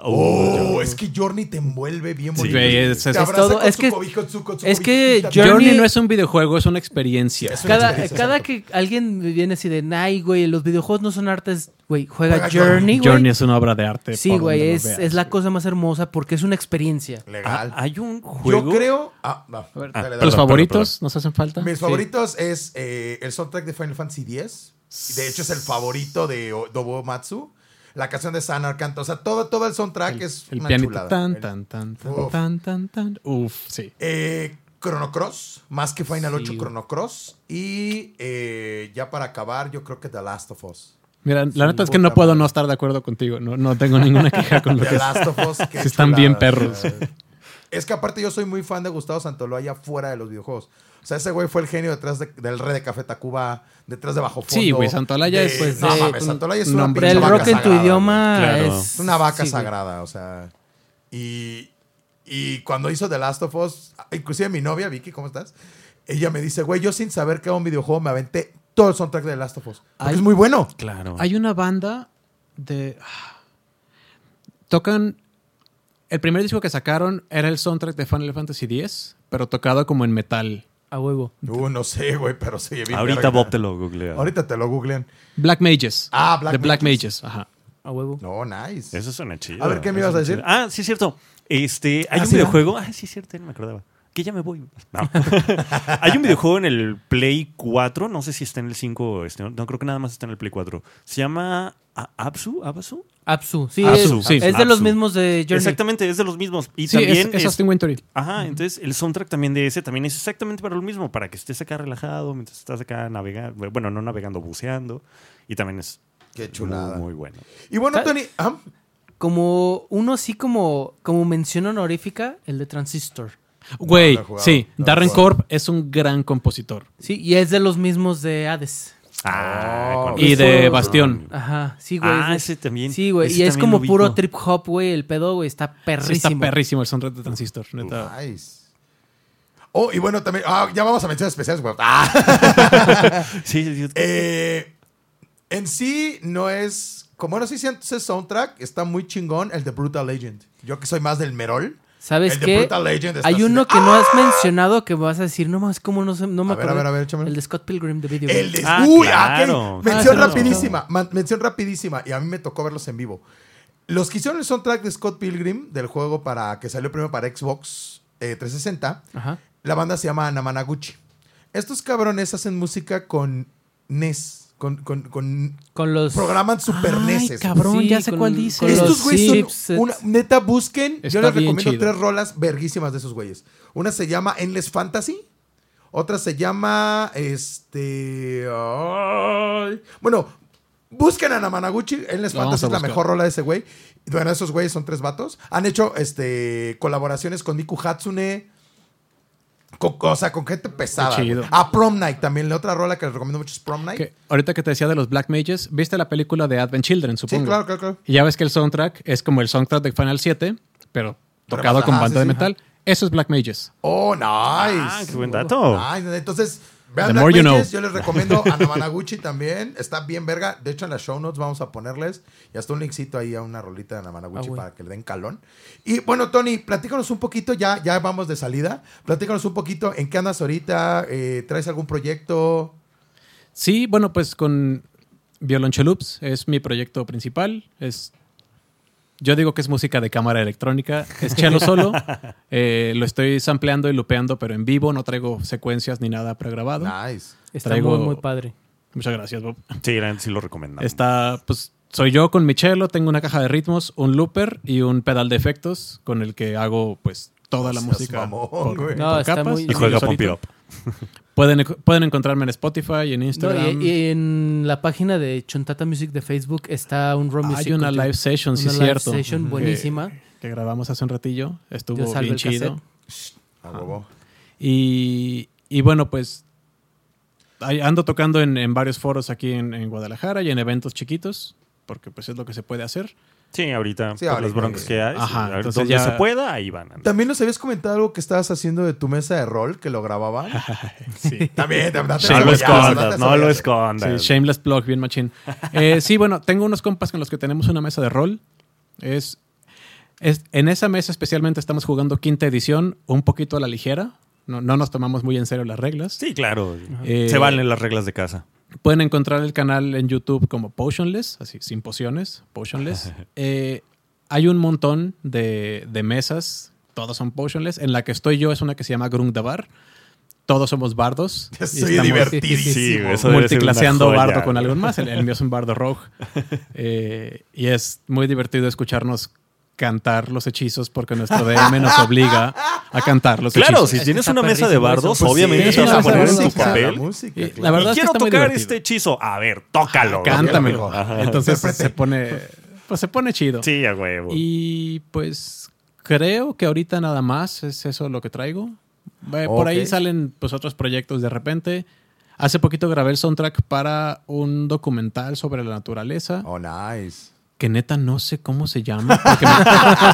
Speaker 5: Oh,
Speaker 3: Oh, es que Journey te envuelve bien bonito.
Speaker 2: güey, es-
Speaker 3: Te
Speaker 2: es-
Speaker 3: abraza
Speaker 4: todo-
Speaker 3: con
Speaker 4: es
Speaker 3: su
Speaker 4: que-
Speaker 3: cobijo, con su- con su
Speaker 4: es que
Speaker 3: cobijita.
Speaker 2: Journey...
Speaker 4: Journey-
Speaker 2: no es un videojuego, es una experiencia.
Speaker 3: Es una
Speaker 4: Cada,
Speaker 3: experiencia,
Speaker 4: cada
Speaker 3: exacto.
Speaker 4: que alguien me viene así de, ay, güey, los videojuegos no son artes, güey, juega
Speaker 3: Juega Journey,
Speaker 4: Journey, güey.
Speaker 2: Journey es una obra de arte.
Speaker 4: Sí,
Speaker 2: por
Speaker 4: güey,
Speaker 2: donde lo
Speaker 4: es,
Speaker 2: veas.
Speaker 4: es la cosa más hermosa porque es una experiencia.
Speaker 3: Legal.
Speaker 5: Ah, hay un
Speaker 3: Yo
Speaker 5: juego.
Speaker 3: creo. Ah, no, dale,
Speaker 5: ah,
Speaker 3: dale,
Speaker 2: Los
Speaker 3: dale.
Speaker 5: perdón,
Speaker 2: favoritos
Speaker 5: perdón.
Speaker 2: nos hacen falta.
Speaker 3: Mis
Speaker 2: Sí.
Speaker 3: favoritos es eh, el soundtrack de Final Fantasy X. Y De hecho, es el favorito de O- Dobuo Matsu. La canción de San Arcanto. O sea, todo, todo el soundtrack es
Speaker 2: El
Speaker 3: una
Speaker 2: pianito
Speaker 3: chulada.
Speaker 2: tan
Speaker 3: El-
Speaker 2: tan tan
Speaker 3: Uf.
Speaker 2: tan tan tan tan. Uf, sí.
Speaker 3: Eh, Chrono Cross, más que Final
Speaker 2: Sí,
Speaker 3: 8,
Speaker 2: güey.
Speaker 3: Chrono Cross. Y eh, ya para acabar, yo creo que The Last of Us.
Speaker 2: Mira, la neta es que
Speaker 3: puta
Speaker 2: no puedo
Speaker 3: madre.
Speaker 2: no estar de acuerdo contigo. No, no tengo ninguna queja con lo
Speaker 3: The
Speaker 2: que
Speaker 3: Last of Us, qué
Speaker 2: Sí están
Speaker 3: chulada,
Speaker 2: bien
Speaker 3: o sea,
Speaker 2: perros.
Speaker 3: Es que aparte yo soy muy fan de Gustavo Santoloya fuera de los videojuegos. O sea, ese güey fue el genio detrás de- del rey de Café Tacuba, detrás de Bajo Fondo.
Speaker 2: Sí, güey, Santolaya
Speaker 3: de-
Speaker 2: es, pues,
Speaker 3: No
Speaker 4: de-
Speaker 3: mames, Santolaya es una
Speaker 2: nombre.
Speaker 3: pinche
Speaker 4: Del
Speaker 3: vaca
Speaker 4: rock en tu
Speaker 3: sagrada,
Speaker 4: idioma
Speaker 5: Claro.
Speaker 4: es...
Speaker 3: güey. Una vaca
Speaker 4: sí, güey.
Speaker 3: sagrada, o sea. Y, y cuando hizo The Last of Us, inclusive mi novia, Vicky, ¿cómo estás? Ella me dice, güey, yo sin saber que era un videojuego me aventé todo el soundtrack de The Last of Us. Porque
Speaker 2: Ay.
Speaker 3: es muy bueno.
Speaker 5: Claro.
Speaker 2: Hay una banda de. ah, Tocan. El primer disco que sacaron era el soundtrack de Final Fantasy X, pero tocado como en metal.
Speaker 4: A huevo.
Speaker 3: Uh, no sé, güey, pero sí. bien
Speaker 5: Ahorita
Speaker 3: verga.
Speaker 5: Bob te lo googlea.
Speaker 3: Ahorita te lo googlean.
Speaker 2: Black Mages.
Speaker 3: Ah, Black
Speaker 2: De Black
Speaker 3: Mages.
Speaker 2: Mages. Ajá.
Speaker 4: A huevo.
Speaker 3: No, nice.
Speaker 5: Eso suena chido.
Speaker 3: A ver, ¿qué me
Speaker 5: Eso
Speaker 3: ibas a
Speaker 5: suena
Speaker 3: decir?
Speaker 5: chido. Ah, sí, es cierto. Este, hay
Speaker 3: Ah,
Speaker 5: un
Speaker 3: sí,
Speaker 5: videojuego. Ah, sí, es cierto, ya no me acordaba. Que ya me voy. No. hay un videojuego en el Play 4. No sé si está en el 5. o Este, no, no, creo que nada más está en el Play 4. Se llama ah, Absu. ¿Abasu?
Speaker 4: Absu. Sí,
Speaker 2: Absu,
Speaker 4: es,
Speaker 2: sí.
Speaker 4: es de los
Speaker 5: Absu.
Speaker 4: mismos de Journey.
Speaker 5: Exactamente, es de los mismos. Y
Speaker 2: Sí,
Speaker 5: también.
Speaker 2: es, es
Speaker 5: es-
Speaker 2: Austin Wintory.
Speaker 5: Ajá, entonces el soundtrack también de ese también es exactamente para lo mismo, para que estés acá relajado, mientras estás acá navegando, bueno, no navegando, buceando, y también es
Speaker 3: Qué
Speaker 5: muy,
Speaker 3: chulada.
Speaker 5: muy bueno.
Speaker 3: Y bueno,
Speaker 4: ¿Sabes?
Speaker 3: Tony, ah,
Speaker 4: Como uno así como, como mención honorífica, el de Transistor.
Speaker 2: Güey,
Speaker 3: lo he jugado,
Speaker 2: sí.
Speaker 3: no lo he
Speaker 2: Darren
Speaker 3: jugado.
Speaker 2: Corp es un gran compositor.
Speaker 4: Sí, y es de los mismos de Hades.
Speaker 3: Oh.
Speaker 5: Ah, con
Speaker 2: Y
Speaker 5: razón.
Speaker 2: de Bastión.
Speaker 4: Ajá, sí, güey.
Speaker 5: Ah,
Speaker 4: es de-
Speaker 5: ese también.
Speaker 4: Sí, güey.
Speaker 5: ese
Speaker 4: Y es
Speaker 5: también
Speaker 4: como
Speaker 5: lo
Speaker 4: puro
Speaker 5: ubico.
Speaker 4: trip hop, güey. El pedo, güey. Está
Speaker 2: Sí,
Speaker 4: perrísimo.
Speaker 2: está perrísimo el soundtrack de Transistor. Neta.
Speaker 3: nice. ah, Oh, y bueno, también. Ah, ya vamos a menciones especiales, güey. Ah.
Speaker 5: Sí, sí, sí.
Speaker 3: Eh, en sí, no es. Como ahora sí sientes el soundtrack, está muy chingón el de Brutal Legend. Yo que soy más del Merol.
Speaker 4: ¿Sabes
Speaker 3: el de
Speaker 4: qué?
Speaker 3: Brutal Legend está
Speaker 4: Hay
Speaker 3: así
Speaker 4: uno
Speaker 3: de- ¡Ah!
Speaker 4: que no has mencionado que vas a decir, no más, ¿cómo no, se- no me
Speaker 3: A ver,
Speaker 4: acuerdo?
Speaker 3: a ver, a ver, échamelo.
Speaker 4: El de Scott Pilgrim de video.
Speaker 3: El de-
Speaker 5: Ah,
Speaker 3: Uy,
Speaker 5: claro.
Speaker 3: ah, ok.
Speaker 4: Ah,
Speaker 3: Mención
Speaker 4: ese no lo
Speaker 3: rapidísima. man- mención rapidísima. Y a mí me tocó verlos en vivo. Los que hicieron el soundtrack de Scott Pilgrim del juego para que salió primero para Xbox eh, 360.
Speaker 4: Ajá.
Speaker 3: La banda se llama Namanaguchi. Estos cabrones hacen música con NES. Con, con, con-
Speaker 4: Con los.
Speaker 3: programan Super
Speaker 2: Ay,
Speaker 3: NESes.
Speaker 2: cabrón,
Speaker 4: Sí,
Speaker 2: ya sé
Speaker 4: con-
Speaker 2: cuál
Speaker 4: con
Speaker 2: dice.
Speaker 4: los-
Speaker 3: Estos güeyes son
Speaker 4: chipsets.
Speaker 3: una neta busquen.
Speaker 2: Está
Speaker 3: yo les
Speaker 2: bien
Speaker 3: recomiendo
Speaker 2: chido.
Speaker 3: tres rolas verguísimas de esos güeyes. Una se llama Endless Fantasy. Otra se llama este. ay, bueno, busquen a Namanaguchi. Endless
Speaker 2: Lo vamos
Speaker 3: Fantasy
Speaker 2: a
Speaker 3: es la
Speaker 2: buscar.
Speaker 3: mejor rola de ese güey. Y Bueno, esos güeyes son tres vatos. Han hecho este colaboraciones con Miku Hatsune. Con, o sea, con gente pesada.
Speaker 2: Qué chido.
Speaker 3: güey. A Prom Night también. La otra rola que les recomiendo mucho es Prom Night.
Speaker 2: Que ahorita que te decía de los Black Mages, ¿viste la película de Advent Children, supongo?
Speaker 3: Sí, claro, claro, claro.
Speaker 2: Y ya ves que el soundtrack es como el soundtrack de Final 7, pero
Speaker 3: Pero
Speaker 2: tocado
Speaker 3: más-
Speaker 2: con
Speaker 3: ajá,
Speaker 2: banda
Speaker 3: sí,
Speaker 2: de
Speaker 3: sí,
Speaker 2: metal. Eso es Black Mages.
Speaker 3: Oh, nice.
Speaker 5: Ah, qué buen dato.
Speaker 3: Nice. Entonces, vean
Speaker 2: The
Speaker 3: Black
Speaker 2: more you
Speaker 3: Mages.
Speaker 2: know.
Speaker 3: Yo les recomiendo a Namanaguchi también. Está bien verga. De hecho, en las show notes vamos a ponerles y hasta un linkcito ahí a una rolita de
Speaker 4: Ah,
Speaker 3: Namanaguchi
Speaker 4: güey.
Speaker 3: para que le den calón. Y bueno, Tony, platícanos un poquito. Ya, ya vamos de salida. Platícanos un poquito en qué andas ahorita. Eh, ¿Traes algún proyecto?
Speaker 2: Sí, bueno, pues con Violonchelups es mi proyecto principal. Es, yo digo que es música de cámara electrónica. Es chelo solo. Eh, lo estoy sampleando y lupeando, pero en vivo. No traigo secuencias ni nada pregrabado.
Speaker 3: Nice.
Speaker 4: Está
Speaker 2: Traigo-
Speaker 4: muy, muy padre.
Speaker 2: Muchas gracias, Bob.
Speaker 5: Sí, la neta sí lo recomendamos.
Speaker 2: Está, pues, soy yo con mi cello, tengo una caja de ritmos, un looper y un pedal de efectos con el que hago, pues, toda la
Speaker 3: Seas
Speaker 2: música.
Speaker 3: mamón,
Speaker 2: por-
Speaker 3: güey.
Speaker 4: No,
Speaker 2: por
Speaker 4: está
Speaker 2: capas.
Speaker 4: muy-
Speaker 5: Y juega
Speaker 2: Yo
Speaker 5: Pump
Speaker 2: solito.
Speaker 5: It Up.
Speaker 2: Pueden, pueden encontrarme en Spotify, en
Speaker 4: No, y,
Speaker 2: Instagram.
Speaker 4: y en la página de Chuntata Music de Facebook está un ROM Music.
Speaker 2: Hay una
Speaker 4: contigo.
Speaker 2: live session, sí,
Speaker 4: Una live
Speaker 2: cierto.
Speaker 4: session
Speaker 2: Ujú.
Speaker 4: buenísima.
Speaker 2: Que, que grabamos hace un ratillo.
Speaker 4: Yo
Speaker 2: Estuvo
Speaker 4: salvo
Speaker 2: bien
Speaker 4: el
Speaker 2: chido.
Speaker 4: cassette.
Speaker 3: A huevo.
Speaker 2: Y, y bueno, pues ahí ando tocando en, en varios foros aquí en, en Guadalajara y en eventos chiquitos, porque pues es lo que se puede hacer.
Speaker 5: Sí, ahorita.
Speaker 3: Sí,
Speaker 5: por
Speaker 3: ahorita.
Speaker 5: los broncos que hay.
Speaker 2: Ajá,
Speaker 5: sí, a ver,
Speaker 2: entonces
Speaker 5: donde
Speaker 2: ya-
Speaker 5: se pueda, ahí van. anda.
Speaker 3: También nos habías comentado algo que estabas haciendo de tu mesa de rol que lo grababan.
Speaker 2: Sí.
Speaker 3: También, también. date
Speaker 5: No lo
Speaker 3: esa bollazo, date
Speaker 5: escondas,
Speaker 3: esa
Speaker 5: no lo
Speaker 3: bollazo.
Speaker 5: escondas.
Speaker 2: Sí, shameless plug, bien machín. Eh, sí, bueno, tengo unos compas con los que tenemos una mesa de rol. Es, es- en esa mesa especialmente estamos jugando quinta edición, un poquito a la ligera. No, no nos tomamos muy en serio las reglas.
Speaker 5: Sí, claro.
Speaker 2: Eh,
Speaker 5: se valen las reglas de casa.
Speaker 2: Pueden encontrar el canal en YouTube como Potionless, así, sin pociones, Potionless. Eh, hay un montón de, de mesas, todas son Potionless. En la que estoy yo es una que se llama Grundabar. Todos somos bardos. y
Speaker 3: Estoy
Speaker 2: estamos-
Speaker 3: divertidísimo.
Speaker 5: Sí, güey, eso debe ser una
Speaker 2: multiclaseando
Speaker 5: joya,
Speaker 2: bardo con
Speaker 5: güey.
Speaker 2: algún más. El, el mío es un bardo rogue. Eh, y es muy divertido escucharnos cantar los hechizos porque nuestro DM nos obliga a cantar los
Speaker 5: Claro,
Speaker 2: hechizos.
Speaker 5: si
Speaker 4: Es que
Speaker 5: tienes
Speaker 4: está
Speaker 5: una mesa de
Speaker 4: perrísimo eso.
Speaker 5: bardos,
Speaker 4: Pues sí,
Speaker 5: obviamente
Speaker 2: es
Speaker 5: te vas a
Speaker 2: una
Speaker 5: poner en
Speaker 2: mesa de
Speaker 5: tu
Speaker 2: música,
Speaker 5: papel.
Speaker 3: música,
Speaker 2: Y
Speaker 3: claro.
Speaker 2: la verdad
Speaker 5: y
Speaker 2: es que
Speaker 5: quiero
Speaker 2: está muy
Speaker 5: tocar
Speaker 2: divertido.
Speaker 5: este hechizo. A ver, tócalo.
Speaker 2: Cántamelo.
Speaker 5: Ajá.
Speaker 2: Entonces
Speaker 3: Interprete.
Speaker 2: se pone, pues, se pone chido.
Speaker 5: Sí, a huevo.
Speaker 2: Y pues creo que ahorita nada más es eso lo que traigo. Eh, Por ahí
Speaker 3: Ok.
Speaker 2: salen pues otros proyectos de repente. Hace poquito grabé el soundtrack para un documental sobre la naturaleza,
Speaker 3: Oh, nice.
Speaker 2: que neta no sé cómo se llama. porque me-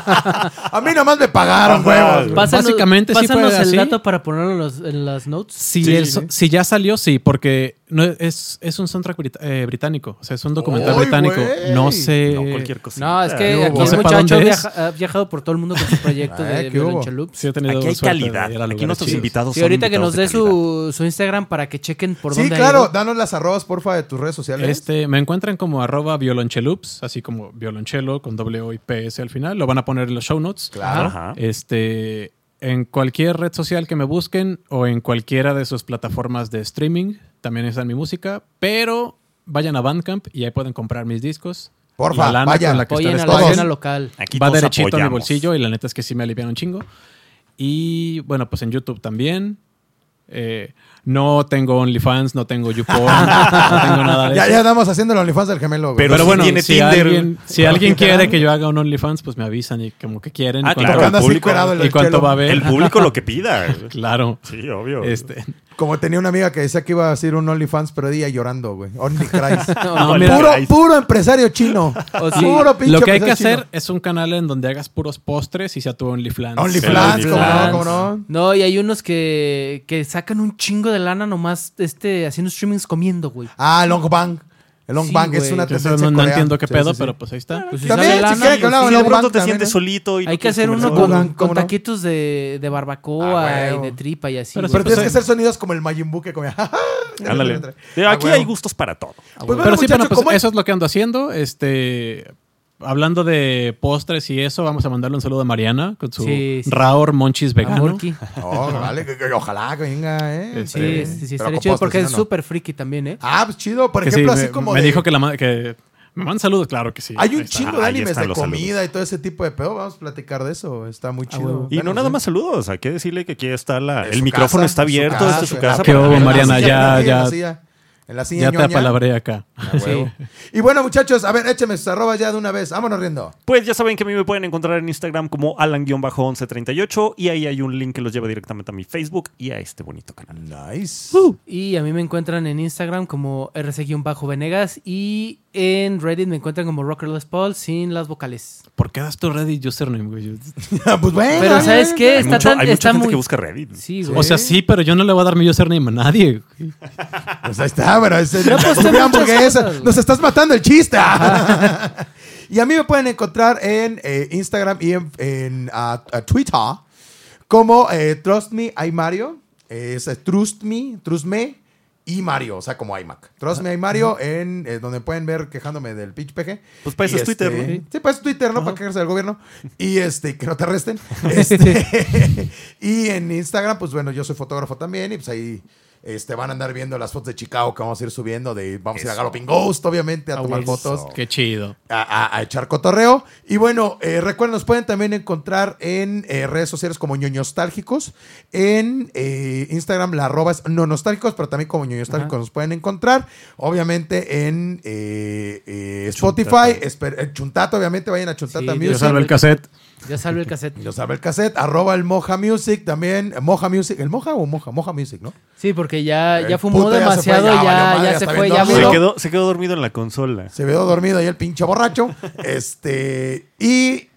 Speaker 3: A mí nomás me pagaron, huevos. güey.
Speaker 4: Pásanos-
Speaker 2: Básicamente sí fue
Speaker 4: pásanos el
Speaker 2: así.
Speaker 4: dato para ponerlo en, los- en las notes.
Speaker 2: si,
Speaker 5: Sí,
Speaker 2: el
Speaker 5: sí,
Speaker 2: so-
Speaker 5: sí.
Speaker 2: si ya salió, sí, porque no es, es un soundtrack brita- eh, británico. O sea, es un documental
Speaker 3: ¡Ay,
Speaker 2: británico.
Speaker 3: güey!
Speaker 2: No sé.
Speaker 5: no, cualquier cosa.
Speaker 4: No,
Speaker 2: Ah,
Speaker 4: es que
Speaker 3: hubo?
Speaker 4: aquí
Speaker 3: No
Speaker 4: el
Speaker 2: sepa
Speaker 4: muchacho
Speaker 2: dónde es.
Speaker 4: viaja- ha viajado por todo el mundo con su proyecto
Speaker 3: Ah,
Speaker 4: de
Speaker 3: ¿qué hubo?
Speaker 4: Violonchelups.
Speaker 2: Sí, he tenido
Speaker 5: Aquí hay
Speaker 2: suerte de
Speaker 5: calidad.
Speaker 2: ir a
Speaker 5: Aquí
Speaker 2: lugares
Speaker 5: nuestros
Speaker 2: chidos.
Speaker 5: invitados
Speaker 4: Y
Speaker 5: son
Speaker 4: ahorita que nos
Speaker 5: invitados
Speaker 4: dé
Speaker 5: de calidad.
Speaker 4: su, su Instagram para que chequen por
Speaker 3: Sí,
Speaker 4: dónde ha
Speaker 3: claro.
Speaker 4: ido.
Speaker 3: Danos las arrobas, porfa, de tus redes sociales.
Speaker 2: Este, me encuentran como arroba violonchelups, así como violonchelo con W y PS al final. Lo van a poner en los show notes.
Speaker 3: Claro.
Speaker 5: Ajá.
Speaker 2: Este, en cualquier red social que me busquen o en cualquiera de sus plataformas de streaming, también está mi música, pero vayan a Bandcamp y ahí pueden comprar mis discos.
Speaker 3: Porfa,
Speaker 2: La lana
Speaker 3: vayan.
Speaker 2: con la que
Speaker 4: Apoyen
Speaker 2: ustedes
Speaker 4: a la
Speaker 3: todos.
Speaker 4: escena local.
Speaker 5: Aquí
Speaker 2: va
Speaker 5: todos
Speaker 2: derechito a mi
Speaker 5: apoyamos.
Speaker 2: bolsillo y la neta es que sí me alivian un chingo. Y bueno, pues en YouTube también. Eh, no tengo OnlyFans, no tengo YouPorn, no tengo nada de
Speaker 3: Ya,
Speaker 2: eso.
Speaker 3: ya andamos haciendo el OnlyFans del gemelo, güey.
Speaker 5: Pero
Speaker 2: Pero,
Speaker 5: sí
Speaker 2: bueno,
Speaker 5: tiene
Speaker 2: si,
Speaker 5: Tinder.
Speaker 2: alguien, si alguien quiere que yo haga un OnlyFans, pues me avisan y como que quieren.
Speaker 5: Ah,
Speaker 2: y cuánto-
Speaker 5: claro,
Speaker 3: Porque
Speaker 5: el
Speaker 3: andas
Speaker 5: público-
Speaker 3: encuerado el
Speaker 2: ¿Y cuánto
Speaker 3: chelo.
Speaker 2: va a haber?
Speaker 5: El público lo que pida.
Speaker 2: Claro.
Speaker 5: Sí, obvio.
Speaker 2: Este,
Speaker 3: Como tenía una amiga que decía que iba a hacer un OnlyFans, pero ella llorando, güey. Only Christ.
Speaker 2: No, mira,
Speaker 3: puro,
Speaker 5: Christ.
Speaker 3: puro empresario chino.
Speaker 4: O sí.
Speaker 3: Puro pinche
Speaker 2: lo que hay que
Speaker 3: empresario
Speaker 2: hacer
Speaker 3: chino.
Speaker 2: es un canal en donde hagas puros postres y sea tu OnlyFans.
Speaker 3: OnlyFans,
Speaker 5: Sí,
Speaker 3: como no,
Speaker 5: OnlyFans.
Speaker 3: como no.
Speaker 4: No, y hay unos que, que sacan un chingo de lana nomás este, haciendo streamings comiendo, güey.
Speaker 3: Ah, Long Bang. El Long
Speaker 4: Sí,
Speaker 3: Bang es
Speaker 4: güey.
Speaker 3: una
Speaker 4: Yo
Speaker 2: Eso
Speaker 3: tendencia
Speaker 2: no, no
Speaker 3: coreana.
Speaker 2: entiendo qué
Speaker 3: Sí,
Speaker 2: pedo,
Speaker 3: sí, Ah, sí.
Speaker 2: pero pues ahí está.
Speaker 4: Pues si
Speaker 3: También,
Speaker 4: sale
Speaker 3: si
Speaker 4: lana, pues,
Speaker 3: quieren que hablamos
Speaker 5: Si
Speaker 3: de
Speaker 5: de
Speaker 3: Long Bang
Speaker 5: pronto te
Speaker 3: también,
Speaker 5: sientes
Speaker 3: ¿eh?
Speaker 5: solito y
Speaker 4: Hay que
Speaker 5: tus
Speaker 4: hacer uno
Speaker 3: ¿Cómo
Speaker 4: con,
Speaker 5: conversadores.
Speaker 3: no?
Speaker 4: con
Speaker 3: ¿Cómo no?
Speaker 4: taquitos de, de barbacoa
Speaker 3: Ah,
Speaker 4: y
Speaker 3: huevo.
Speaker 4: de tripa y así.
Speaker 2: Pero
Speaker 4: güey.
Speaker 3: Pero tienes
Speaker 2: Pues,
Speaker 3: que hacer sonidos como el Majin Buu que comía.
Speaker 5: Ándale. De
Speaker 3: Ah,
Speaker 5: Aquí
Speaker 3: huevo.
Speaker 5: hay gustos para todo.
Speaker 4: Ah,
Speaker 3: Pues
Speaker 4: güey.
Speaker 3: bueno,
Speaker 2: Pero sí,
Speaker 3: muchacho,
Speaker 2: bueno, pues
Speaker 3: ¿cómo es?
Speaker 2: eso es lo que ando haciendo. Este, hablando de postres y eso, vamos a mandarle un saludo a Mariana con su
Speaker 4: Sí, sí.
Speaker 2: Raor Monchis vegano.
Speaker 4: Amorqui.
Speaker 3: No, Oh, vale, que- que- ojalá que venga, ¿eh?
Speaker 2: Este,
Speaker 4: Sí, sí,
Speaker 3: Pero
Speaker 4: sí, estaría
Speaker 3: con
Speaker 4: chido
Speaker 3: postres,
Speaker 4: porque
Speaker 3: si
Speaker 4: es
Speaker 3: no, no.
Speaker 4: súper friki también, ¿eh?
Speaker 3: Ah, pues chido. Por
Speaker 2: Que sí,
Speaker 3: ejemplo, así
Speaker 2: me,
Speaker 3: como.
Speaker 2: me
Speaker 3: de-
Speaker 2: dijo que, la, ma- que me mandan saludos, claro que sí.
Speaker 3: Hay
Speaker 2: Ahí
Speaker 3: un
Speaker 2: está.
Speaker 3: chingo de
Speaker 5: Ahí
Speaker 3: animes
Speaker 5: están
Speaker 3: de
Speaker 5: los
Speaker 3: comida y todo ese tipo de pedo. Vamos a platicar de eso. Está muy
Speaker 4: Ah,
Speaker 3: chido.
Speaker 4: huevo.
Speaker 5: Y
Speaker 3: Bueno,
Speaker 5: no nada
Speaker 3: sí.
Speaker 5: más saludos, hay que decirle que aquí está la,
Speaker 3: En
Speaker 5: el
Speaker 3: su
Speaker 5: micrófono
Speaker 3: casa,
Speaker 5: está
Speaker 3: en su
Speaker 5: abierto,
Speaker 3: casa,
Speaker 5: esta es su
Speaker 3: ah,
Speaker 5: casa.
Speaker 2: ¿Qué
Speaker 5: para
Speaker 2: hubo,
Speaker 5: que vean.
Speaker 2: Mariana?
Speaker 3: En la
Speaker 2: Ya,
Speaker 3: silla,
Speaker 2: ya.
Speaker 3: En la silla,
Speaker 2: Ya
Speaker 3: en
Speaker 2: te
Speaker 3: la silla ñoña. Ah,
Speaker 2: apalabré acá.
Speaker 4: Sí.
Speaker 3: Y bueno, muchachos, a ver, écheme sus arrobas ya de una vez. Vámonos riendo.
Speaker 5: Pues ya saben que a mí me pueden encontrar en Instagram como alan-1138 y ahí hay un link que los lleva directamente a mi Facebook y a este bonito canal.
Speaker 3: Nice.
Speaker 2: Uh.
Speaker 4: Y a mí me encuentran en Instagram como rc-venegas y en Reddit me encuentran como Rockerless Paul sin las vocales.
Speaker 2: ¿Por qué das tu Reddit username, güey?
Speaker 3: pues bueno.
Speaker 4: Pero
Speaker 3: bien,
Speaker 4: ¿sabes
Speaker 3: bien.
Speaker 4: qué?
Speaker 5: Hay,
Speaker 4: Está
Speaker 5: mucho-
Speaker 4: tan,
Speaker 5: hay mucha
Speaker 4: está
Speaker 5: gente
Speaker 4: muy...
Speaker 5: que busca Reddit.
Speaker 4: Sí, güey.
Speaker 2: O sea, sí, pero yo no le voy a dar mi username a nadie. güey.
Speaker 3: Pues ahí está, pero ese no
Speaker 4: aposté
Speaker 3: comí
Speaker 4: muchas
Speaker 3: hamburguesa.
Speaker 4: cosas, güey.
Speaker 3: Nos estás matando el chiste. y a mí me pueden encontrar en eh, Instagram y en, en, ah, ah, Twitter como eh, Trust Me, I Mario. Es eh, Trust Me, Trust Me y Mario, o sea, como iMac. Trust Me, I Mario, en, eh, donde pueden ver quejándome del pitch PG.
Speaker 5: Pues para eso
Speaker 3: Y
Speaker 5: es Twitter,
Speaker 3: este,
Speaker 5: ¿no?
Speaker 3: Sí, para eso es Twitter, ¿no? Para quejarse del gobierno. Y este, que no te arresten. Este, y en Instagram, pues bueno, yo soy fotógrafo también y pues ahí este, van a andar viendo las fotos de Chicago que vamos a ir subiendo. De, vamos a ir a
Speaker 5: Eso.
Speaker 3: Galloping Ghost, obviamente, a
Speaker 4: Ah,
Speaker 3: tomar
Speaker 4: eso.
Speaker 3: fotos,
Speaker 2: Qué chido.
Speaker 3: a, a- a echar cotorreo. Y bueno, eh, recuerden, nos pueden también encontrar en eh, redes sociales como ñoño nostálgicos. En eh, Instagram, la arroba es no nostálgicos, pero también como ñoño nostálgicos
Speaker 4: Ajá.
Speaker 3: nos pueden encontrar. Obviamente en eh, eh,
Speaker 5: Chuntata.
Speaker 3: Spotify, esper- eh, Chuntata, obviamente, vayan a Chuntata
Speaker 2: Yo
Speaker 4: Sí,
Speaker 3: Music.
Speaker 2: salvo el cassette.
Speaker 4: Ya salve el cassette.
Speaker 3: Yo sabe el cassette, arroba el Moja Music también, eh, Moja Music, ¿el Moja o Moja? Moja Music, ¿no?
Speaker 4: Sí, porque ya,
Speaker 3: El
Speaker 4: ya fumó
Speaker 3: puto ya se fue,
Speaker 4: demasiado,
Speaker 3: ya
Speaker 4: ya,
Speaker 3: valió
Speaker 4: ya,
Speaker 3: madre,
Speaker 4: se
Speaker 3: está
Speaker 4: fue,
Speaker 3: bien
Speaker 4: ya
Speaker 3: dormido.
Speaker 5: Se
Speaker 4: mudó.
Speaker 5: quedó, se quedó dormido en la consola.
Speaker 3: Se veo dormido ahí el pinche borracho. este, y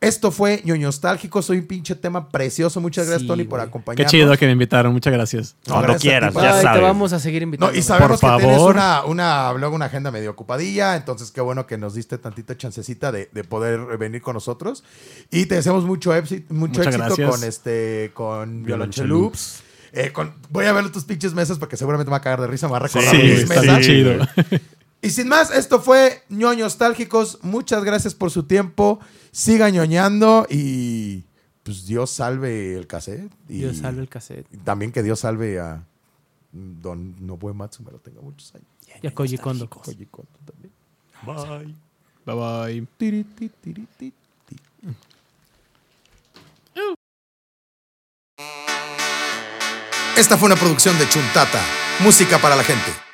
Speaker 3: esto fue ñoño nostálgico, soy un pinche tema precioso. Muchas gracias,
Speaker 4: Sí,
Speaker 3: Tony, por
Speaker 4: güey.
Speaker 2: Qué
Speaker 3: acompañarnos.
Speaker 2: chido que me invitaron. Muchas gracias.
Speaker 3: No,
Speaker 5: Cuando
Speaker 3: gracias a ti,
Speaker 5: quieras,
Speaker 3: pa.
Speaker 5: ya
Speaker 4: Ay, te
Speaker 5: sabes.
Speaker 4: vamos a seguir
Speaker 3: No,
Speaker 4: invitando.
Speaker 3: y sabemos que
Speaker 2: Por
Speaker 3: tienes
Speaker 2: favor.
Speaker 3: una, una, luego una agenda medio ocupadilla, entonces qué bueno que nos diste tantita chancecita de, de poder venir con nosotros. Y te deseamos mucho éxito, mucho
Speaker 2: Muchas
Speaker 3: éxito
Speaker 2: gracias.
Speaker 3: con este con
Speaker 5: Violonchelups.
Speaker 3: Violonchelups. Eh, con- voy a ver tus pinches mesas porque seguramente me va a cagar de risa, me va a recordar
Speaker 5: Sí,
Speaker 3: mis
Speaker 2: Sí, está
Speaker 5: está
Speaker 3: mesas.
Speaker 2: bien chido.
Speaker 5: güey.
Speaker 3: Y sin más, esto fue ñoños nostálgicos. Muchas gracias por su tiempo. Siga ñoñando y pues Dios salve el cassette. Y
Speaker 4: Dios salve el cassette.
Speaker 3: y también que Dios salve a Don Nobuematsu, me lo tenga muchos años.
Speaker 4: Y a Koji Kondo.
Speaker 3: Koji Kondo también.
Speaker 5: Bye.
Speaker 2: Bye bye.
Speaker 3: Tiri, ti, tiri, ti, ti. Esta fue una producción de Chuntata, música para la gente.